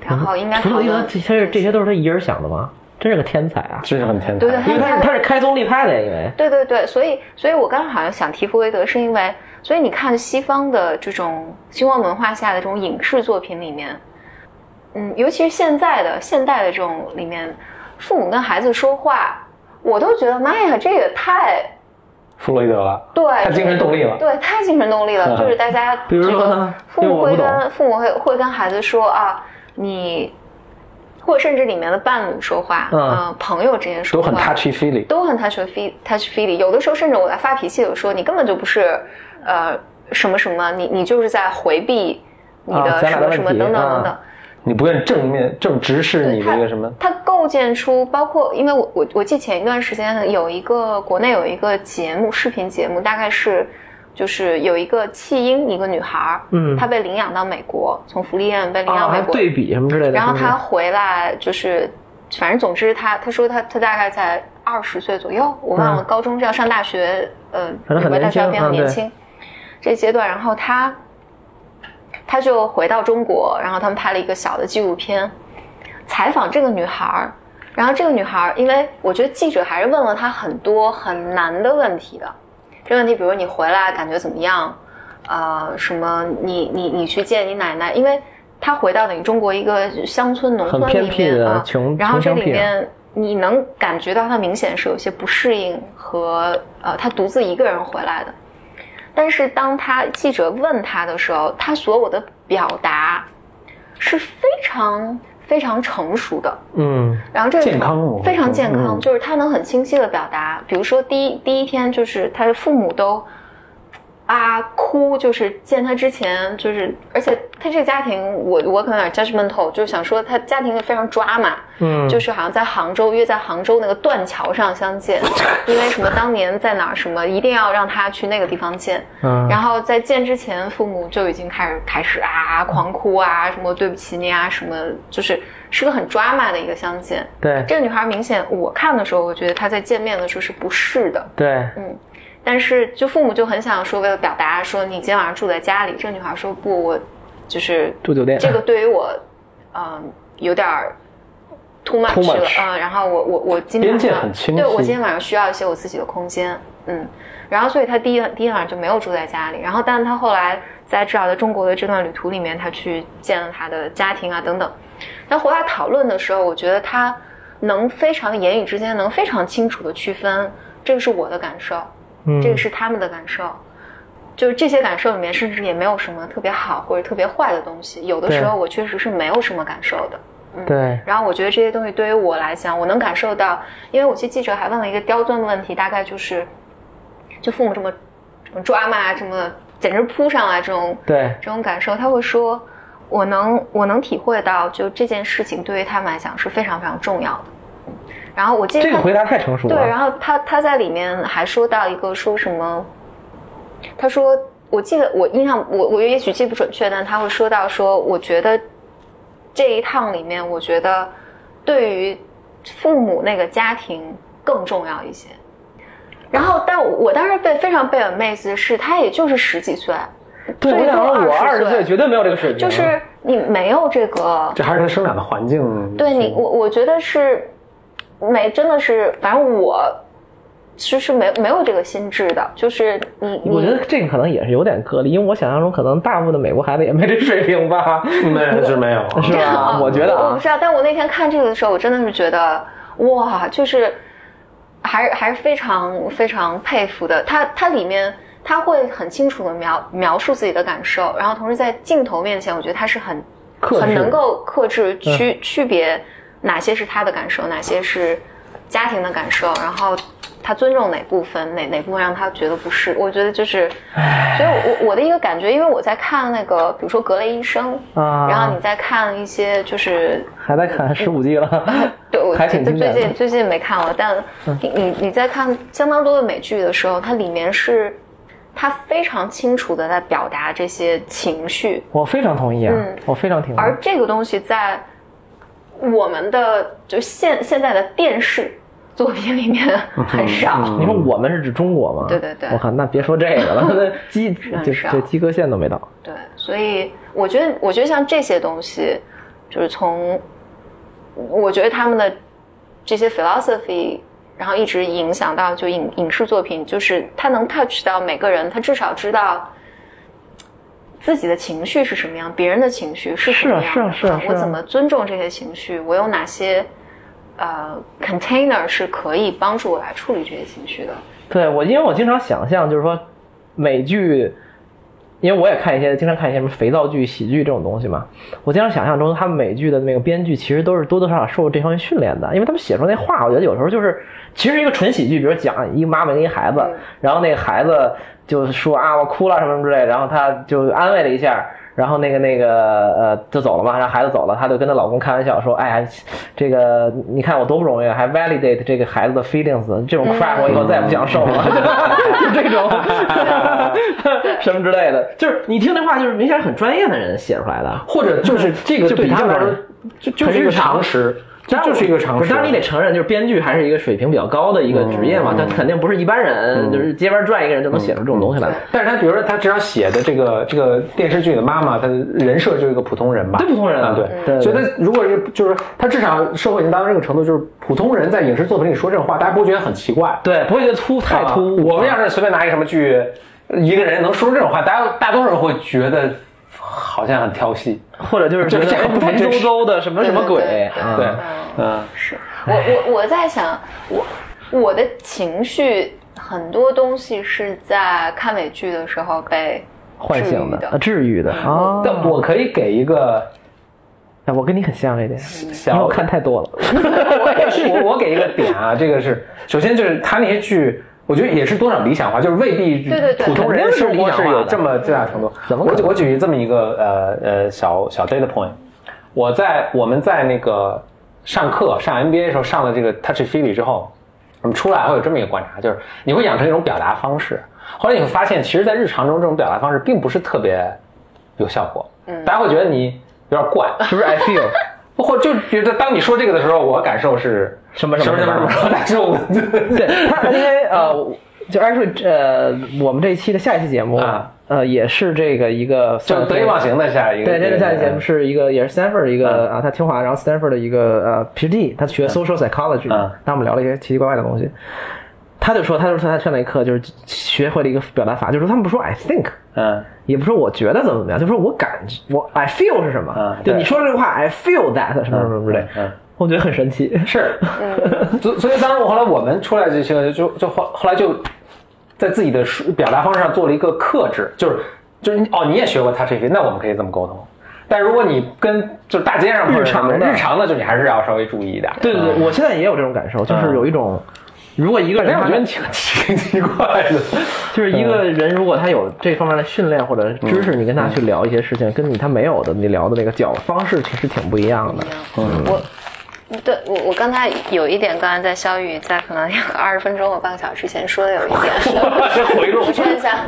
S2: 然后应该
S3: 嗯弗
S2: 讨
S3: 洛伊德
S2: 论
S3: 这些是这些都是他一人想的吗？真是个天才啊！
S1: 真是很天才。
S2: 对对
S3: 因为他是他是开宗立派的，因为
S2: 对对对，所以所以我刚刚好像想提弗雷德，是因为所以你看西方的这种西方文化下的这种影视作品里面，嗯，尤其是现在的现代的这种里面，父母跟孩子说话，我都觉得妈呀，这也太
S1: 弗洛伊德了，
S2: 对，
S1: 他精神动力了。
S2: 对，太精神动力
S1: 嗯
S2: 了，就是大家
S3: 啊比如说
S2: 这
S3: 呢
S2: 个父
S3: 因为
S2: 母
S3: 我不
S2: 会
S3: 懂
S2: 跟父母会会跟孩子说啊，你，或者甚至里面的伴侣说话，
S3: 嗯
S2: 呃朋友之间说
S1: 都
S2: 话，
S1: 很 touchy feely，
S2: 都很 touch feel touch feely，有的时候甚至我在发脾气的时候，你根本就不是呃什么什么，你你就是在回避你
S3: 啊
S2: 的
S3: 咱
S2: 什
S3: 俩
S2: 么
S3: 的
S2: 什么
S3: 问题
S2: 等等等等。
S3: 啊
S1: 你不愿正面正直视你的一个什么？
S2: 它构建出包括，因为我我我记前一段时间有一个国内有一个节目，视频节目，大概是就是有一个弃婴，一个女孩儿，
S3: 嗯
S2: 她被领养到美国，从福利院被领
S3: 啊，
S2: 养
S3: 还
S2: 美国，
S3: 对比什么之类的。
S2: 然后
S3: 是不是
S2: 她回来就是，反正总之她她说她她大概在二十岁左右，我忘了
S3: 嗯
S2: 高中这样上大学，呃，
S3: 反正很
S2: 美国大学要
S3: 年轻
S2: 变很
S3: 嗯
S2: 年
S3: 对
S2: 轻，这阶段，然后她她就回到中国，然后他们拍了一个小的纪录片，采访这个女孩儿。然后这个女孩儿，因为我觉得记者还是问了她很多很难的问题的。这个问题，比如你回来感觉怎么样？呃，什么你？你你去见你奶奶，因为她回到你中国一个乡村农村
S3: 很
S2: 里面
S3: 偏僻的
S2: 啊，
S3: 穷
S2: 然后
S3: 穷
S2: 这
S3: 乡
S2: 里
S3: 僻啊壤，
S2: 面你能感觉到她明显是有些不适应和呃，她独自一个人回来的。但是当他记者问他的时候，他所有的表达是非常非常成熟的，
S3: 嗯，
S2: 然后这个
S1: 健康我
S2: 非常健康，
S1: 嗯
S2: 就是他能很清晰的表达，比如说第一第一天就是他的父母都啊哭，就是见他之前就是，而且他这个家庭我我可能有点 judgmental，就是想说他家庭非常抓马，
S3: 嗯，
S2: 就是好像在杭州约在杭州那个断桥上
S1: <laughs>
S2: 相见，因为什么当年在哪儿什么一定要让他去那个地方见，
S3: 嗯
S2: 然后在见之前，父母就已经开始开始啊狂哭啊，什么对不起你啊，什么就是是个很 drama 的一个相见。
S3: 对
S2: 这个女孩明显我看的时候，我觉得她在见面的时候是不适的，
S3: 对，
S2: 嗯。但是就父母就很想说，为了表达说你今天晚上住在家里，这个女孩说不，我就是
S3: 住酒店
S2: 这个对于我，嗯、有点儿 too much
S1: Too
S2: 了
S1: much
S2: 啊、然后我我我今
S1: 边
S2: 天
S1: 界
S2: 晚上
S1: 很清晰
S2: 对我今天晚上需要一些我自己的空间，嗯，然后所以他第一第一晚上就没有住在家里，然后但他后来在至少在中国的这段旅途里面，他去见了他的家庭啊等等，但和他讨论的时候，我觉得他能非常言语之间能非常清楚的区分，这个是我的感受，
S3: 嗯
S2: 这个是他们的感受。就是这些感受里面，甚至也没有什么特别好或者特别坏的东西。有的时候我确实是没有什么感受的。
S3: 对，
S2: 然后我觉得这些东西对于我来讲，我能感受到，因为我记记者还问了一个刁钻的问题，大概就是，就父母这么什么抓嘛，这么简直扑上来这种
S3: 对，
S2: 这种感受，他会说，我能我能体会到，就这件事情对于他们来讲是非常非常重要的。然后我记得
S3: 这个
S2: 他
S3: 回答太成熟了。
S2: 对，然后他他在里面还说到一个说什么，他说我记得我印象我我也许记不准确，但他会说到说，我觉得这一趟里面，我觉得对于父母那个家庭更重要一些。然后，但我当时被非常被 amaze 的是，他也就是十几岁，
S3: 对，我
S2: 最
S3: 想
S2: 多
S3: 说我
S2: 20
S3: 二十
S2: 岁
S3: 岁绝对没有这个水平，
S2: 就是你没有这个
S1: 啊这还是他生长的环境。
S3: 嗯
S2: 对你，我我觉得是没，真的是，反正我是是没没有这个心智的，就是你你 <laughs>
S3: 我觉得这个可能也是有点个例，因为我想象中可能大部分的美国孩子也没这水平吧，
S1: 没是没有，啊
S3: 是吧？我觉得
S2: 我
S3: 啊
S2: 不，知道，但我那天看这个的时候，我真的是觉得哇，就是还是还是非常非常佩服的。它它里面他会很清楚的描描述自己的感受，然后同时在镜头面前，我觉得他是很
S3: 克制嗯
S2: 很能够克制区、区别哪些是他的感受，哪些是家庭的感受，然后。他尊重哪部分，哪哪部分让他觉得不适？我觉得就是，所以我我我的一个感觉，因为我在看那个，比如说《格雷医生》，
S3: 啊，
S2: 然后你再看一些就是，
S3: 还在看十五季了，
S2: 对我
S3: 还挺
S2: 最
S3: 经典的嗯
S2: 近最近没看了，但你你你在看相当多的美剧的时候，它里面是，它非常清楚的在表达这些情绪，
S3: 我非常同意啊
S2: 嗯，
S3: 我非常挺。
S2: 而这个东西在我们的就现现在的电视作品里面很少，
S1: 嗯
S3: 你说我们是指中国吗？
S2: 对对对啊
S3: 我靠，那别说这
S2: <laughs>
S3: 个了，那及
S2: 很
S3: 就
S2: 少
S3: 这及格线都没到。
S2: 对，所以我觉得，我觉得像这些东西，就是从，我觉得他们的这些 philosophy，然后一直影响到就影影视作品，就是他能 touch 到每个人，他至少知道自己的情绪是什么样，别人的情绪是什么样的
S3: 是啊是啊是啊是啊
S2: 我怎么尊重这些情绪，我有哪些呃 container 是可以帮助我来处理这些情绪的。
S3: 对我，因为我经常想象，就是说美剧，因为我也看一些，经常看一些什么肥皂剧、喜剧这种东西嘛。我经常想象中，他们美剧的那个编剧其实都是多多少少受过这方面训练的，因为他们写出那话，我觉得有时候就是其实一个纯喜剧，比如讲一个妈妈跟一孩子
S2: 嗯，
S3: 然后那个孩子就说啊我哭了什么什么之类，然后他就安慰了一下。然后那个那个呃就走了嘛，然后孩子走了，她就跟她老公开玩笑说：“哎呀，这个你看我多不容易，啊还 validate 这个孩子的 feelings，这种 crap 我以后再也不想受了。就这 <laughs> 种什么之类的，
S5: 就是你听这话，就是明显是很专业的人写出来的。
S1: 或者
S3: <laughs>
S1: 就是这个
S3: 就
S1: 对
S3: 比
S1: 他
S3: 较
S1: 们来说，就就是一个常识，这
S3: 当然
S1: 就是一个常
S3: 不
S1: 识。
S3: 是当然你得承认，就是编剧还是一个水平比较高的一个职业嘛，他肯定不是一般人，就是街边转一个人就能写出这种东西来。
S1: 但是他比如说他至少写的这个这个电视剧的妈妈，她的人设就是一个普通人吧？
S3: 对普通人啊
S1: 啊，
S3: 对
S1: 对。所以他如果是就是他至少社会已经达到这个程度，就是普通人在影视作品里说这种话，大家不会觉得很奇怪，
S3: 对，不会觉得粗太
S1: 啊
S3: 突兀。
S1: 我们要是随便拿一个什么剧，一个人能说出这种话，大家大多数人会觉得好像很挑戏。
S3: 或者就是觉得
S1: 就是这
S3: 哎
S1: 样不太
S3: 文绉
S1: 真实
S3: 绉的什么什么
S2: 对
S3: 鬼
S2: 对对，
S3: 啊
S1: 对
S2: 嗯
S1: 嗯，
S2: 是我
S3: 哎
S2: 我我在想，我我的情绪很多东西是在看美剧的时候被
S3: 唤醒的
S2: 治愈的
S3: 啊，治愈的啊。
S1: 但我可以给一个
S3: 哎我跟你很像这点，因为
S1: 小
S3: 我看太多了。
S1: <laughs> 我也是，我我给一个点啊，这个是首先就是他那些剧，我觉得也是多少理想化，就是未必
S2: 对对对
S1: 普通人
S3: 肯定是
S1: 生
S3: 理
S1: 活
S3: 想化
S1: 是
S3: 的
S1: 有这么巨大程度。
S3: 怎么可
S1: 我
S3: 能
S1: 举我举这么一个呃呃小小 data point，我在我们在那个上课上 MBA 的时候上了这个 touch feel 之后，我们出来会有这么一个观察，就是你会养成一种表达方式，后来你会发现，其实，在日常中这种表达方式并不是特别有效果，嗯，大家会觉得你有点怪，
S3: 是不是 I <laughs> feel
S1: 或就觉得当你说这个的时候，我感受是
S3: 什么
S1: 什
S3: 什
S1: 么
S3: 么
S1: 什么什么什么感受？ <laughs> 对
S3: 对他，因为呃，就 actually 呃，我们这一期的下一期节目
S1: 啊
S3: 呃，也是这个一个
S1: 就
S3: 算
S1: 得意忘形的下一个。
S3: 对，这个下期节目是一个也是 Stanford 的一个、
S1: 嗯
S3: 啊，他清华，然后 Stanford 的一个呃 PhD，他学 social psychology，、
S1: 嗯
S3: 那我们聊了一些奇奇怪怪的东西。他就说，他就说他上那一课就是学会了一个表达法，就是他们不说 I think，
S1: 嗯
S3: 也不说我觉得怎么怎么样，就说我感觉我 I feel 是什么？
S1: 嗯
S3: 就
S1: 对
S3: 你说这句话 I feel that 什么什么什么之类，
S1: 嗯嗯
S3: 我觉得很神奇。 <laughs>
S1: 是，所所以当然我后来我们出来这些就就后后来就在自己的说表达方式上做了一个克制，就是就是你哦你也学过 touch it，那我们可以这么沟通。但如果你跟就是大街上或者什么
S3: 日常的
S1: 日常的，就你还是要稍微注意一点。
S3: 对对对，我现在也有这种感受，就是有一种，如果一个人
S1: 但嗯
S3: 他，
S1: 我觉得嗯挺挺奇怪的。
S3: 就是一个人，如果他有这方面的训练或者
S1: 嗯
S3: 知识，你跟他去聊一些事情，跟你他没有的，你聊的那个角方式其实挺不一样的。嗯
S2: 我。对嗯我，我刚才有一点，刚才在肖宇在可能二十分钟或半个小时前说的有一点，
S1: <laughs>
S3: <laughs>
S1: 这回路，
S2: <laughs> 我说一下，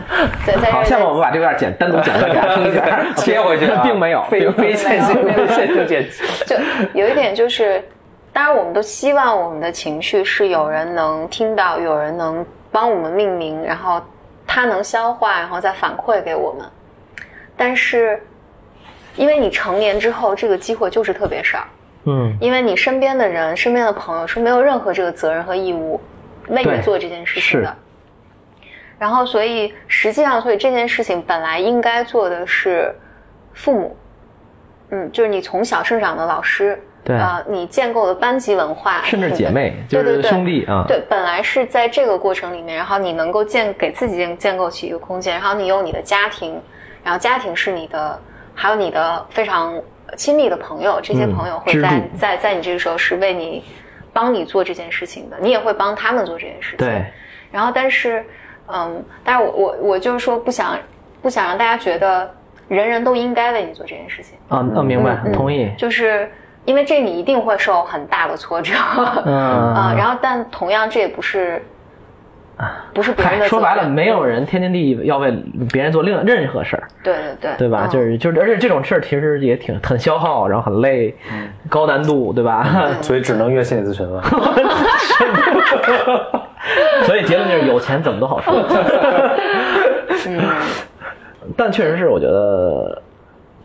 S2: 对，在这
S3: 好，
S2: 儿
S3: 下面
S2: 再
S3: 我们把这段剪单独剪出来给大家听一下
S1: <laughs> 切回去啊
S3: 并没有，
S1: 非非线
S3: <laughs>
S1: 性
S3: 非线性剪辑。
S2: 就有一点就是，当然我们都希望我们的情绪是有人能听到，有人能帮我们命名，然后他能消化，然后再反馈给我们。但是，因为你成年之后，这个机会就是特别少，
S3: 嗯，
S2: 因为你身边的人、身边的朋友是没有任何这个责任和义务为
S3: 对
S2: 你做这件事情
S3: 是
S2: 的。然后，所以实际上，所以这件事情本来应该做的是父母，嗯，就是你从小生长的老师，
S3: 对
S2: 呃，你建构的班级文化，
S3: 甚至姐妹
S2: 你
S3: 就
S2: 对对
S3: 是
S2: 对
S3: 兄弟啊
S2: 对，本来是在这个过程里面，然后你能够建给自己建建构起一个空间，然后你有你的家庭，然后家庭是你的，还有你的非常亲密的朋友，这些
S3: 嗯
S2: 朋友会
S3: 支
S2: 在、
S3: 柱
S2: 在在你这个时候是为你帮你做这件事情的，你也会帮他们做这件事情。
S3: 对，
S2: 然后但是，嗯，但是我我我就是说不想不想让大家觉得人人都应该为你做这件事情，
S3: 啊，那明白，
S1: 嗯
S3: 同意。
S2: 就是因为这你一定会受很大的挫折，
S3: 嗯
S2: <laughs> 啊、然后但同样这也不是。不是别人
S3: 啊嗨，
S2: 的
S3: 说白
S2: 责
S3: 了，
S2: 任
S3: 没有人天经地义要为别人做另任何事儿，
S2: 对对对，
S3: 对吧？
S2: 嗯
S3: 就是就是，而且这种事儿其实也挺很消耗，然后很累，高难度，对吧？ <laughs>
S1: 所以只能约心理咨询
S2: <laughs>
S1: 了。
S3: 所以结论就是有钱怎么都好说。 <laughs>
S2: 嗯
S3: 但确实是，我觉得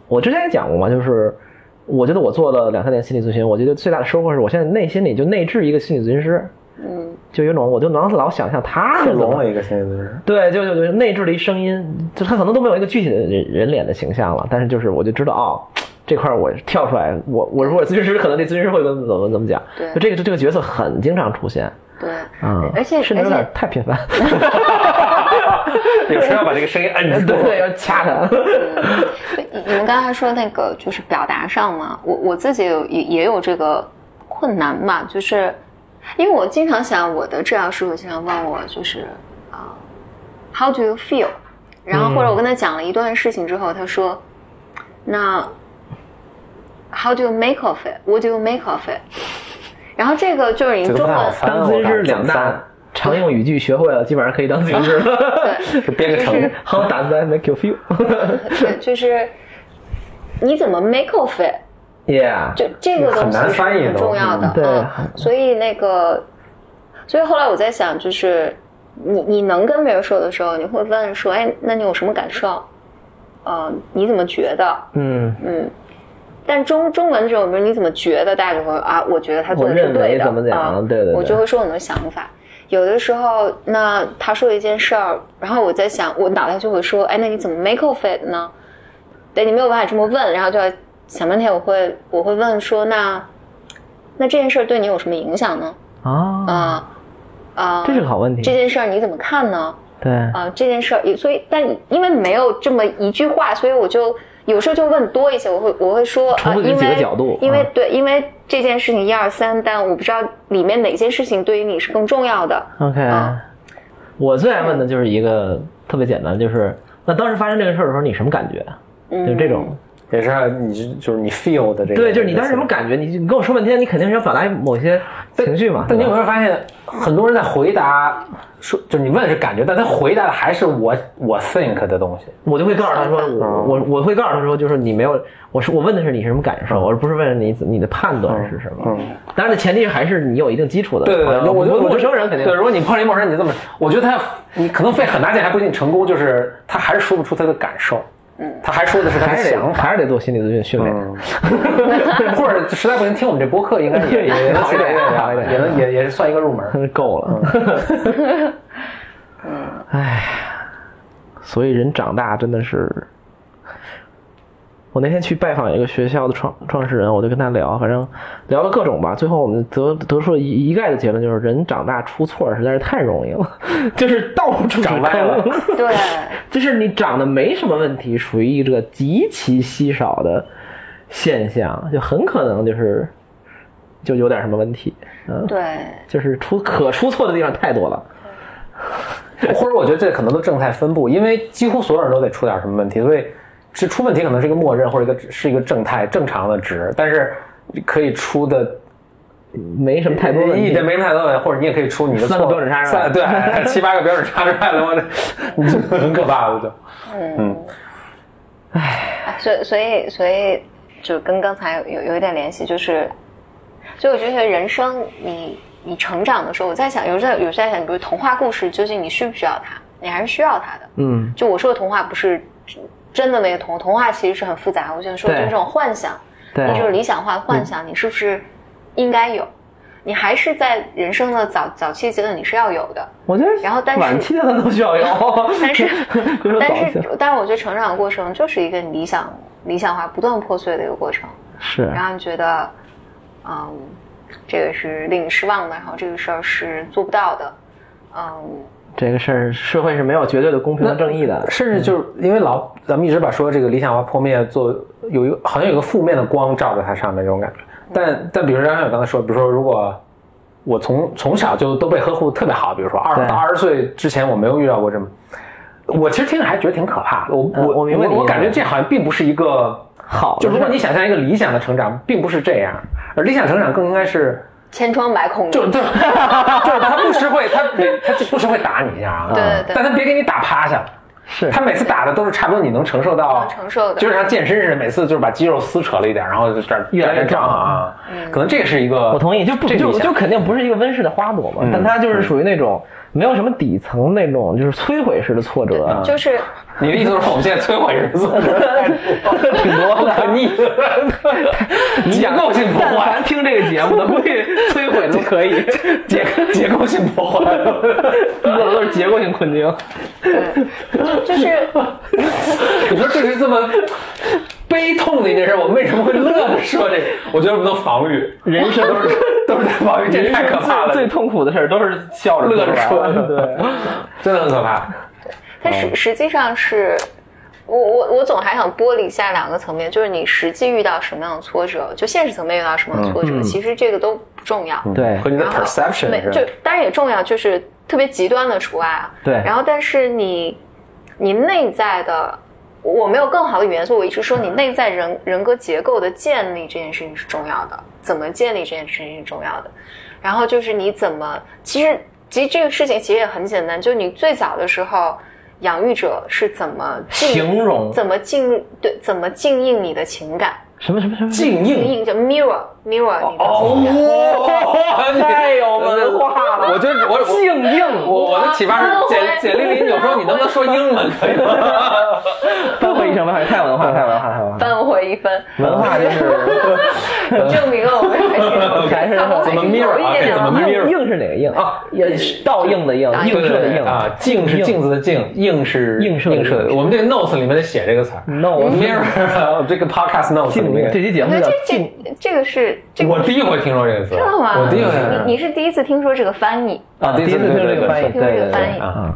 S3: 我之前也讲过嘛，就是我觉得我做了两三年心理咨询，我觉得最大的收获是我现在内心里就内置一个心理咨询师，
S2: 嗯，
S3: 就有种我就能老想象他是
S1: 克
S3: 怎么
S1: 隆了一个心理咨询师，
S3: 对，就就就内置了一声音，就他可能都没有一个具体的人人脸的形象了，但是就是我就知道哦，这块儿我跳出来，我我如果咨询师，可能这咨询师会跟怎么怎么讲，
S2: 对
S3: 就这个这个角色很经常出现，
S2: 对，
S3: 嗯，
S2: 而且
S3: 甚至
S2: 而
S3: 有点
S2: 且
S3: 太频繁，
S1: <laughs> 有时候要把这个声音摁住。
S3: 对对，要掐他，
S2: 对你你们嗯刚才说那个就是表达上嘛，我我自己有也也有这个困难嘛，就是因为我经常想，我的治疗师傅经常问我，就是啊、h o w do you feel？然后
S1: 嗯
S2: 或者我跟他讲了一段事情之后，他说，那 How do you make of it？What do you make of it？然后这个就是你
S1: 这个
S2: 中
S1: 不太好
S2: 文
S1: 翻
S3: 当咨询师两大常用语句学会了，基本上可以当咨询师了。
S2: 对，
S1: 就编个
S2: 就
S1: 程
S2: 是
S3: <laughs> How does that make you feel? <laughs>
S2: 对，就是你怎么 make of it？
S3: yeah，
S2: 就这个东西是很重要的，
S3: 很难翻译都对
S2: 嗯所以那个，所以后来我在想，就是你你能跟别人说的时候，你会问说，哎，那你有什么感受？呃，你怎么觉得？
S3: 嗯，
S2: 嗯，但中中文这种，比如你怎么觉得，大家就会啊，我觉得他做的
S3: 我
S2: 是
S3: 认为
S2: 对的，
S3: 怎么讲
S2: 啊
S3: 对对对
S2: 我就会说我的想法。有的时候，那他说一件事儿，然后我在想，我脑袋就会说，哎，那你怎么 make of it 呢？对你没有办法这么问，然后就要想半天。我会我会问说，那那这件事儿对你有什么影响呢？
S3: 啊，
S2: 啊、啊、
S3: 这是个好问题
S2: 这件事儿你怎么看呢？
S3: 对，
S2: 啊、这件事儿，所以但因为没有这么一句话，所以我就有时候就问多一些，我会我会说
S3: 重
S2: 啊，
S3: 复你
S2: 因
S3: 几个
S2: 为
S3: 角度
S2: 因为、
S3: 啊
S2: 对，因为这件事情一二三，但我不知道里面哪些事情对于你是更重要的。 <laughs>
S3: OK，、
S2: 啊
S3: 我最爱问的就是一个特别简单，就是那当时发生这个事儿的时候，你什么感觉？
S2: 嗯，
S3: 就这种，
S1: 也是你就是你 feel 的这个，
S3: 对，就是你当时什么感觉？你你跟我说半天，你肯定是要表达某些情绪嘛。
S1: 但你有
S3: 对吧
S1: 没有发现，很多人在回答说，就是你问的是感觉，但他回答的还是我我 think 的东西。
S3: 我就会告诉他
S1: 嗯
S3: 说，我我我会告诉他说，就是你没有，我是我问的是你什么感受，而不是问你你的判断是什么。
S1: 嗯，
S3: 当然的前提还是你有一定基础的。
S1: 对对对，
S3: 我
S1: 我觉得
S3: 陌生人肯定
S1: 对。如果你碰上一陌生人，你这么，我觉得他你可能费很大劲还不一定成功，就是他还是说不出他的感受，嗯，他还说的是他
S3: 还
S1: 的
S3: 是得
S1: 想法。嗯
S3: 还是得做心理咨询训练。
S1: <laughs> 或者实在不行听我们这播客，应该也也 <laughs> 能
S3: 好一点好一点
S1: 也能也也是算一个入门。
S3: 够了。 <laughs> 哎，所以人长大真的是。我那天去拜访一个学校的创创始人，我就跟他聊，反正聊了各种吧。最后我们得得出了一一概的结论，就是人长大出错实在是太容易了， <laughs> 就是到处
S1: 长歪了
S3: 出坑
S2: 对，
S3: 就是你长得没什么问题，属于一个极其稀少的现象，就很可能就是就有点什么问题。嗯，
S2: 对，
S3: 就是出可出错的地方太多了。
S1: <laughs> 或者我觉得这可能都正态分布，因为几乎所有人都得出点什么问题，所以这出问题可能是一个默认或者一个是一个正态正常的值，但是可以出的
S3: 没什么太多问
S1: 一
S3: 题
S1: 点。没太多问题，或者你也可以出你的
S3: 三个
S1: 错
S3: 标准差是吧
S1: 三对
S3: <laughs>
S1: 七八个标准差出来了，我这你这 <laughs> 很可怕的就。
S2: 哎所以所以所以就跟刚才有有一点联系，就是，所以我觉得人生你你成长的时候，我在想，有时候有时候在想，比如童话故事，究竟你需不需要它？你还是需要它的。
S3: 嗯，
S2: 就我说的童话不是真的那个童，童话其实是很复杂。我想说，
S3: 对
S2: 就是这种幻想，
S3: 对嗯
S2: 那就是理想化的幻想，你是不是应该有？你还是在人生的早早期阶段，你是要有
S3: <laughs>
S2: 的。
S3: 我觉得
S2: 然后但是
S3: 晚期的都需要有，
S2: 但
S3: <laughs>
S2: 是
S3: 别说早
S2: 但
S3: 期
S2: 是，但是我觉得成长的过程就是一个理想理想化不断破碎的一个过程。
S3: 是
S2: 然后你觉得，嗯，这个是令你失望的，然后这个事儿是做不到的，嗯，
S3: 这个事儿，社会是没有绝对的公平和正义的。
S1: 甚至就是
S3: 嗯
S1: 因为老咱们一直把说这个理想化破灭做有一个好像有一个负面的光照在它上面这种感觉，
S3: 嗯
S1: 但但比如张小友刚才说，比如说如果我从从小就都被呵护特别好，比如说二
S3: 对
S1: 到二十岁之前我没有遇到过这么，我其实听着还觉得挺可怕的，我
S3: 嗯
S1: 我
S3: 我明白你
S1: 我
S3: 意思
S1: 感觉这好像并不是一个
S3: 好的
S1: 就如果
S3: 事儿
S1: 你想象一个理想的成长，并不是这样，而理想成长更应该是。
S2: 千疮百孔
S1: <laughs>
S2: 的。
S1: 就对，就是他不吃会，他每他就不吃会打你一下啊，
S2: 对 <laughs> 对对
S1: 但他别给你打趴下，
S3: 是
S1: 他每次打的都是差不多你能承受到，
S2: 能承受的
S1: 就是像健身似的，每次就是把肌肉撕扯了一点，然后就这儿
S3: 越来越
S1: 胀
S3: 壮
S1: 啊。可能这个是一个，
S3: 嗯我同意，就不
S1: 这
S3: 就
S1: 理想
S3: 就肯定不是一个温室的花朵嘛，
S1: 嗯
S3: 但它就是属于那种没有什么底层那种，就是摧毁式的挫折，啊
S2: 对，就是
S1: 你的意思是说我们现在摧毁人生， <laughs> 挺多的，逆的， <laughs> 结构性破
S3: 但
S1: 坏
S3: 凡。听这个节目的，估计摧毁都可以，
S1: 结结构性破坏，
S3: <laughs> 遇到的都是结构性困境。
S2: 就是
S1: <laughs> 你说这是这么悲痛的一件事，我们为什么会乐着说这个？ <laughs> 我觉得我们能防 <laughs> 御，
S3: 人生
S1: 都是都是在防御，这太可怕了，
S3: 最最痛苦的事儿都是笑着
S1: 乐着
S3: 出来
S1: 说
S3: 的，对。
S1: 真的很可怕。
S2: 它
S1: 哦
S2: 实实际上是，我我我总还想剥离下两个层面，就是你实际遇到什么样的挫折，就现实层面遇到什么样的挫折，其实这个都不重要。
S3: <laughs> 对
S1: 嗯和你的
S2: 然后
S1: perception
S2: 没
S1: 是吧
S2: 就当然也重要，就是特别极端的除外啊。
S3: 对
S2: 然后但是你你内在的，我没有更好的语言，所以我一直说你内在人人格结构的建立这件事情是重要的，怎么建立这件事情是重要的。然后就是你怎么，其实其实这个事情其实也很简单，就是你最早的时候。养育者是怎么进
S3: 形容
S2: 怎么进入对怎么静应你的情感？
S3: 什么什么什么
S1: 静
S2: 静
S1: 音
S2: 应叫 mirror mirror
S3: 哦
S2: 你的情感。
S1: 哦，
S3: 太有文化了
S1: 我觉得我我
S3: 静应
S1: 我我的启发是简简丽丽，有时候你能不能说英文可以吗？
S3: 班会一生，班会太有文化，太有文化，太有文化。
S2: 扳回一
S3: <laughs>
S2: 分，
S3: 文化就是
S2: 证明了我们还
S3: <laughs> 还
S2: 是
S3: 是
S1: 怎么 mirror 啊
S2: 有一点
S1: 怎么 mirror
S3: 应应是哪个应
S1: 啊
S3: 也是倒映的映，
S2: 倒映
S3: 映射的映
S1: 啊，镜是镜子的镜，映是
S3: 映射的
S1: 映射的。
S3: 映
S1: 我们这个 notes 里面得写这个词 <laughs> 儿
S3: No，
S1: mirror 这个 podcast notes 里
S3: 静
S1: 面
S3: 这。期节
S2: 我
S3: 目
S2: 觉
S3: 叫
S2: 得这
S3: 静，
S2: 这这个是这
S1: 我
S2: 个
S1: 第一回听说这个词，
S2: 知道吗？嗯
S1: 我第一回
S2: 你你是第一次听说这个翻译，
S1: 啊，
S3: 第一次听
S1: 对
S3: 这
S1: 对
S3: 个翻译，
S1: 对
S2: 听
S3: 对
S2: 这个
S3: 对
S2: 翻
S3: 对
S2: 译
S3: 啊。啊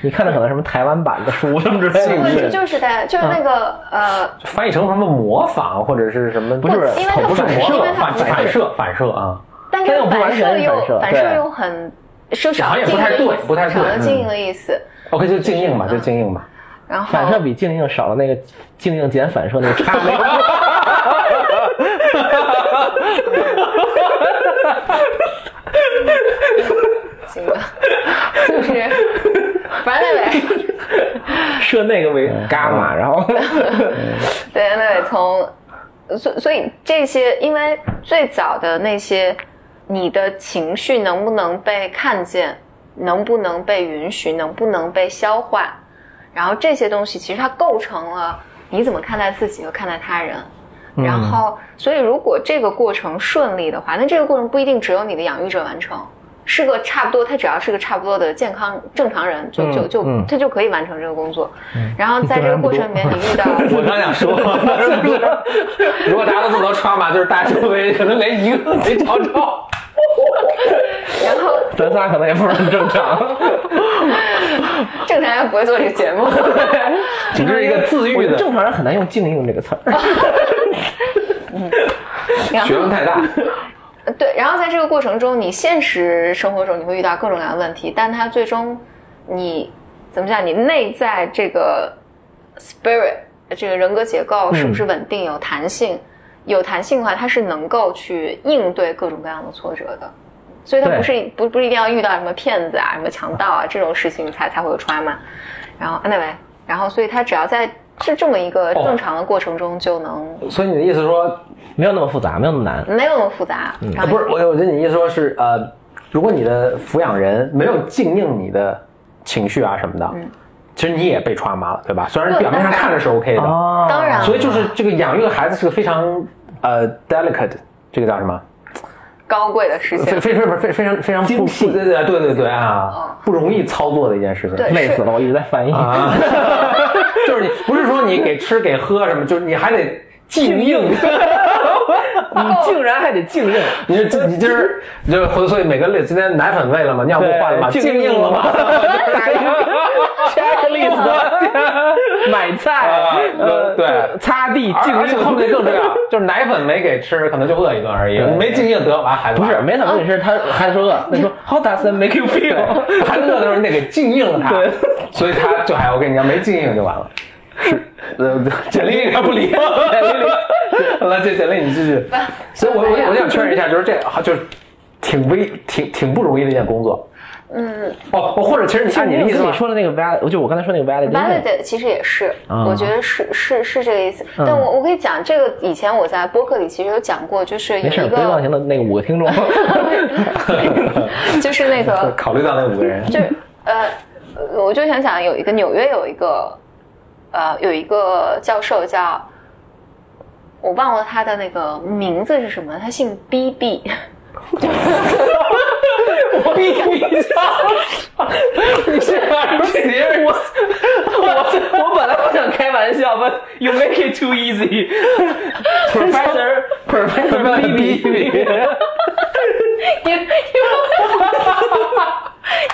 S3: 你看的可能什么台湾版的书什么之类
S1: 静
S3: 的，
S1: 是
S2: 这就是在就是那个呃，
S1: 翻译成什么模仿或者嗯是什么？不
S2: 是因为它
S1: 不是
S2: 反
S1: 模
S2: 射
S1: 仿，
S2: 因为它
S1: 反
S2: 反
S1: 反射反射啊。
S2: 但这
S3: 但又
S2: 个
S3: 不完
S2: 反射
S3: 全
S2: 又
S3: 反射
S2: 反
S3: 对
S2: 射又很是
S1: 好
S2: 少
S1: 像也
S2: 静
S1: 不太
S2: 的意
S1: 对
S2: 思
S1: 不太对
S2: 少了
S1: 嗯
S2: 静音的意思。
S1: OK，就静音吧，就静音吧。
S2: 然后
S3: 反射比静映少了那个静映减反射那个差没
S2: <laughs>
S3: 有。
S2: 行吧， <laughs>
S1: <laughs>
S2: 就是反正得。
S3: 设那个为
S2: 嗯
S3: 伽马，然后
S2: 对，那得从，所所以这些，因为最早的那些，你的情绪能不能被看见，能不能被允许，能不能被消化，然后这些东西其实它构成了你怎么看待自己和看待他人。然后，所以如果这个过程顺利的话，那这个过程不一定只有你的养育者完成，是个差不多，他只要是个差不多的健康正常人，就就就、
S3: 嗯嗯
S2: 他就可以完成这个工作。然后在这个过程里面，你遇到
S1: 我刚想说， <laughs> 如果大家都这么多穿吧，就是大家周围可能连一个都没找
S2: <laughs>
S1: 着。 <laughs>
S2: 然后
S3: 咱仨可能也不是很正常，
S2: 正常人不会做这个节目。
S1: 只是一个自
S3: 我
S1: 愈
S3: 觉得
S1: 的，
S3: 正常人很难用“静映”这个词儿。
S2: 然
S1: 学问
S2: 后
S1: 太大。
S2: 对，然后在这个过程中，你现实生活中你会遇到各种各样的问题，但它最终你怎么讲？你内在这个 spirit 这个人格结构是不是稳定、有弹性？有弹性的话，它是能够去应对各种各样的挫折的。所以它
S3: 对
S2: 不是不不是一定要遇到什么骗子啊、什么强盗啊这种事情才才会有 trauma。然后 anyway，然后所以它只要在这这么一个
S1: 哦
S2: 正常的过程中就能
S1: 所以你的意思说，
S3: 没有那么复杂，没有那么难。
S2: 没有那么复杂。
S3: 嗯
S2: 然
S1: 啊
S2: 后
S1: 不是我，我觉得你意思说是呃，如果你的抚养人没有静应你的情绪啊什么的，其实你也被穿麻了，对吧？虽然
S2: 对
S1: 表面上看着是 OK 的，
S3: 哦
S2: 当然
S1: 所以就是这个养育的孩子是个非常呃 delicate，这个叫什么？
S2: 高贵的事情
S1: 非，非常非非常非常精细，对对对对对啊，不容易操作的一件事情。
S2: 对
S3: 累死了，我一直在翻译。
S1: 啊， <laughs> 就是你不是说你给吃给喝什么，就是你还得静应。
S3: <laughs> 你竟然还得静
S1: <laughs>
S3: 映，
S1: 你这你今儿你就回，所以每个类今天奶粉喂了吗？尿布换了吗？
S3: 对
S1: 静应了吗？
S3: 打一
S1: <laughs>
S3: <laughs> 个 checklist，买
S1: 啊
S3: 菜，呃，
S1: 对
S3: 擦地
S1: 而
S3: 静
S1: 而且后面
S3: 映。
S1: 更重要，就是奶粉没给吃，可能就饿一顿而已。
S3: 对
S1: 没静应得完孩子
S3: <laughs> 不是，
S1: 完了
S3: 没怎么回事，他还说
S1: 嗯
S3: 饿，
S1: <laughs>
S3: 他说 How does that <laughs> make you feel？
S1: 对孩子饿的时候你得给静应了他
S3: 对，
S1: 所以他就哎还 OK，你要没静应就完了。是，呃，简历应该不理我。简历里，好了，这简历你继续。所以我我我想确认一下，就是这好就是挺危挺挺不容易的一件工作。嗯，哦，或者其实你
S3: 像
S1: 按你的意思
S3: 你
S1: 吗？
S3: 说的那个 valid，就我刚才说那个 valid，
S2: valid 其实也是，
S3: 啊
S2: 我觉得是是是这个意思。
S3: 嗯
S2: 但我我可以讲这个，以前我在播客里其实有讲过，就是有
S3: 没事，
S2: 一
S3: 不要忘
S2: 个
S3: 情的那个五个
S1: <laughs>
S3: 听众，
S2: 就是那个
S3: <laughs>
S1: 考虑到那五个人，
S2: 就是呃，我就想讲有一个纽约有一个呃有一个教授叫，我忘了他的那个名字是什么，他姓 B B。 <laughs>
S1: 逼逼 <laughs> 你是哪谁？我
S3: 我我本来我想开玩笑，but you make it too
S1: <laughs>
S3: easy。Professor Professor B B，
S2: 你你们 <laughs>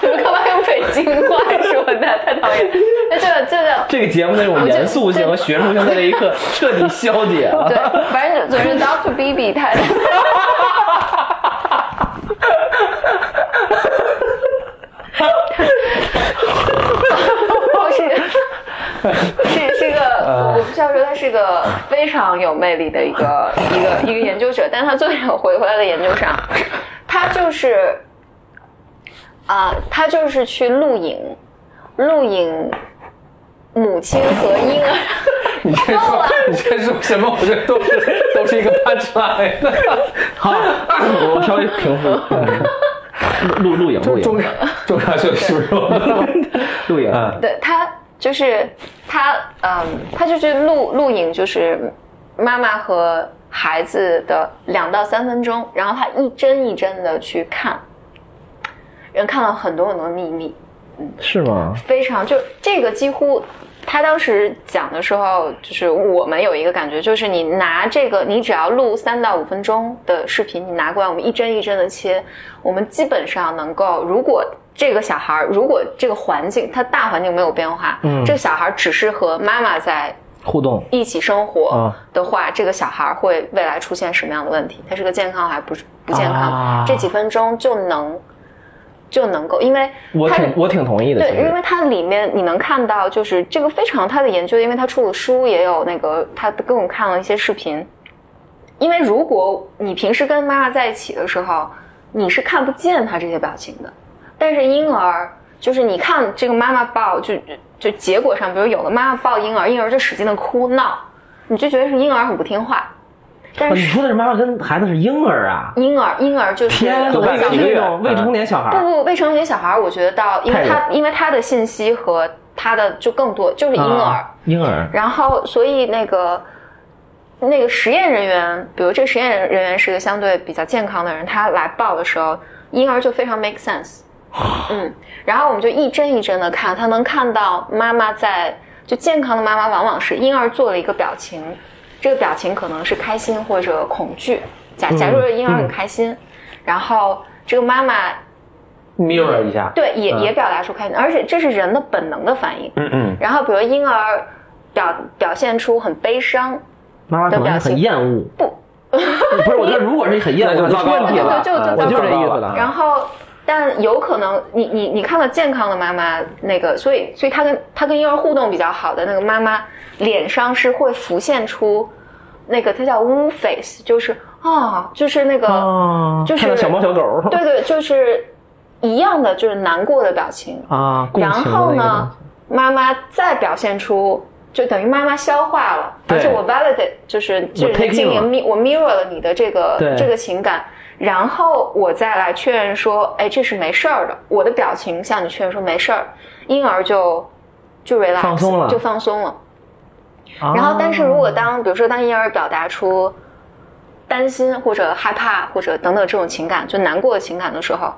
S2: 你们干嘛用北京话说呢？太讨厌了！那这个这
S3: <laughs>
S2: 个
S3: 这个节目那种严肃性和学术性在这一刻彻底消解啊了。
S2: 对，反正总之 Doctor B B 他，是哦是是个，我不需要说他是个非常有魅力的一个一个一个研究者，但他最后回回来的研究上，他就是啊、他就是去露营，露营母亲和婴儿。
S1: 你这说你这说什么？我这都是都是一个 punch line。
S3: 好， <laughs> 我稍微平复。录录影录
S1: <laughs> 中
S3: 影
S1: 中场休息十分钟。
S3: 录影，
S1: <laughs> 嗯，
S2: 对他就是他，嗯，他就是录录影，就是妈妈和孩子的两到三分钟，然后他一帧一帧的去看，人看到很多很多秘密，
S3: 是吗？
S2: 非常就这个几乎。他当时讲的时候，就是我们有一个感觉，就是你拿这个，你只要录三到五分钟的视频，你拿过来，我们一帧一帧的切，我们基本上能够，如果这个小孩儿，如果这个环境，他大环境没有变化，
S3: 嗯
S2: 这个小孩儿只是和妈妈在
S3: 互动
S2: 一起生活
S3: 啊
S2: 的话，这个小孩儿会未来出现什么样的问题？他是个健康还不是不健康？
S3: 啊
S2: 这几分钟就能就能够，因为
S3: 我
S2: 它
S3: 挺我挺同意的，其
S2: 对，因
S3: 实
S2: 为它里面你能看到，就是这个非常他的研究，因为他出了书，也有那个他给我们看了一些视频。因为如果你平时跟妈妈在一起的时候，你是看不见她这些表情的，但是婴儿就是你看这个妈妈抱，就就结果上，比如有的妈妈抱婴儿，婴儿就使劲的哭闹，你就觉得是婴儿很不听话，但
S3: 哦你
S2: 是
S3: 说的是妈妈跟孩子是婴儿啊？
S2: 婴儿婴儿就是
S3: <laughs> 天呐，
S1: 都
S3: 我
S1: 半
S3: 以为
S1: 个
S3: 是
S1: 月
S3: 那种未成年小孩
S2: 不
S3: 儿。
S2: 不，未成年小孩儿，我觉得到，因为
S3: 太
S2: 他因为他的信息和他的就更多，就是婴儿，
S3: 啊，婴儿，
S2: 然后所以那个那个实验人员，比如这个实验人员是一个相对比较健康的人，他来报的时候，婴儿就非常 make
S3: <sighs>
S2: sense，嗯，然后我们就一帧一帧的看，他能看到妈妈在就健康的妈妈往往是婴儿做了一个表情，这个表情可能是开心或者恐惧，假假
S3: 嗯
S2: 如这个婴儿很开心，然后这个妈妈
S1: mirror 一下，
S2: 对也、
S1: 嗯
S2: 也表达出开心，而且这是人的本能的反应。
S1: 嗯嗯，
S2: 然后比如婴儿表表现出很悲伤，
S3: 妈妈可能是很厌恶。
S2: 不，
S3: 不是，我觉
S2: <laughs>
S3: 得如果是很厌
S1: 那
S3: 恶，
S1: 就
S3: 就
S1: 糟
S3: 出
S1: 糕
S3: 问题
S1: 了
S3: 了。嗯
S2: 就就
S3: 我就是这意思
S2: 然
S3: 了。
S2: 后但有可能你你你看到健康的妈妈那个，所以所以她跟她跟婴儿互动比较好的那个妈妈，脸上是会浮现出那个它叫 w face，就是啊、就是那个、
S3: 啊，
S2: 就是
S3: 看到小猫小狗。
S2: 对对，就是一样的，就是难过的表情，
S3: 啊，共
S2: 然
S3: 情的
S2: 后
S3: 那
S2: 呢
S3: 个，
S2: 妈妈再表现出，就等于妈妈消化了，
S3: 对
S2: 而且我 validate 就是就是
S3: take in
S2: 经
S3: 了
S2: 营我 mirror 了你的这
S3: 对
S2: 个这个情感，然后我再来确认说，哎，这是没事儿的，我的表情向你确认说没事儿，婴儿就就 relax
S3: 放松了
S2: 就放松了。
S3: 啊
S2: 然后，但是如果当比如说当婴儿表达出担心或者害怕或者等等这种情感，就难过的情感的时候，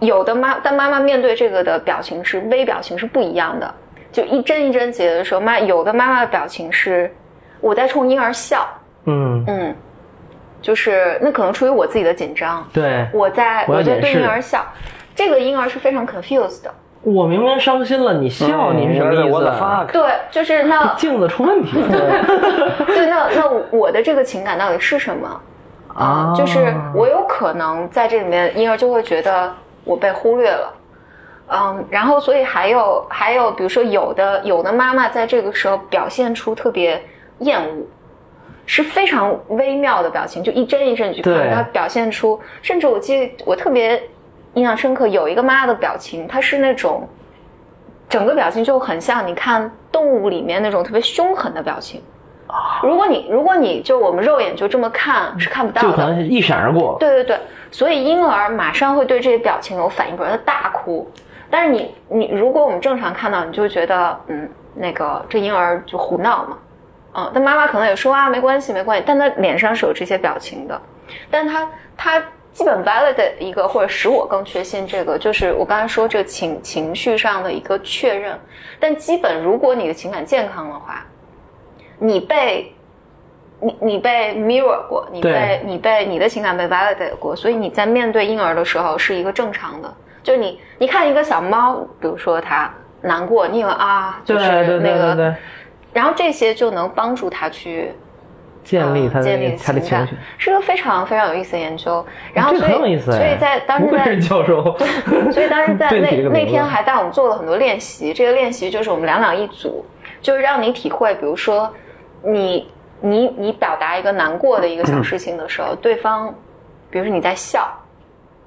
S2: 有的妈但妈妈面对这个的表情是微表情是不一样的，就一针一针结的时候，妈有的妈妈的表情是我在冲婴儿笑，
S3: 嗯，
S2: 嗯，就是那可能出于我自己的紧张，
S3: 对，
S2: 我在
S3: 我要
S2: 我在
S3: 掩
S2: 对
S3: 饰
S2: 婴儿笑，这个婴儿是非常 confused 的，
S3: 我明明伤心了，你
S1: 嗯
S3: 笑，你是什么意
S1: 我
S3: 思
S1: 的
S3: 啊？
S1: fuck，
S2: 对，就是那
S3: <laughs> 镜子出问题了
S2: 对，那那我的这个情感到底是什么？啊、就是
S3: 哦
S2: 我有可能在这里面，婴儿就会觉得我被忽略了。嗯，然后所以还有还有，比如说有的有的妈妈在这个时候表现出特别厌恶，是非常微妙的表情，就一帧一帧你去看
S3: 对
S2: 她表现出，甚至我记得我特别印象深刻，有一个妈妈的表情，她是那种整个表情就很像你看动物里面那种特别凶狠的表情。
S3: 哦
S2: 如果你如果你就我们肉眼就这么看是看不
S3: 就
S2: 到
S3: 可能
S2: 的，
S3: 是一闪而过。
S2: 对对对，所以婴儿马上会对这些表情有反应，比如他大哭。但是你你如果我们正常看到，你就会觉得嗯，那个这婴儿就胡闹嘛，嗯，但妈妈可能也说啊没关系没关系，但他脸上是有这些表情的，但他他基本 validate 一个或者使我更确信这个，就是我刚才说这个情情绪上的一个确认。但基本如果你的情感健康的话，你被你你被 mirror 过，你
S3: 对
S2: 被你被你的情感被 validate 过，所以你在面对婴儿的时候是一个正常的，就是你你看一个小猫，比如说它难过，你以为啊就
S3: 对
S2: 是
S3: 对对
S2: 那
S3: 对
S2: 个，
S3: 对，
S2: 然后这些就能帮助他去啊
S3: 建立他的
S2: 建
S3: 那
S2: 立
S3: 个他的
S2: 情感
S3: 情绪。
S2: 是个非常非常有意思的研究。然后
S3: 这
S2: 所
S3: 个
S2: 以
S3: 很有意思哎
S2: 所以在当时
S3: 不愧是
S2: 在。
S3: 教授，
S2: 所以当时在
S3: 对得
S2: 那
S3: 起这个名字
S2: 那天还带我们做了很多练习，这个练习就是我们两两一组，就是让你体会，比如说你你你表达一个难过的一个小事情的时候，对方，比如说你在笑，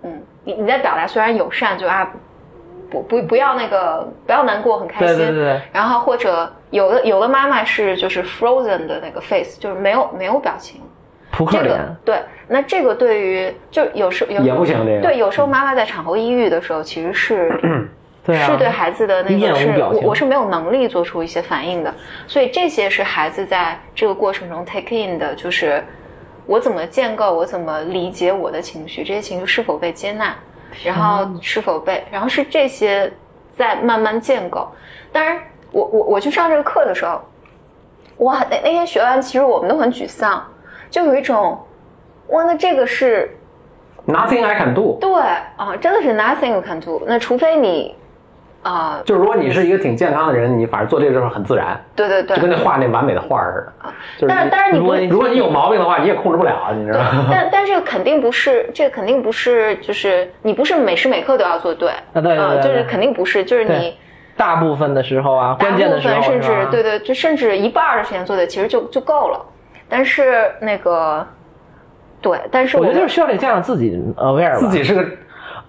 S2: 嗯，你你在表达虽然友善，就啊不不不要那个不要难过，很开
S3: 对
S2: 心，
S3: 对对对，
S2: 然后或者有的有的妈妈是就是 frozen 的那个 face，就是没有没有表情。
S3: 扑克
S2: 这个
S3: 脸，
S2: 对，那这个对于就有时候有时
S1: 也
S2: 候
S1: 不行这个
S2: 对，有时候妈妈在产后抑郁的时候，其实是
S3: 对啊，
S2: 是对孩子的那
S3: 厌
S2: 个
S3: 恶
S2: 是
S3: 表
S2: 我
S3: 情
S2: 我是没有能力做出一些反应的，所以这些是孩子在这个过程中 take in 的，就是我怎么建构，我怎么理解我的情绪，这些情绪是否被接纳，然后是否被，然后是这些在慢慢建构。当然，我我我去上这个课的时候，哇，那那天学完，其实我们都很沮丧，就有一种，哇，那这个是
S1: nothing I can do，
S2: 对啊，真的是 nothing you can do。那除非你啊、
S1: 就是如果你是一个挺健康的人，你反正做这个时候很自然，
S2: 对对
S1: 就跟
S2: 对。
S1: 那画那完美的画似的。就是
S2: 但但是你
S1: 如果
S2: 不
S1: 如果你有毛病的话，你也控制不了，啊你知道吗？
S2: <laughs> 但但这个肯定不是，这个肯定不是，就是你不是每时每刻都要做对，啊
S3: 对对对对
S2: 就是肯定不是，就是
S3: 对
S2: 你
S3: 大部分的时候啊，
S2: 大
S3: 关键的
S2: 部
S3: 时候
S2: 分甚至
S3: 是吧
S2: 对对，就甚至一半儿的时间做对，其实就就够了。但是那个，对，但是
S3: 我觉得就是
S2: 是
S3: 需要这个家长自己 aware 吧
S1: <laughs> 自己是个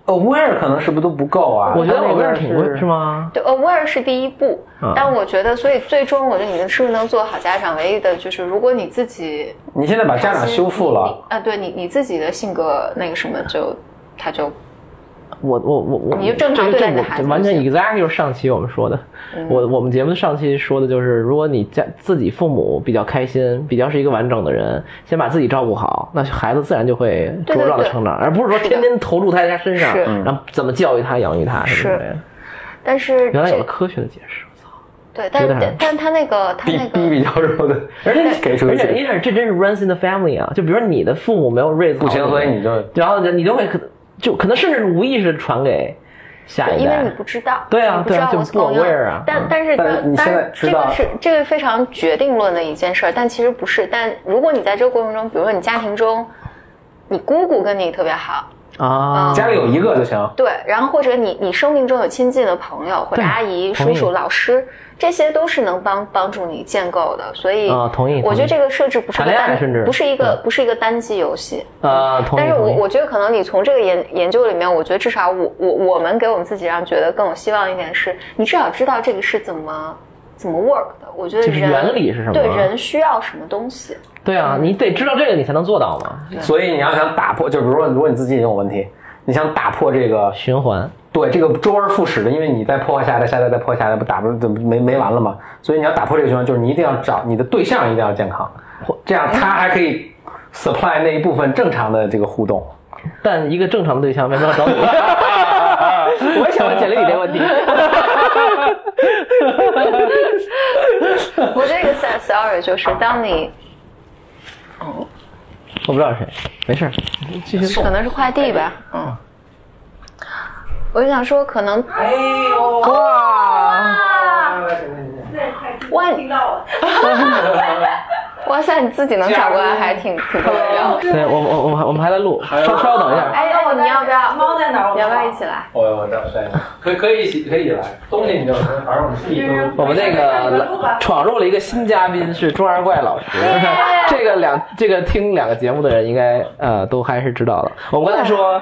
S1: aware，可能是不是都不够啊？
S3: 我觉得
S1: 他那个
S3: aware 挺贵
S1: 是
S3: 是？吗？
S2: 对 aware 是第一步，
S3: 嗯
S2: 但我觉得，所以最终我觉得你是不是能做好家长，唯一的就是如果你自己
S1: 你现在把家长修复了，
S2: 啊，对你你自己的性格那个什么就，他就
S3: 我我我我，
S2: 你就正常
S3: 这个
S2: 对待
S3: 这
S2: 你的
S3: 我
S2: 孩子
S3: 完全
S2: 就嗯
S3: exactly 就是上期我们说的，我我们节目上期说的就是，如果你家自己父母比较开心，比较是一个完整的人，先把自己照顾好，那孩子自然就会
S2: 对对
S3: 茁壮的
S2: 对
S3: 成长，而不是说
S2: 是的
S3: 天天投入在他身上
S2: 是，
S3: 然后怎么教育他、养育他什么之类的。
S2: 但是
S3: 原来有了
S2: 这
S3: 科学的解释，我操！
S2: 对，但
S3: 有点
S2: 但但他那个他
S1: 逼
S2: 那
S1: 逼
S2: 个
S1: 比较弱的，而且 <laughs> 给出
S3: 而
S1: 个
S3: 且
S1: 解
S3: 你想，这真是 runs in the family 啊！就比如说你的父母没有 raise
S1: 不行，
S3: 好
S1: 所以你就
S3: 然后你就会可就可能甚至无意识地传给下
S2: 对，
S3: 一
S2: 因为
S3: 代
S2: 你。不知道，
S3: 对啊
S2: 你不
S3: 对
S2: 知
S3: 啊
S2: 道
S3: 就
S2: what's
S3: 不
S2: going on
S3: aware 啊嗯
S2: 但但是
S1: 但
S2: 当
S1: 你现
S2: 当
S1: 在
S2: 然
S1: 知
S2: 这
S1: 道
S2: 个是这个非常决定论的一件事儿，但其实不是。但如果你在这个过程中，比如说你家庭中，你姑姑跟你特别好，
S3: 啊
S2: 嗯，
S1: 家里有一个就行。
S2: 对，然后或者你你生命中有亲近的朋友或者
S3: 对
S2: 阿姨、
S3: 同意
S2: 叔叔、老师，这些都是能帮帮助你建构的。所以
S3: 啊同意
S2: 我觉得
S3: 同意
S2: 这个设置不是
S3: 谈
S2: 个
S3: 恋爱
S2: 单
S3: 甚至
S2: 不是一个不是一个单机游戏，
S3: 啊，同意。
S2: 但是我
S3: 同意
S2: 我觉得可能你从这个研研究里面，我觉得至少我我我们给我们自己让觉得更有希望一点是，你至少知道这个是怎么怎么 work 的。我觉得
S3: 就是
S2: 人
S3: 原理是什么
S2: 对人需要什么东西，
S3: 对啊，你得知道这个你才能做到嘛，
S1: 所以你要想打破，就比如说，如果你自己也有问题，你想打破这个，
S3: 循环。
S1: 对这个周而复始的，因为你再破坏下一代，下一代再破坏下一代，不打不怎么没没完了嘛。所以你要打破这个循环，就是你一定要找你的对象一定要健康，这样他还可以 supply 那一部分正常的这个互动。
S3: 但一个正常的对象为什么要找你？ <laughs> 我也想问简历里这个问题。 <laughs>
S2: 我这个 sad story 就是当你
S3: 我不知道是谁，没事儿，继续送
S2: 可。能是快递吧，
S3: 哎
S2: 嗯，
S3: 嗯
S2: 我就想说可能
S5: 哎呦，
S3: 哇，
S2: 哇
S6: 听到了，
S2: 哇塞，你自己能找过来还挺挺不容易的。
S3: 对我我我们还我们还在录，
S1: 有
S3: 稍稍等一下。
S2: 哎，要不你要不要
S6: 猫在哪儿？我
S2: 你
S6: 们
S2: 要不要一起来？
S1: 哦我我这这可以可以一起可以来，东西你就反正我们自己
S3: 我们那
S6: 你们录
S3: 个
S6: 吧
S3: 闯入了一个新嘉宾是中二怪老师， <laughs> 这个两这个听两个节目的人应该呃都还是知道的。我们刚才说，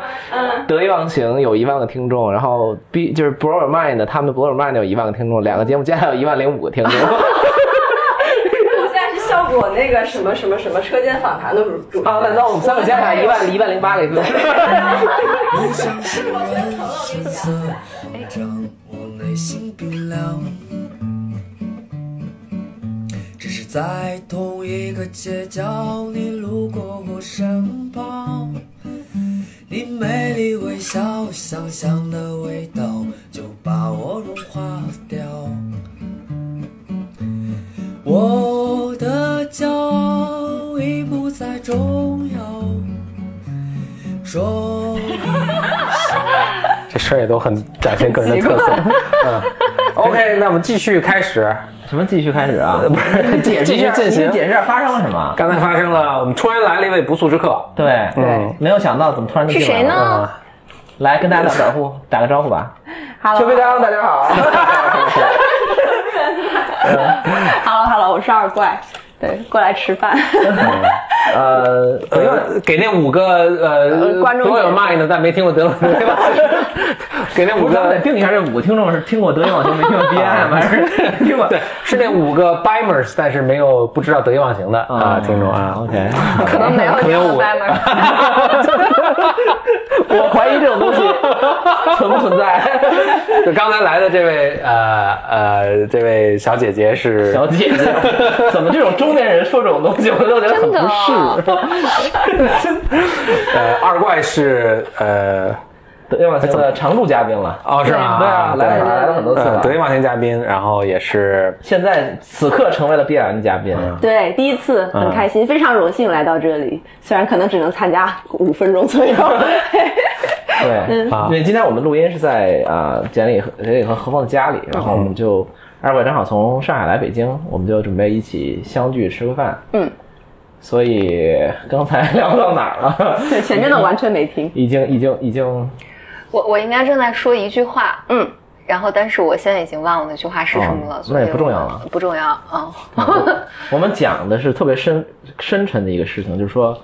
S3: 得意忘形有一万个听众，然后 B 就是 b r o r Mind 他们 b r o r Mind 有一万个听众，两个节目加起来有一万零五个听众。
S6: <laughs> 我现在是效果那个什么什么什么车间访谈的主主持人
S3: 啊，那那我们三个加起来一万一万零八个听众。
S4: 路上行人神色慌张，我内心冰凉。只是在同一个街角，你路过我身旁，你美丽微笑，香香的味道就把我融化掉。我的骄傲已不再重要，说
S1: 这事儿也都很展现个人的特色。嗯，OK，那我们继续开始，
S3: 什么继续开始啊？
S1: 不
S3: <laughs>
S1: 是解释
S3: 继
S1: 一
S3: 续
S1: 下
S3: 进
S1: 进行
S3: 行，。嗯释一下发生了什么？
S1: 刚才发生了，我们突然来了一位不速之客，
S3: 对
S1: 嗯，
S3: 没有想到怎么突然就是进来
S2: 谁
S3: 了？嗯
S2: 呢？
S3: 来跟大家打个招呼，打个招呼吧。
S1: 邱飞章，大家好。
S6: Hello Hello，我是二怪，对，过来吃饭。 <laughs>
S3: 呃，
S1: 呃，给那五个呃
S6: 观众
S1: 都有 mind 但没听过德文，对吧？给那五
S3: <laughs> 我们得
S1: 个
S3: 定一下，这五个听众是听过德云网球没听过 B M 还是听过？
S1: <laughs> 对，是那五个 bimers，但是没有不知道得意忘形的啊，听众啊。
S3: ，OK，
S2: <laughs> 可能没有
S1: 可能有
S2: 你啊要
S1: 我
S2: 掰吗？
S3: 我怀疑这种东西存不存在？
S1: 就刚才来的这位呃呃这位小姐姐是
S3: 小姐 <laughs> 姐，怎么这种中年人说这种东西，我都觉得很
S2: 真的
S3: 不
S2: 哦
S3: <laughs> 适。
S1: 呃二怪是呃
S3: 德云网球的常驻嘉宾了，
S1: 哦是吗？
S3: 哎对啊，来了
S1: 对
S3: 来了很多次
S1: 呃
S3: 了
S1: 得。意忘形嘉宾，然后也是
S3: 现在此刻成为了 B M 嘉宾，
S7: 对，第一次
S3: 嗯
S7: 很开心，非常荣幸来到这里，虽然可能只能参加五分钟左右。
S3: 对，
S1: 啊
S3: 因为今天我们录音是在啊简里和简里和何峰的家里，然后我们就二位正好从上海来北京，我们就准备一起相聚吃个饭。
S6: 嗯，
S3: 所以刚才聊到哪儿了？
S6: <laughs>
S3: <laughs>
S6: 对，前面的完全没听。
S3: 已经已经已经
S2: 我我应该正在说一句话，
S6: 嗯，
S2: 然后但是我现在已经忘了那句话是什么了，
S3: 哦
S2: 所以
S3: 那也不重要了
S2: 我，不重要啊。
S3: <laughs> 我们讲的是特别深深沉的一个事情，就是说，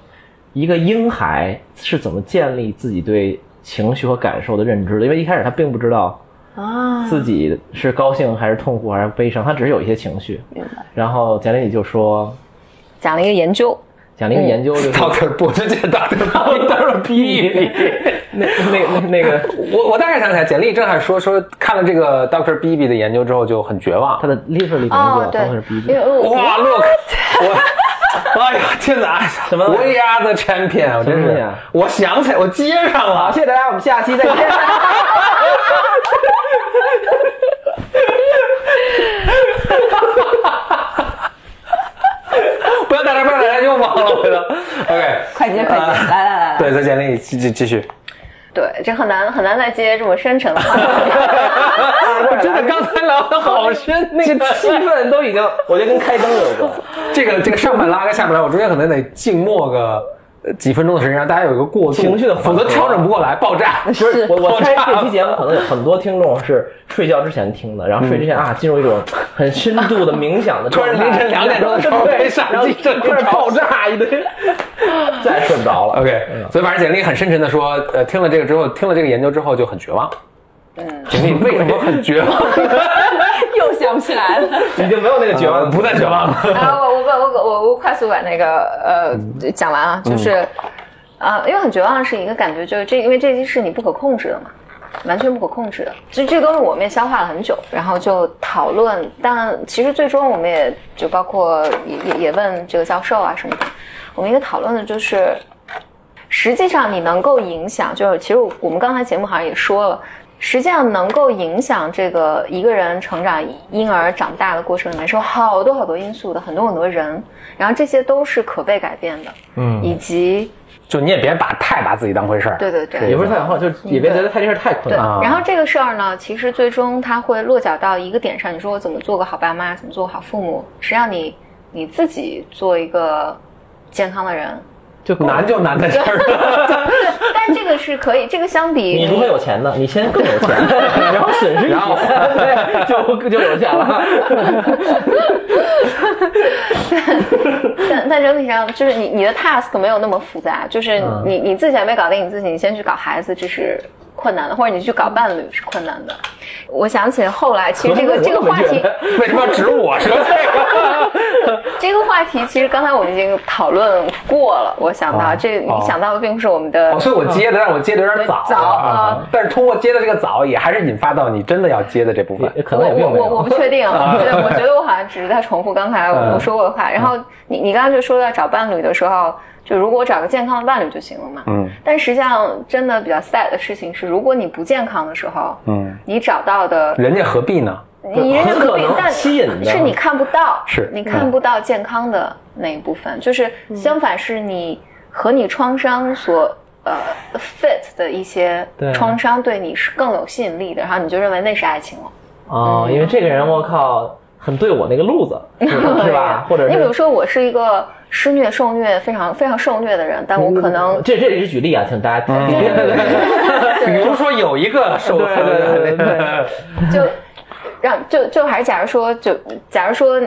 S3: 一个婴孩是怎么建立自己对情绪和感受的认知的。因为一开始他并不知道
S6: 啊，
S3: 自己是高兴还是痛苦还是悲伤，他只是有一些情绪。
S6: 明白。
S3: 然后简历里就说，
S2: 讲了一个研究，
S3: 讲了一个研究，就是
S1: 到这儿不，这这到这到这儿屁里。
S3: 那那那
S2: <laughs>
S3: 那个
S1: 我我大概想起来，简历正还说说看了这个 Doctor Bibi 的研究之后就很绝望
S3: 他。的 literally
S2: 哦
S3: 名字
S2: 对
S3: 啊都是逼，
S2: 因为我
S1: 哇，Look，我，哎呀，天哪，
S3: 什么
S1: ？We are the champion，我真
S3: 什么东西
S1: 是
S3: 啊，
S1: 我想起来，我接上
S3: 好，
S1: 了。
S3: 谢谢大家，我们下期
S1: <laughs>
S3: 再见。
S1: 不要打岔，不要打岔，又忘了我 <laughs> 了。OK，
S6: 快接快接，
S1: 啊
S6: 来来来来，
S1: 对，再简历继继继续。
S2: 对这很难很难再接这么深沉的
S3: <laughs>
S2: 话题。
S1: 我真的刚才聊的好深，那
S3: 这
S1: 个
S3: 个气氛都已经， <laughs> 我觉得跟开灯有关。
S1: 这个这个上半拉跟下半拉，我中间可能得静默个呃几分钟的时间，让大家有一个过渡
S3: 情绪的缓
S1: 否
S3: 和
S1: 则调整不过来，爆炸。
S3: 不
S1: <laughs>
S3: 是我，我猜
S1: 爆炸
S3: 这期节目可能有很多听众是睡觉之前听的，然后睡之前啊，进入一种很深度的冥想的
S1: 嗯 <laughs> 突
S3: 状
S1: 然
S3: 态，
S1: 凌晨2点钟的时
S3: <laughs>
S1: 候
S3: 对
S1: 被上
S3: 然后
S1: 机震
S3: 突然
S1: 着
S3: 爆
S1: <laughs>
S3: 炸一堆，再也睡不着了。
S1: OK，所以反正简历很深沉的说，呃，听了这个之后，听了这个研究之后就很绝望。嗯，简历为什么很绝望？
S6: 又想不起来了。
S3: <laughs>
S6: <laughs>
S3: 已经没有那个绝
S1: <laughs>
S3: 望，
S1: 不再绝望了。
S2: <laughs> 啊，我我把我我我快速把那个呃讲完啊，就是，呃，因为很绝望是一个感觉，就是这因为这些是你不可控制的嘛，完全不可控制的，就这东西我们也消化了很久，然后就讨论，但其实最终我们也就包括也也也问这个教授啊什么的，我们一个讨论的就是，实际上你能够影响，就是其实我们刚才节目好像也说了。实际上能够影响这个一个人成长、婴儿长大的过程里面，是有好多好多因素的，很多很多人，然后这些都是可被改变的，嗯，以及
S1: 就你也别把太把自己当回事儿。
S2: 对对对，
S3: 也不是太好，就是也别觉得他这事儿太困
S2: 对，
S3: 难。
S1: 啊
S2: 然后这个事儿呢，其实最终它会落脚到一个点上。你说我怎么做个好爸妈，怎么做个好父母？实际上你你自己做一个健康的人，
S1: 就难就难在这儿了。
S2: 但这个是可以，这个相比
S3: 啊你如何有钱呢？你先更
S1: <laughs>
S3: 有钱，然后损失一些，对就就有钱
S1: <laughs>
S3: 了。
S2: 但但整体上就是你你的 task 没有那么复杂，就是
S3: 嗯
S2: 你你自己还没搞定你自己，你先去搞孩子，这是困难的，或者你去搞伴侣是困难的。我想起后来，其实这个
S3: 我
S2: 这个
S3: 怎么
S2: 话
S3: 觉
S2: 题，
S3: 得
S1: <laughs> 为什么要指我说这个？
S2: 这个话题其实刚才我们已经讨论过了。我想到
S1: 哦
S2: 这，你
S1: 哦
S2: 想到的并不是我们的
S1: <laughs> 哦，所以我接的，但是我接的有点早
S2: 早啊
S1: 啊。但是通过接的这个早，也还是引发到你真的要接的这部分。
S3: 也可
S2: 我
S3: 能也并没
S2: 我我我
S3: 有
S2: 不。确
S3: <laughs>
S2: 定，我觉得我觉得我好像只是在重复刚才我
S1: 嗯
S2: 我说过的话。然后你你刚刚就说到找伴侣的时候，就如果我找个健康的伴侣就行了嘛。
S1: 嗯
S2: 但实际上真的比较 sad 的事情是，如果你不健康的时候，
S1: 嗯，
S2: 你找到的
S1: 人家何必呢？
S2: 你人家
S3: 很可
S2: 何必
S3: 能，
S2: 但
S3: 吸引的
S2: 是你看不到，
S1: 是
S2: 你看不到健康的那一部分，就是相反是你和你创伤所。呃，fit 的一些
S3: 对
S2: 创伤对你是更有吸引力的，然后你就认为那是爱情了。
S3: 哦，因为这个人我靠，很对我那个
S2: <laughs>
S3: 路子，是吧是吧？或者
S2: 你比如
S3: 是
S2: 说，我是一个施虐、受虐非常非常受虐的人，但我可能
S3: 这这也是举例啊，请大家
S1: 嗯
S3: 听。对对
S1: 比如说有一个受
S3: 对对对嗯
S2: 就让就就还是假如说就假如说。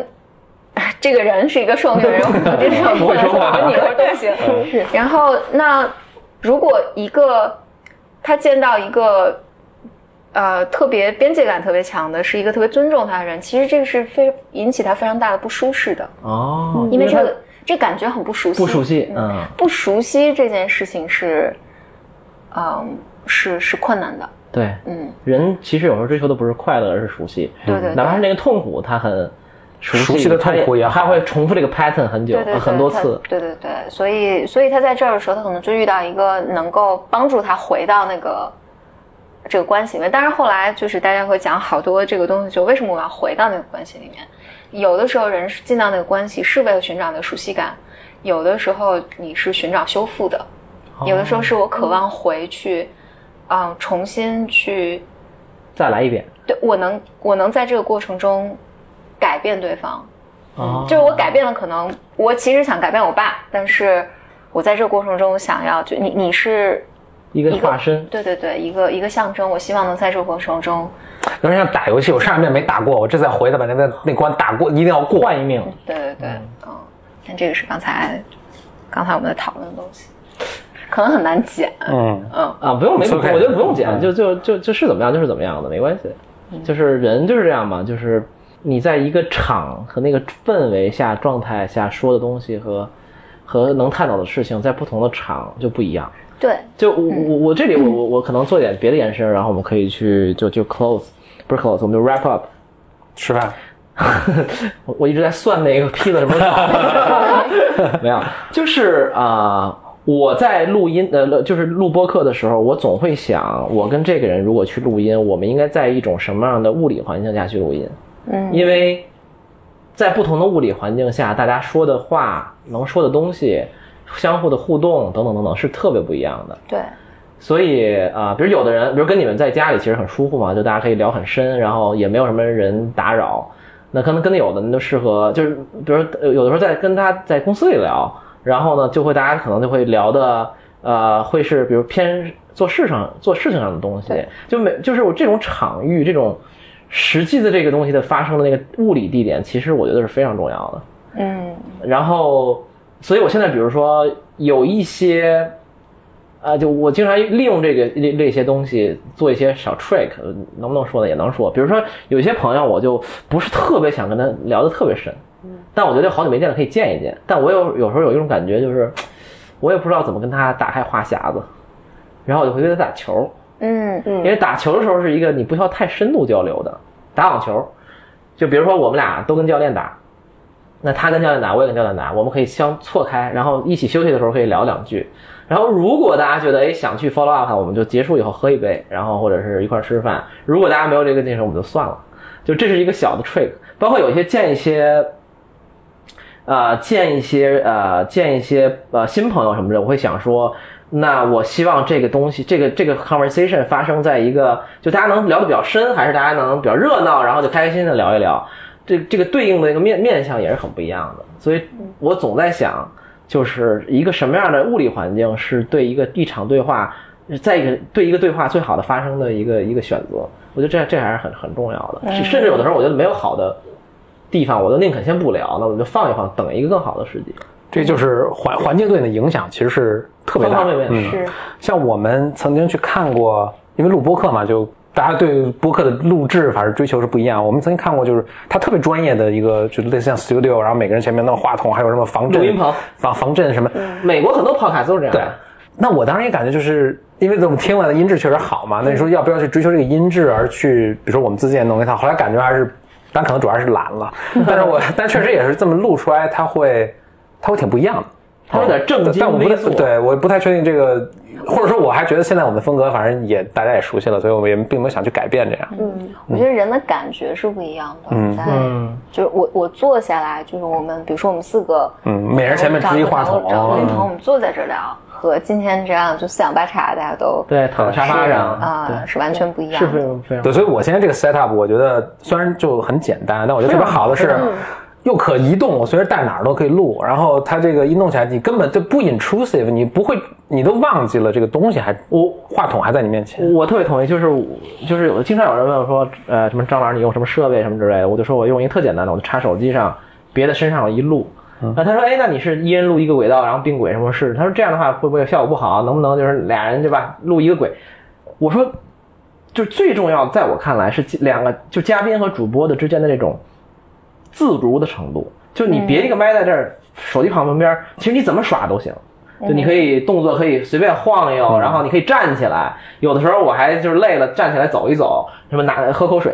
S2: 哎这个人是一个受虐人，我这受
S1: 不会
S2: 虐人，
S1: 说话
S2: 我你儿都行。
S3: 嗯
S2: 是然后那如果一个他见到一个呃特别边界感特别强的，是一个特别尊重他的人，其实这个是非引起他非常大的不舒适的，
S3: 哦，
S2: 因为这
S3: 他
S2: 个这感觉很不熟悉，
S3: 不熟悉，嗯，
S2: 不熟悉这件事情是，嗯，是是困难的，
S3: 对，
S2: 嗯，
S3: 人其实有时候追求的不是快乐，而是熟悉。
S2: 对对对
S3: 哪怕是那个痛苦，他很熟
S1: 熟悉的痛苦也
S3: 他
S1: 好
S3: 他会重复这个 pattern 很久
S2: 对对对，
S3: 很多
S2: 他
S3: 次。
S2: 对对对，所以所以他在这儿的时候，他可能就遇到一个能够帮助他回到那个这个关系里面。但是后来就是大家会讲好多这个东西，就为什么我要回到那个关系里面？有的时候人是进到那个关系是为了寻找那个熟悉感，有的时候你是寻找修复的，有的时候是我渴望回去，嗯、重新去
S3: 再来一遍
S2: 对我能我能在这个过程中改变对方，
S3: 啊
S2: 就是我改变了，可能我其实想改变我爸，但是我在这个过程中想要就你你是
S3: 一个化身，
S2: 对对对，一个一个象征，我希望能在这个过程中，
S1: 有点像打游戏，我上一面没打过，我这再回来把那那那关打过，一定要过。
S3: 换一命。
S2: 对对对，嗯，但这个是刚才刚才我们在讨论的东西，可能很难剪，
S1: 嗯，
S2: 嗯，
S3: 啊，不用没，
S1: 错
S3: 我
S1: 开
S3: 觉得不用剪，
S1: 嗯
S3: 就就就就是怎么样就是怎么样的，没关系。
S2: 嗯
S3: 就是人就是这样嘛，就是你在一个场和那个氛围下、状态下说的东西和和能探讨的事情，在不同的场就不一样。
S2: 对，
S3: 就我我我这里我我我可能做点别的延伸，然后我们可以去就就 close 不是 close，我们就 wrap up。
S1: 吃饭。
S3: 我我一直在算那个 <laughs> 披子什么时候到没有，就是啊、我在录音呃，录就是录播课的时候，我总会想，我跟这个人如果去录音，我们应该在一种什么样的物理环境下去录音？
S2: 嗯
S3: 因为在不同的物理环境下，大家说的话、能说的东西、相互的互动等等等等是特别不一样的。
S2: 对，
S3: 所以啊、比如有的人，比如跟你们在家里其实很舒服嘛，就大家可以聊很深，然后也没有什么人打扰。那可能跟有的人就适合，就是比如呃有的时候在跟他在公司里聊，然后呢就会大家可能就会聊的呃会是比如偏做事上做事情上的东西
S2: 对，
S3: 就每就是我这种场域这种实际的这个东西的发生的那个物理地点，其实我觉得是非常重要的。
S2: 嗯
S3: 然后，所以我现在比如说有一些，呃，就我经常利用这个这这些东西做一些小 trick，呃能不能说呢？也能说。比如说有些朋友，我就不是特别想跟他聊得特别深，但我觉得好久没见了，可以见一见。但我有有时候有一种感觉，就是我也不知道怎么跟他打开话匣子，然后我就会跟他打球，
S2: 嗯嗯
S3: 因为打球的时候是一个你不需要太深度交流的。打网球，就比如说我们俩都跟教练打，那他跟教练打，我也跟教练打，我们可以相错开，然后一起休息的时候可以聊两句。然后如果大家觉得哎想去 follow up，的话我们就结束以后喝一杯，然后或者是一块儿吃饭。如果大家没有这个精神，我们就算了。就这是一个小的 trick，包括有一些见一些。呃，见一些呃，见一些呃新朋友什么的，我会想说，那我希望这个东西，这个这个 conversation 发生在一个就大家能聊得比较深，还是大家能比较热闹，然后就开开心心的聊一聊，这这个对应的一个面面相也是很不一样的。所以我总在想，就是一个什么样的物理环境是对一个一场对话，在一个对一个对话最好的发生的一个一个选择。我觉得这这还是很很重要的，甚至有的时候我觉得没有好的地方，我都宁肯先不聊，那我就放一放，等一个更好的时机。
S1: 这就是环环境对你的影响，其实是特别大。
S3: 方方面
S1: 嗯、
S3: 面
S2: 是，
S1: 像我们曾经去看过，因为录播客嘛，就大家对播客的录制反正追求是不一样。我们曾经看过，就是他特别专业的一个，就类似像 studio，然后每个人前面弄话筒，还有什么防震
S3: 录音棚
S1: 防防震什么。
S3: 美国很多 podcast 都是这样
S1: 对
S3: 的。，
S1: 那我当时也感觉就是因为我们听了的音质确实好
S3: 嗯
S1: 嘛，那你说要不要去追求这个音质而去，比如说我们自己也弄一套，后来感觉还是，但可能主要是懒
S3: <laughs>
S1: 了，但是我但确实也是这么录出来，它会它会挺不一样的。
S3: 它有点正襟
S1: 但我不太
S3: 危坐
S1: 对，我不太确定这个，或者说我还觉得现在我们的风格，反正也大家也熟悉了，所以我们也并没有想去改变这样。
S2: 我觉得人的感觉是不一样的，
S1: 嗯
S2: 在就是我我坐下来，就是我们比如说我们四个，
S1: 嗯，每人前面支一话筒啊嗯
S2: 找个，找个话筒，我们坐在这聊，和今天这样就四仰八叉，大家都
S3: 对，躺在沙发上
S2: 啊、是完全不一
S3: 对，
S2: 样
S3: 嗯是
S2: 的。
S3: 非常非常
S1: 对，所以我现在这个 setup，我觉得虽然就很简单，但我觉得特别好的是，
S6: 嗯
S1: 又可移动，我随时带哪儿都可以录。然后它这个一弄起来，你根本就不 intrusive，你不会，你都忘记了这个东西还我话筒还在你面前。
S6: 嗯
S3: 我特别同意，就是我就是有经常有人问我说，呃，什么张老师你用什么设备什么之类的，我就说我用一个特简单的，我就插手机上，别的身上我一录。那他说，哎，那你是一人录一个轨道，然后并轨什么试试？他说这样的话会不会效果不好？啊能不能就是俩人对吧，录一个轨？我说，就是最重要的，在我看来是两个就嘉宾和主播的之间的这种自如的程度，就你别一个麦在这儿，手机旁边，其实你怎么耍都行。就你可以动作可以随便晃悠，然后你可以站起来。有的时候我还就是累了，站起来走一走，什么拿喝口水，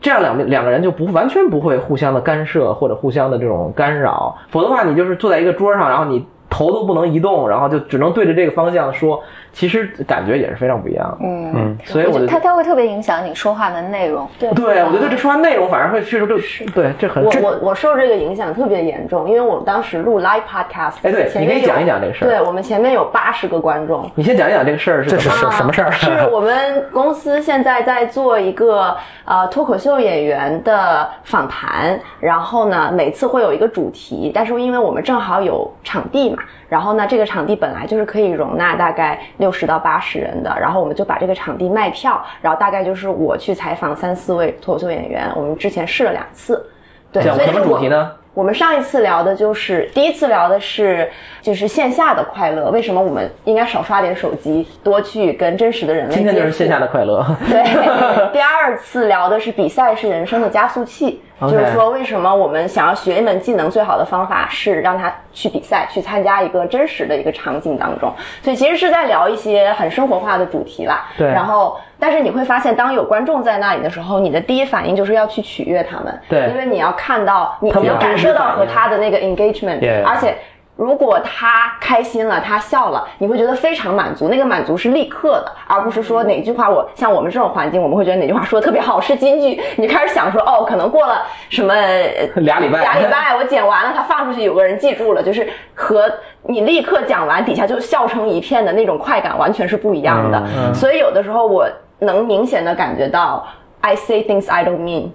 S3: 这样两两个人就不完全不会互相的干涉或者互相的这种干扰，否则的话你就是坐在一个桌上，然后你头都不能移动，然后就只能对着这个方向说，其实感觉也是非常不一样的。
S2: 嗯，
S3: 所以我
S2: 觉
S3: 就
S2: 得它它会特别影响你说话的内容。
S6: 对
S3: 对，我觉得这说话内容反而会确实就是对，这很
S6: 我
S3: 这
S6: 我我受这个影响特别严重，因为我们当时录 live podcast，
S3: 哎对
S6: 前
S3: 你可
S6: 面
S3: 以
S6: 有
S3: 讲一讲这个事儿
S6: 对我们前面有八十个观众，
S3: 你先讲一讲这个事儿是
S1: 这
S3: 怎
S1: 是
S3: 么
S1: 什什么事儿？
S6: 啊是我们公司现在在做一个呃脱口秀演员的访谈，然后呢每次会有一个主题，但是因为我们正好有场地嘛，然后呢这个场地本来就是可以容纳大概六十到八十人的，然后我们就把这个场地卖票，然后大概就是我去采访三四位脱口秀演员，我们之前试了两次，对，
S3: 讲
S6: 所以
S3: 什么
S6: 是
S3: 主
S6: 我
S3: 题呢？
S6: 我们上一次聊的就是第一次聊的是就是线下的快乐，为什么我们应该少刷点手机，多去跟真实的人类
S3: 今天就是
S6: 接触
S3: 线下的快
S6: <laughs>
S3: 乐，
S6: 对，第二次聊的是比赛是人生的加速器
S3: OK
S6: 就是说为什么我们想要学一门技能，最好的方法是让他去比赛，去参加一个真实的一个场景当中。所以其实是在聊一些很生活化的主题啦。
S3: 对
S6: 然后，但是你会发现，当有观众在那里的时候，你的第一反应就是要去取悦他们，
S3: 对
S6: 因为你要看到，你
S3: 他们
S6: 你要
S3: 有
S6: 感
S3: 真实
S6: 受到
S3: 反
S6: 和
S3: 应
S6: 他的那个 engagement，
S1: Yeah
S6: 而且。如果他开心了，他笑了，你会觉得非常满足，那个满足是立刻的，而不是说哪句话我像我们这种环境，我们会觉得哪句话说的特别好是金句，你开始想说哦，可能过了什么呃
S3: 俩礼拜
S6: 俩礼拜我剪完了，他放出去有个人记住了，就是和你立刻讲完底下就笑成一片的那种快感完全是不一样的，所以有的时候我能明显的感觉到 I say things I don't mean，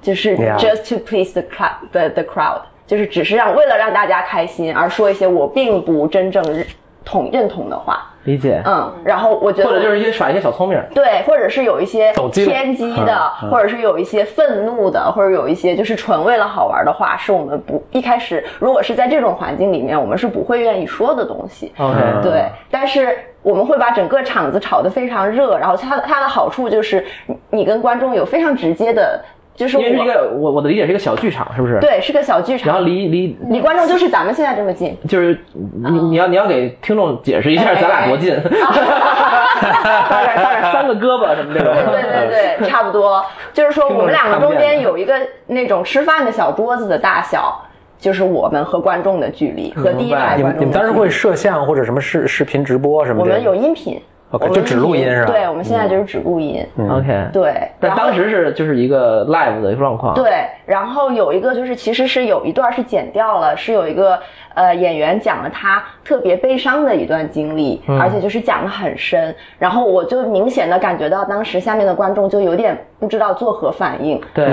S6: 就是
S1: Yeah
S6: just to please the crowd the the crowd，就是只是让为了让大家开心而说一些我并不真正认同认同的话，
S3: 理解，
S6: 嗯，然后我觉得
S3: 或者就是一些耍一些小聪明儿。
S6: 对，或者是有一些
S1: 抖机灵
S6: 偏激的
S1: 嗯，嗯
S6: 或者是有一些愤怒的，或者有一些就是纯为了好玩的话，是我们不一开始如果是在这种环境里面，我们是不会愿意说的东西。
S1: 嗯
S3: OK，
S6: 对，但是我们会把整个场子炒得非常热，然后它它的好处就是你你跟观众有非常直接的，就是
S3: 因为是一
S6: 我
S3: 个我我的理解是一个小剧场，是不是？。
S6: 对嗯是个小剧场，
S3: 然后离离
S6: 离观众就是咱们现在这么近，
S3: 就是你你要你要给听众解释一下
S6: 哎
S3: 咱俩多近， <laughs>
S6: <laughs>
S3: 大概大概三个胳膊什么这种。
S1: 嗯
S6: 对对对对，差不多。就是说我们两个中间有一个那种吃饭的小桌子的大小，就是我们和观众的距离，和第一排
S1: 嗯你们
S6: 观众的距离。
S1: 你们当时会摄像或者什么视视频直播啊什么
S6: 我
S1: 之类
S6: 们
S1: 的？
S6: 有音频
S1: OK，
S6: 我们
S1: 就只录音是吧嗯
S6: 对，我们现在就是只录音。
S3: 嗯 OK，
S6: 对，
S3: 但
S6: 然后
S3: 当时是就是一个 live 的状况。
S6: 对，然后有一个就是，其实是有一段是剪掉了，是有一个呃演员讲了他特别悲伤的一段经历，
S3: 嗯
S6: 而且就是讲的很深。然后我就明显的感觉到，当时下面的观众就有点不知道作何反应。
S3: 对，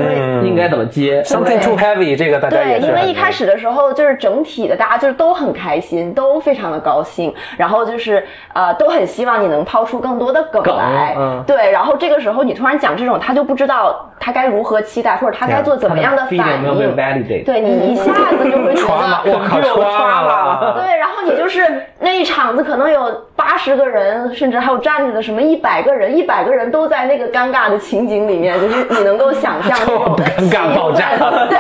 S3: 应该怎么接？
S1: Something too heavy，这个大家
S6: 对，
S1: 也是
S6: 因为
S1: 很
S6: 一开始的时候就是整体的大家就是都很开心，都非常的高兴，然后就是呃都很希望你能抛出更多的梗
S3: 梗
S6: 来，
S3: 嗯
S6: 对，然后这个时候你突然讲这种，他就不知道他该如何期待，或者他该做怎么样的
S3: 啊他 feeling
S6: 反
S3: 没有被
S6: 应。
S3: validate？
S6: 对你一下子就
S1: <laughs>
S6: 会觉
S1: 穿了，
S6: 得。
S1: 我靠，穿了，
S6: 对，然后你就是那一场子可能有八十个人，甚至还有站着的什么一百个人，一百个人都在那个尴尬的情景里面，就是你能够想象
S1: <laughs>
S6: 那种
S1: 这么尴尬爆炸
S6: 气氛 <laughs> 对，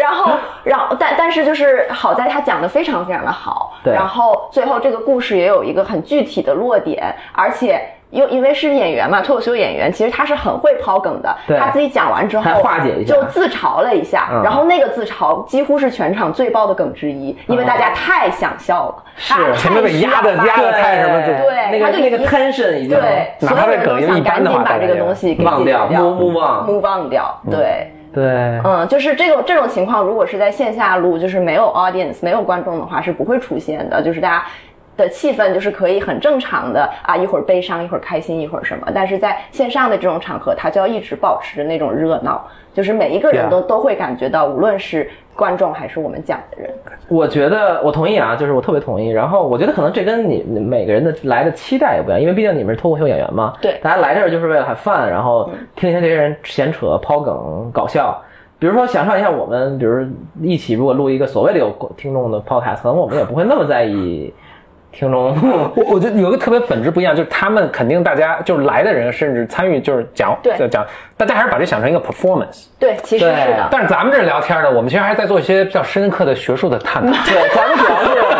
S6: 然后，然后，但但是就是好在他讲的非常非常的好，
S3: 对
S6: 然后最后这个故事也有一个很具体的落点，而且。又因为是演员嘛，脱口秀演员，其实他是很会抛梗的。
S3: 对
S6: 他自己讲完之后，
S3: 还化解一下
S6: 就自嘲了一下。
S3: 嗯
S6: 然后那个自嘲几乎是全场最爆的梗之一，因为大家太想笑了，
S3: 是
S6: 大家
S1: 嗯前面被压的
S6: 太需要
S1: 压
S6: 发
S1: 的太什么，
S6: 对
S3: 那个
S6: 他就
S3: 那个
S6: 已经
S3: tension 已经
S6: 对，
S1: 哪怕
S6: 所有
S1: 这
S6: 人
S1: 梗
S6: 都
S1: 因为一
S6: 想
S1: 般
S6: 赶
S1: 的
S6: 紧
S1: 话
S6: 把这
S1: 大家
S6: 个
S1: 也
S6: 东西给
S3: 忘
S6: 解决
S3: 掉
S6: 掉嗯
S3: move on
S6: move on 掉，
S1: 嗯
S6: 对。
S3: 对
S6: 嗯，就是这个这种情况，如果是在线下录，就是没有 audience、没有观众的话，是不会出现的。就是大家的气氛就是可以很正常的啊，一会儿悲伤，一会儿开心，一会儿什么。但是在线上的这种场合，它就要一直保持着那种热闹，就是每一个人
S1: Yeah
S3: 啊
S6: 都都会感觉到，无论是观众还是我们讲的人，
S3: 我觉得我同意啊，就是我特别同意。然后我觉得可能这跟你你每个人的来的期待也不一样，因为毕竟你们是脱口秀演员嘛，
S6: 对
S3: 大家来这儿就是为了 have fun，然后听一听这些人闲扯、抛梗、搞笑。比如说，想象一下我们，比如一起如果录一个所谓的有听众的 podcast，可能我们也不会那么在意听众。 <laughs>
S1: 我我觉得有一个特别本质不一样，就是他们肯定大家就是来的人，甚至参与就是讲
S6: 对
S1: 就讲，大家还是把这想成一个 performance。
S6: 对，其实是的。
S1: 但是咱们这聊天呢，我们其实还是在做一些比较深刻的学术的探讨。
S3: 对，咱们主要是，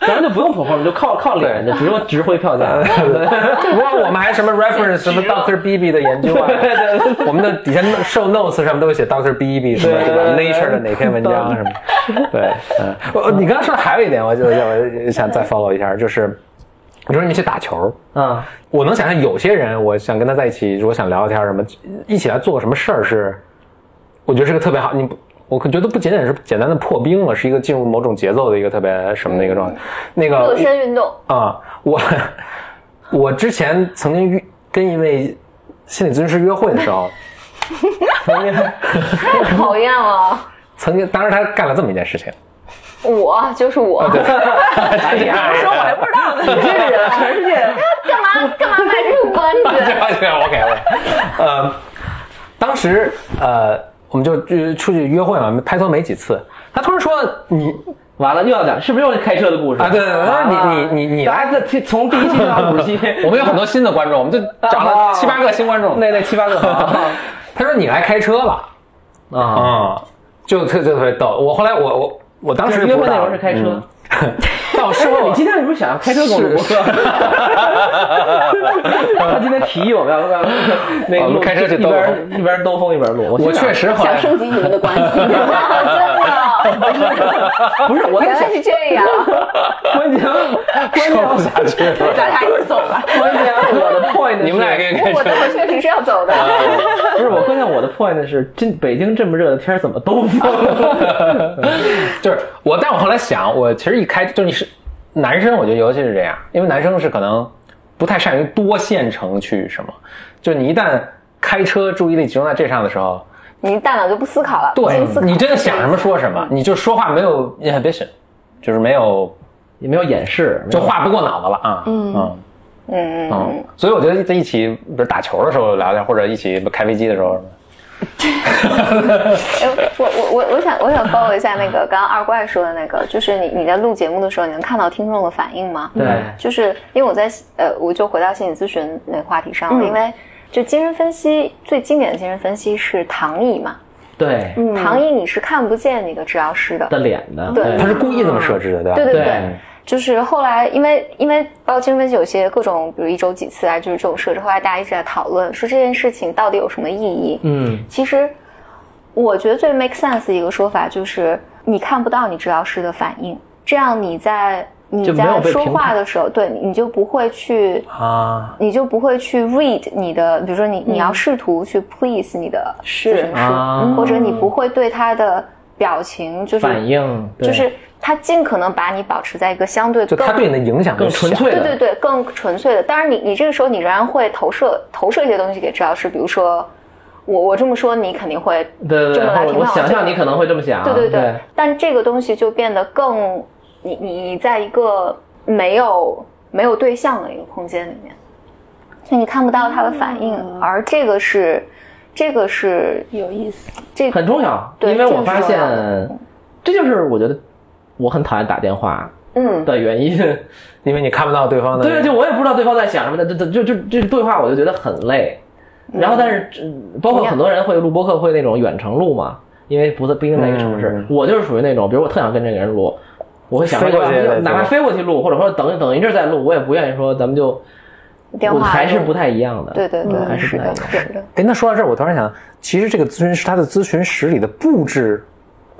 S3: 咱们就就不用 perform，就靠靠脸，就直接指挥票
S6: <laughs>
S3: 价。
S1: 哇，我们还什么 reference 什么 Doctor Beebe 的研究啊，我们的底下 show notes 上面都会写 Doctor Beebe 什么
S3: 对
S1: 什么
S3: 对
S1: Nature 的哪篇文章什么，对，嗯，我你刚刚说的还有一点，我就我想再 follow 一下，就是你说你们去打球，
S3: 嗯，
S1: 我能想象有些人，我想跟他在一起，如果想聊聊天什么，一起来做个什么事儿是，我觉得是个特别好，你不我可觉得不仅仅是简单的破冰了，是一个进入某种节奏的一个特别什么的一个状态。嗯那个
S2: 热身运动，
S1: 啊、我我之前曾经约跟一位心理咨询师约会的时候，曾经
S2: 太讨厌了。
S1: 曾经，当时他干了这么一件事情， <laughs>
S2: 我就是我，
S1: 哦这样
S6: <laughs> 说我还不知道呢，你这个人全世界
S2: <laughs> 干嘛干嘛卖这个关
S1: 对
S2: 子？ <laughs>
S1: 对，OK OK，呃，当时呃，我们就呃出去约会嘛，拍拖没几次，他突然说你
S3: 完了又要讲，是不是又是开车的故事
S1: 啊，对对对，
S3: 完了
S1: 你你你你
S3: 大
S1: 来，
S3: 家哎这从第一期到五十期
S1: <laughs> ，我们有很多新的观众，我们就找了
S3: 啊
S1: 七八个新观众，
S3: 那那七八个啊
S1: 他说你来开车吧，<laughs>
S3: 啊，
S1: 啊，就特特特别逗。我后来我我我当时
S3: 就是约会
S1: 不知
S3: 那
S1: 道
S3: 时候是开车。
S1: 嗯但我事
S3: 哎
S1: 后
S3: <laughs> 你今天为什么想要开车跟我录播客？ <laughs> 他今天提议我们要不要那个
S1: 我们
S3: 录
S1: 哦开车去
S3: 一
S1: 兜
S3: 边一边兜风一边录。
S1: 我
S3: 心想
S1: 确实后
S6: 想
S1: 来
S6: 升级你们的关系，
S3: <laughs>
S6: 真的。
S3: 不是我在
S2: 原
S3: 想
S2: 来，是这
S1: <laughs>
S2: 样，
S3: 关键
S1: 说不
S3: 关键
S1: 下去了。
S3: <laughs>
S6: 咱俩一会儿走吧。
S3: 关键啊我
S1: <laughs>
S3: 的 point 是
S1: 你们俩可以开
S2: 我
S1: 车
S2: 的，我确实是要
S1: 啊
S2: 走的。
S3: 不是我关键我的 point 是，这北京这么热的天儿怎么兜
S1: <laughs>
S3: 风？
S1: 就是我，但我后来想，我其实一开就你是男生，我觉得尤其是这样，因为男生是可能不太善于多线程去什么，就你一旦开车注意力集中在这上的时候，
S2: 你大脑就不思考了，不
S1: 对
S2: 经思考
S1: 你真的想什么说什么，你就说话没有 inhibition，就是没有
S3: 也没有掩饰，
S1: 就话不过脑子了啊，嗯嗯。
S2: 嗯，
S1: 嗯，所以我觉得在一起，比如打球的时候聊聊，或者一起开飞机的时候，
S2: 哎，我我我我想我想 follow 一下那个刚刚二怪说的那个，就是你你在录节目的时候，你能看到听众的反应吗？
S3: 对
S2: 就是因为我在呃，我就回到心理咨询那个话题上了，因为就精神分析最经典的精神分析是躺椅嘛，
S3: 对
S2: 躺椅你是看不见那个治疗师的，
S3: 的脸的，
S2: 对
S6: 嗯
S1: 他是故意这么设置的，对吧？
S2: 对对对。
S3: 对
S2: 就是后来，因为因为呃包括精神分析有些各种，比如一周几次啊，就是这种设置。后来大家一直在讨论，说这件事情到底有什么意义？
S3: 嗯，
S2: 其实我觉得最 make sense 的一个说法就是，你看不到你治疗师的反应，这样你在你
S3: 就没有
S2: 在
S3: 被
S2: 说
S3: 评
S2: 话
S3: 判
S2: 的时候，对，你就不会去，
S1: 啊，
S2: 你就不会去 read 你的，比如说你你要试图去 please 你的咨询师，
S3: 嗯啊
S2: 或者你不会对他的表情就是
S3: 反应对
S2: 就是他尽可能把你保持在一个相对
S1: 就
S2: 更
S1: 他对你的影响
S3: 更
S1: 就小
S3: 纯粹
S2: 对对
S3: 的
S2: 对，更纯粹的。当然你，你这个时候你仍然会投射投射一些东西给治疗师，比如说我我这么说，你肯定会
S3: 对对
S2: 这
S3: 对，
S2: 么来
S3: 我
S2: 评
S3: 我
S2: 判
S3: 想
S2: 这个
S3: 象你可能会这么想，
S2: 对对对
S3: 啊对，
S2: 但这个东西就变得更你你在一个没有没有对象的一个空间里面，所以你看不到他的反应，而这个是这个是
S6: 有意思，
S2: 这
S3: 很重要，
S2: 对
S3: 因为我发
S2: 这个是重
S3: 现，这就是我觉得我很讨厌打电话
S2: 嗯
S3: 的原
S2: <laughs>
S3: 因。
S1: 因为你看不到对方的。
S3: 对，就我也不知道对方在想什么的，这这就就这对话我就觉得很累。然后，但是嗯包括很多人会录播客，会那种远程录嘛，因为不在不一定在一个城市
S1: 嗯。
S3: 我就是属于那种，比如我特想跟这个人录，我会想
S1: 飞过去
S3: 要不
S1: 对
S3: 哪怕
S1: 对
S3: 飞过去录，或者说等等一阵儿再录，我也不愿意说咱们就
S2: 电
S3: 我
S2: 话
S3: 还是不太一样的。
S2: 对对对，
S3: 嗯还是
S2: 是
S3: 不太一
S2: 的
S3: 样，。
S2: 是的。
S1: 哎，那说到这儿，我突然想，其实这个咨询师他的咨询室里的布置，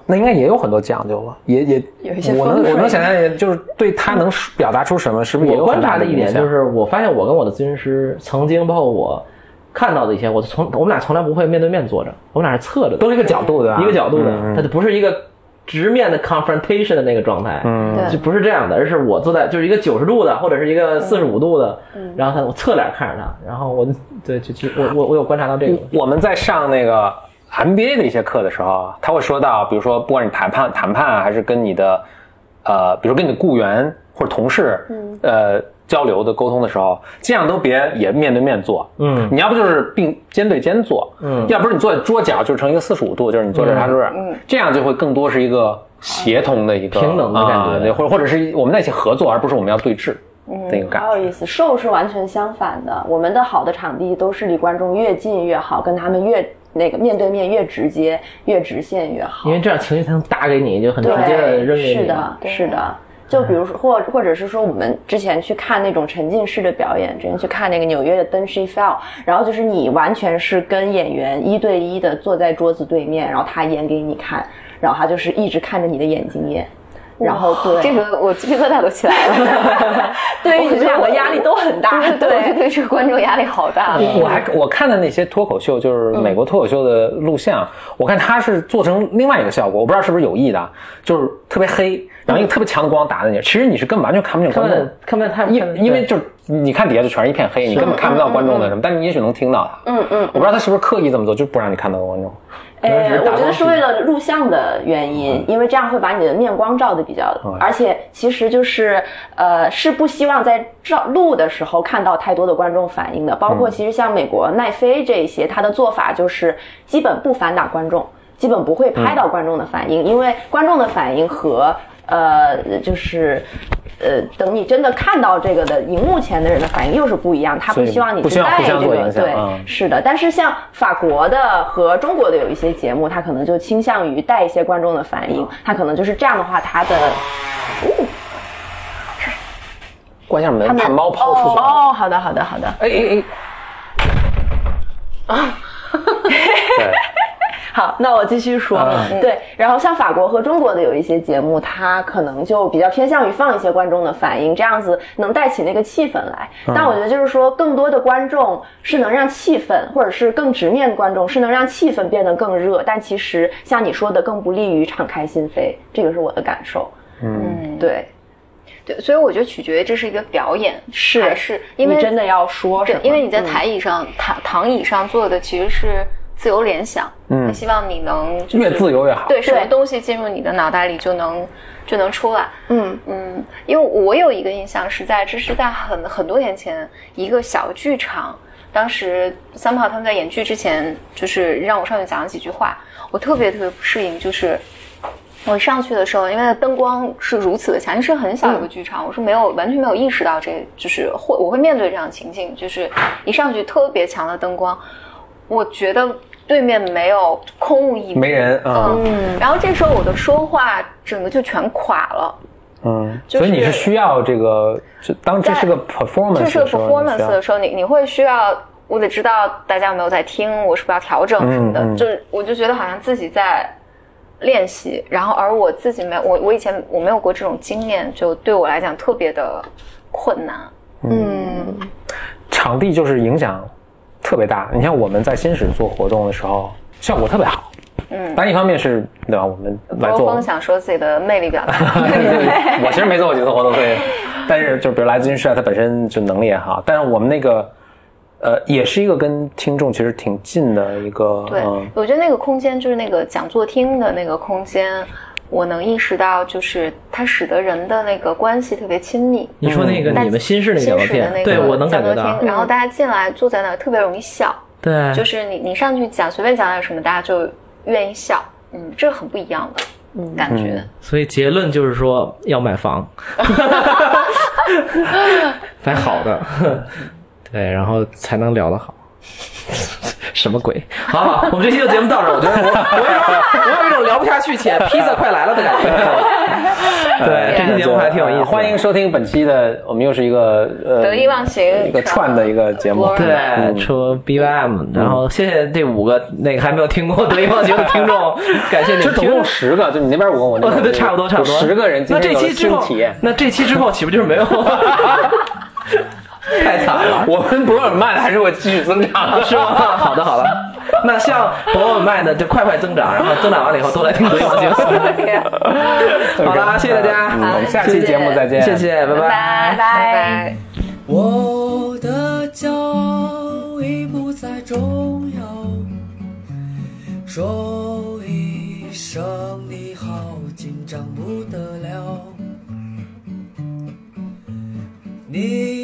S1: 那应该也有很多讲究了，也也
S6: 有一些
S1: 我能
S6: 风水啊
S1: 我能想象，就是对他能表达出什么，是不是也有
S3: 我观察
S1: 的
S3: 的一点就，是，我发现我跟我的咨询师曾经，包括我看到的一些，我从我们俩从来不会面对面坐着，我们俩是侧着的
S1: 都，是一个角度的，
S3: 一个角度的，
S1: 嗯
S3: 它就不是一个直面的 confrontation 的那个状态，
S1: 嗯
S2: 对嗯
S3: 就不是这样的，而是我坐在就是一个九十度的或者是一个四十五度的，然后他我侧脸看着他，然后我对就就我我我有观察到这个，
S2: 嗯
S1: 我们在上那个 MBA 的一些课的时候，啊他会说到，比如说不管你谈判谈判啊还是跟你的呃，比如跟你的雇员或者同事，呃。交流的沟通的时候，尽量都别也面对面坐，
S3: 嗯
S1: 你要不就是并肩对肩坐，
S3: 嗯
S1: 要不是你坐在桌角，就成一个四十五度，就是你坐这儿，
S3: 嗯
S1: 他坐这儿，这样就会更多是一个协同的一个
S3: 平等的感觉
S1: 啊对或者或者是我们在一起合作，而不是我们要对峙的一个感
S6: 好有意思。瘦是完全相反的，我们的好的场地都是离观众越近越好，跟他们越那个面对面越直接，越直线越好
S3: 因。为这样情绪才能打给你，就很直
S6: 对，
S3: 接的扔给你，
S6: 是的，是的。就比如说，或或者是说，我们之前去看那种沉浸式的表演，之前去看那个纽约的《灯 She Fell》，然后就是你完全是跟演员一对一的坐在桌子对面，然后他演给你看，然后他就是一直看着你的眼睛演，然后对
S2: 这个我鸡皮疙瘩都起来
S6: <laughs>
S2: 了。
S6: 对于你们两个压力都很大，嗯
S2: 对对，我就对这个观众压力好大。
S1: 我还我看的那些脱口秀，就是美国脱口秀的录像，我看他是做成另外一个效果，我不知道是不是有意的啊，就是特别黑，然后一个特别强的光打在你，其实你是根本完全看不见
S3: 看
S1: 观
S3: 不
S1: 众
S3: 见，看不见太看不
S1: 因
S3: 见
S1: 因为就是你看底下就全是一片黑，你根本看不到观众的什么，但是你也许能听到他。
S6: 嗯嗯，
S1: 我不知道他是不是刻意这么做，就不让你看到观众。
S3: 只
S6: 哎，
S3: 是
S6: 我
S3: 打
S6: 觉
S3: 光嗯
S6: 得是
S3: 屏
S6: 为了录像的原因，因为这样会把你的面光照的比较，
S3: 嗯
S6: 而且其实就是呃是不希望在照录的时候看到太多的观众反应的。包
S3: 嗯
S6: 括其实像美国奈飞这一些，它的做法就是基本不反打观众，基本不会
S3: 嗯
S6: 拍到观众的反应，因为观众的反应和呃就是。呃，等你真的看到这个的荧幕前的人的反应又是不一样，他
S1: 所
S6: 不
S1: 以
S6: 希望你
S1: 不
S6: 去
S1: 希望
S6: 带
S1: 互相
S6: 这
S1: 做
S6: 个
S1: 影响
S6: 对，
S1: 嗯
S6: 是的，但是像法国的和中国的有一些节目，它可能就倾向于带一些观众的反
S1: 嗯
S6: 应，它可能就是这样的话，它的
S1: 关一下门，
S2: 们
S1: 怕猫跑出去。
S6: 哦，好的，好的，好的，
S1: 哎哎哎！啊，
S6: <laughs> 好，那我继续说，
S1: 嗯
S6: 对，然后像法国和中国的有一些节目，它可能就比较偏向于放一些观众的反应，这样子能带起那个气氛来。
S1: 嗯
S6: 但我觉得就是说，更多的观众是能让气氛，或者是更直面的观众是能让气氛变得更热，但其实像你说的，更不利于敞开心扉，这个是我的感受。
S2: 嗯，
S6: 对，
S2: 对，所以我觉得取决于这是一个表演，
S6: 是
S2: 还是因为
S6: 你真的要说什
S2: 对
S6: 么，？
S2: 因为你在
S6: 嗯
S2: 台椅上、躺躺椅上做的其实是自由联想，
S1: 嗯
S2: 他希望你能
S1: 对，越自由越好。
S2: 对什么
S6: 对
S2: 东西进入你的脑袋里就能就能出来。
S6: 嗯
S2: 嗯，因为我有一个印象是在，这是在很很多年前一个小剧场，当时三炮他们在演剧之前，就是让我上去讲了几句话，我特别特别不适应，就是。我上去的时候，因为灯光是如此的强，因为是很小一个剧场，我是没有完全没有意识到这，就是会我会面对这样的情境，就是一上去特别强的灯光，我觉得对面没有空无一物，
S1: 没人啊，
S2: 嗯，然后这时候我的说话整个就全垮了，
S1: 嗯，
S2: 就是
S1: 所以你是需要这个，就当这是个 performance，
S2: 就
S1: 的
S2: 是
S1: 时候
S2: performance
S1: 你需要
S2: 的时候，你你会需要，我得知道大家有没有在听，我是不是要调整什么的，
S1: 嗯嗯
S2: 就是我就觉得好像自己在练习，然后而我自己没有，我我以前我没有过这种经验，就对我来讲特别的困难，
S6: 嗯
S1: 场地就是影响特别大。你像我们在新史做活动的时候，效果特别好。
S2: 嗯，
S1: 当然一方面是对吧，我们来
S2: 罗
S1: 做
S2: 峰想说自己的魅力表达，
S1: <laughs> 对我其实没做过几次活动，对。但是就比如来自军时代，他本身就能力也好，但是我们那个，呃，也是一个跟听众其实挺近的一个，
S2: 对，
S3: 啊
S1: 嗯
S2: 我觉得那个空间就是那个讲座厅的那个空间，我能意识到，就是它使得人的那个关系特别亲密。
S3: 你说那个
S2: 但
S3: 你们新式那个
S2: 新
S3: 角
S2: 式的那个
S3: 片，对我能
S2: 讲
S3: 感
S2: 座
S3: 觉到嗯
S2: 厅，，然后大家进来坐在那儿特别容易笑，
S3: 对，
S2: 就是你你上去讲随便讲点什么，大家就愿意笑，嗯，这很不一样的。
S3: 嗯
S2: 感觉、
S3: 所以结论就是说要买 <laughs> 房，买好的，对，然后才能聊得好。什么鬼？好好，我们这期就节目到这儿。我觉得我我有一种我有一种聊不下去且披萨快来了的感觉。 <laughs>
S1: 呃
S3: 哎对，这期节目还挺有意思。
S1: 欢迎。收听本期的，我们又是一个呃
S2: 得意忘形
S1: 一个串的一个节目，
S2: 对
S3: 对，出 BYM，然后谢谢这五个那个还没有听过《得意忘形》的听 <laughs> 众，感谢你
S1: 就
S3: 们
S1: 总
S3: 听
S1: 共十个，就你那边五个，我那边五个
S3: <laughs> 对，差不多，差不多，
S1: 有十个人今
S3: 那
S1: 天有
S3: 这期之
S1: 新
S3: 后
S1: 体验，。
S3: 那这期之后岂不就是没有？ <laughs> 太惨了，
S1: 我们博尔曼还是会继续增长的，
S3: 是 <laughs> 吗？好的，好的。那像博尔麦的就快快增长，然后增长完了以后都来听德阳节 <laughs> 目。好啦，谢谢大家，
S1: 嗯我们下期节目再见，
S3: 谢谢，拜
S2: 拜
S3: 拜。
S2: 拜拜。
S4: 我的骄傲已不再重要，说一声你好，紧张不得了。你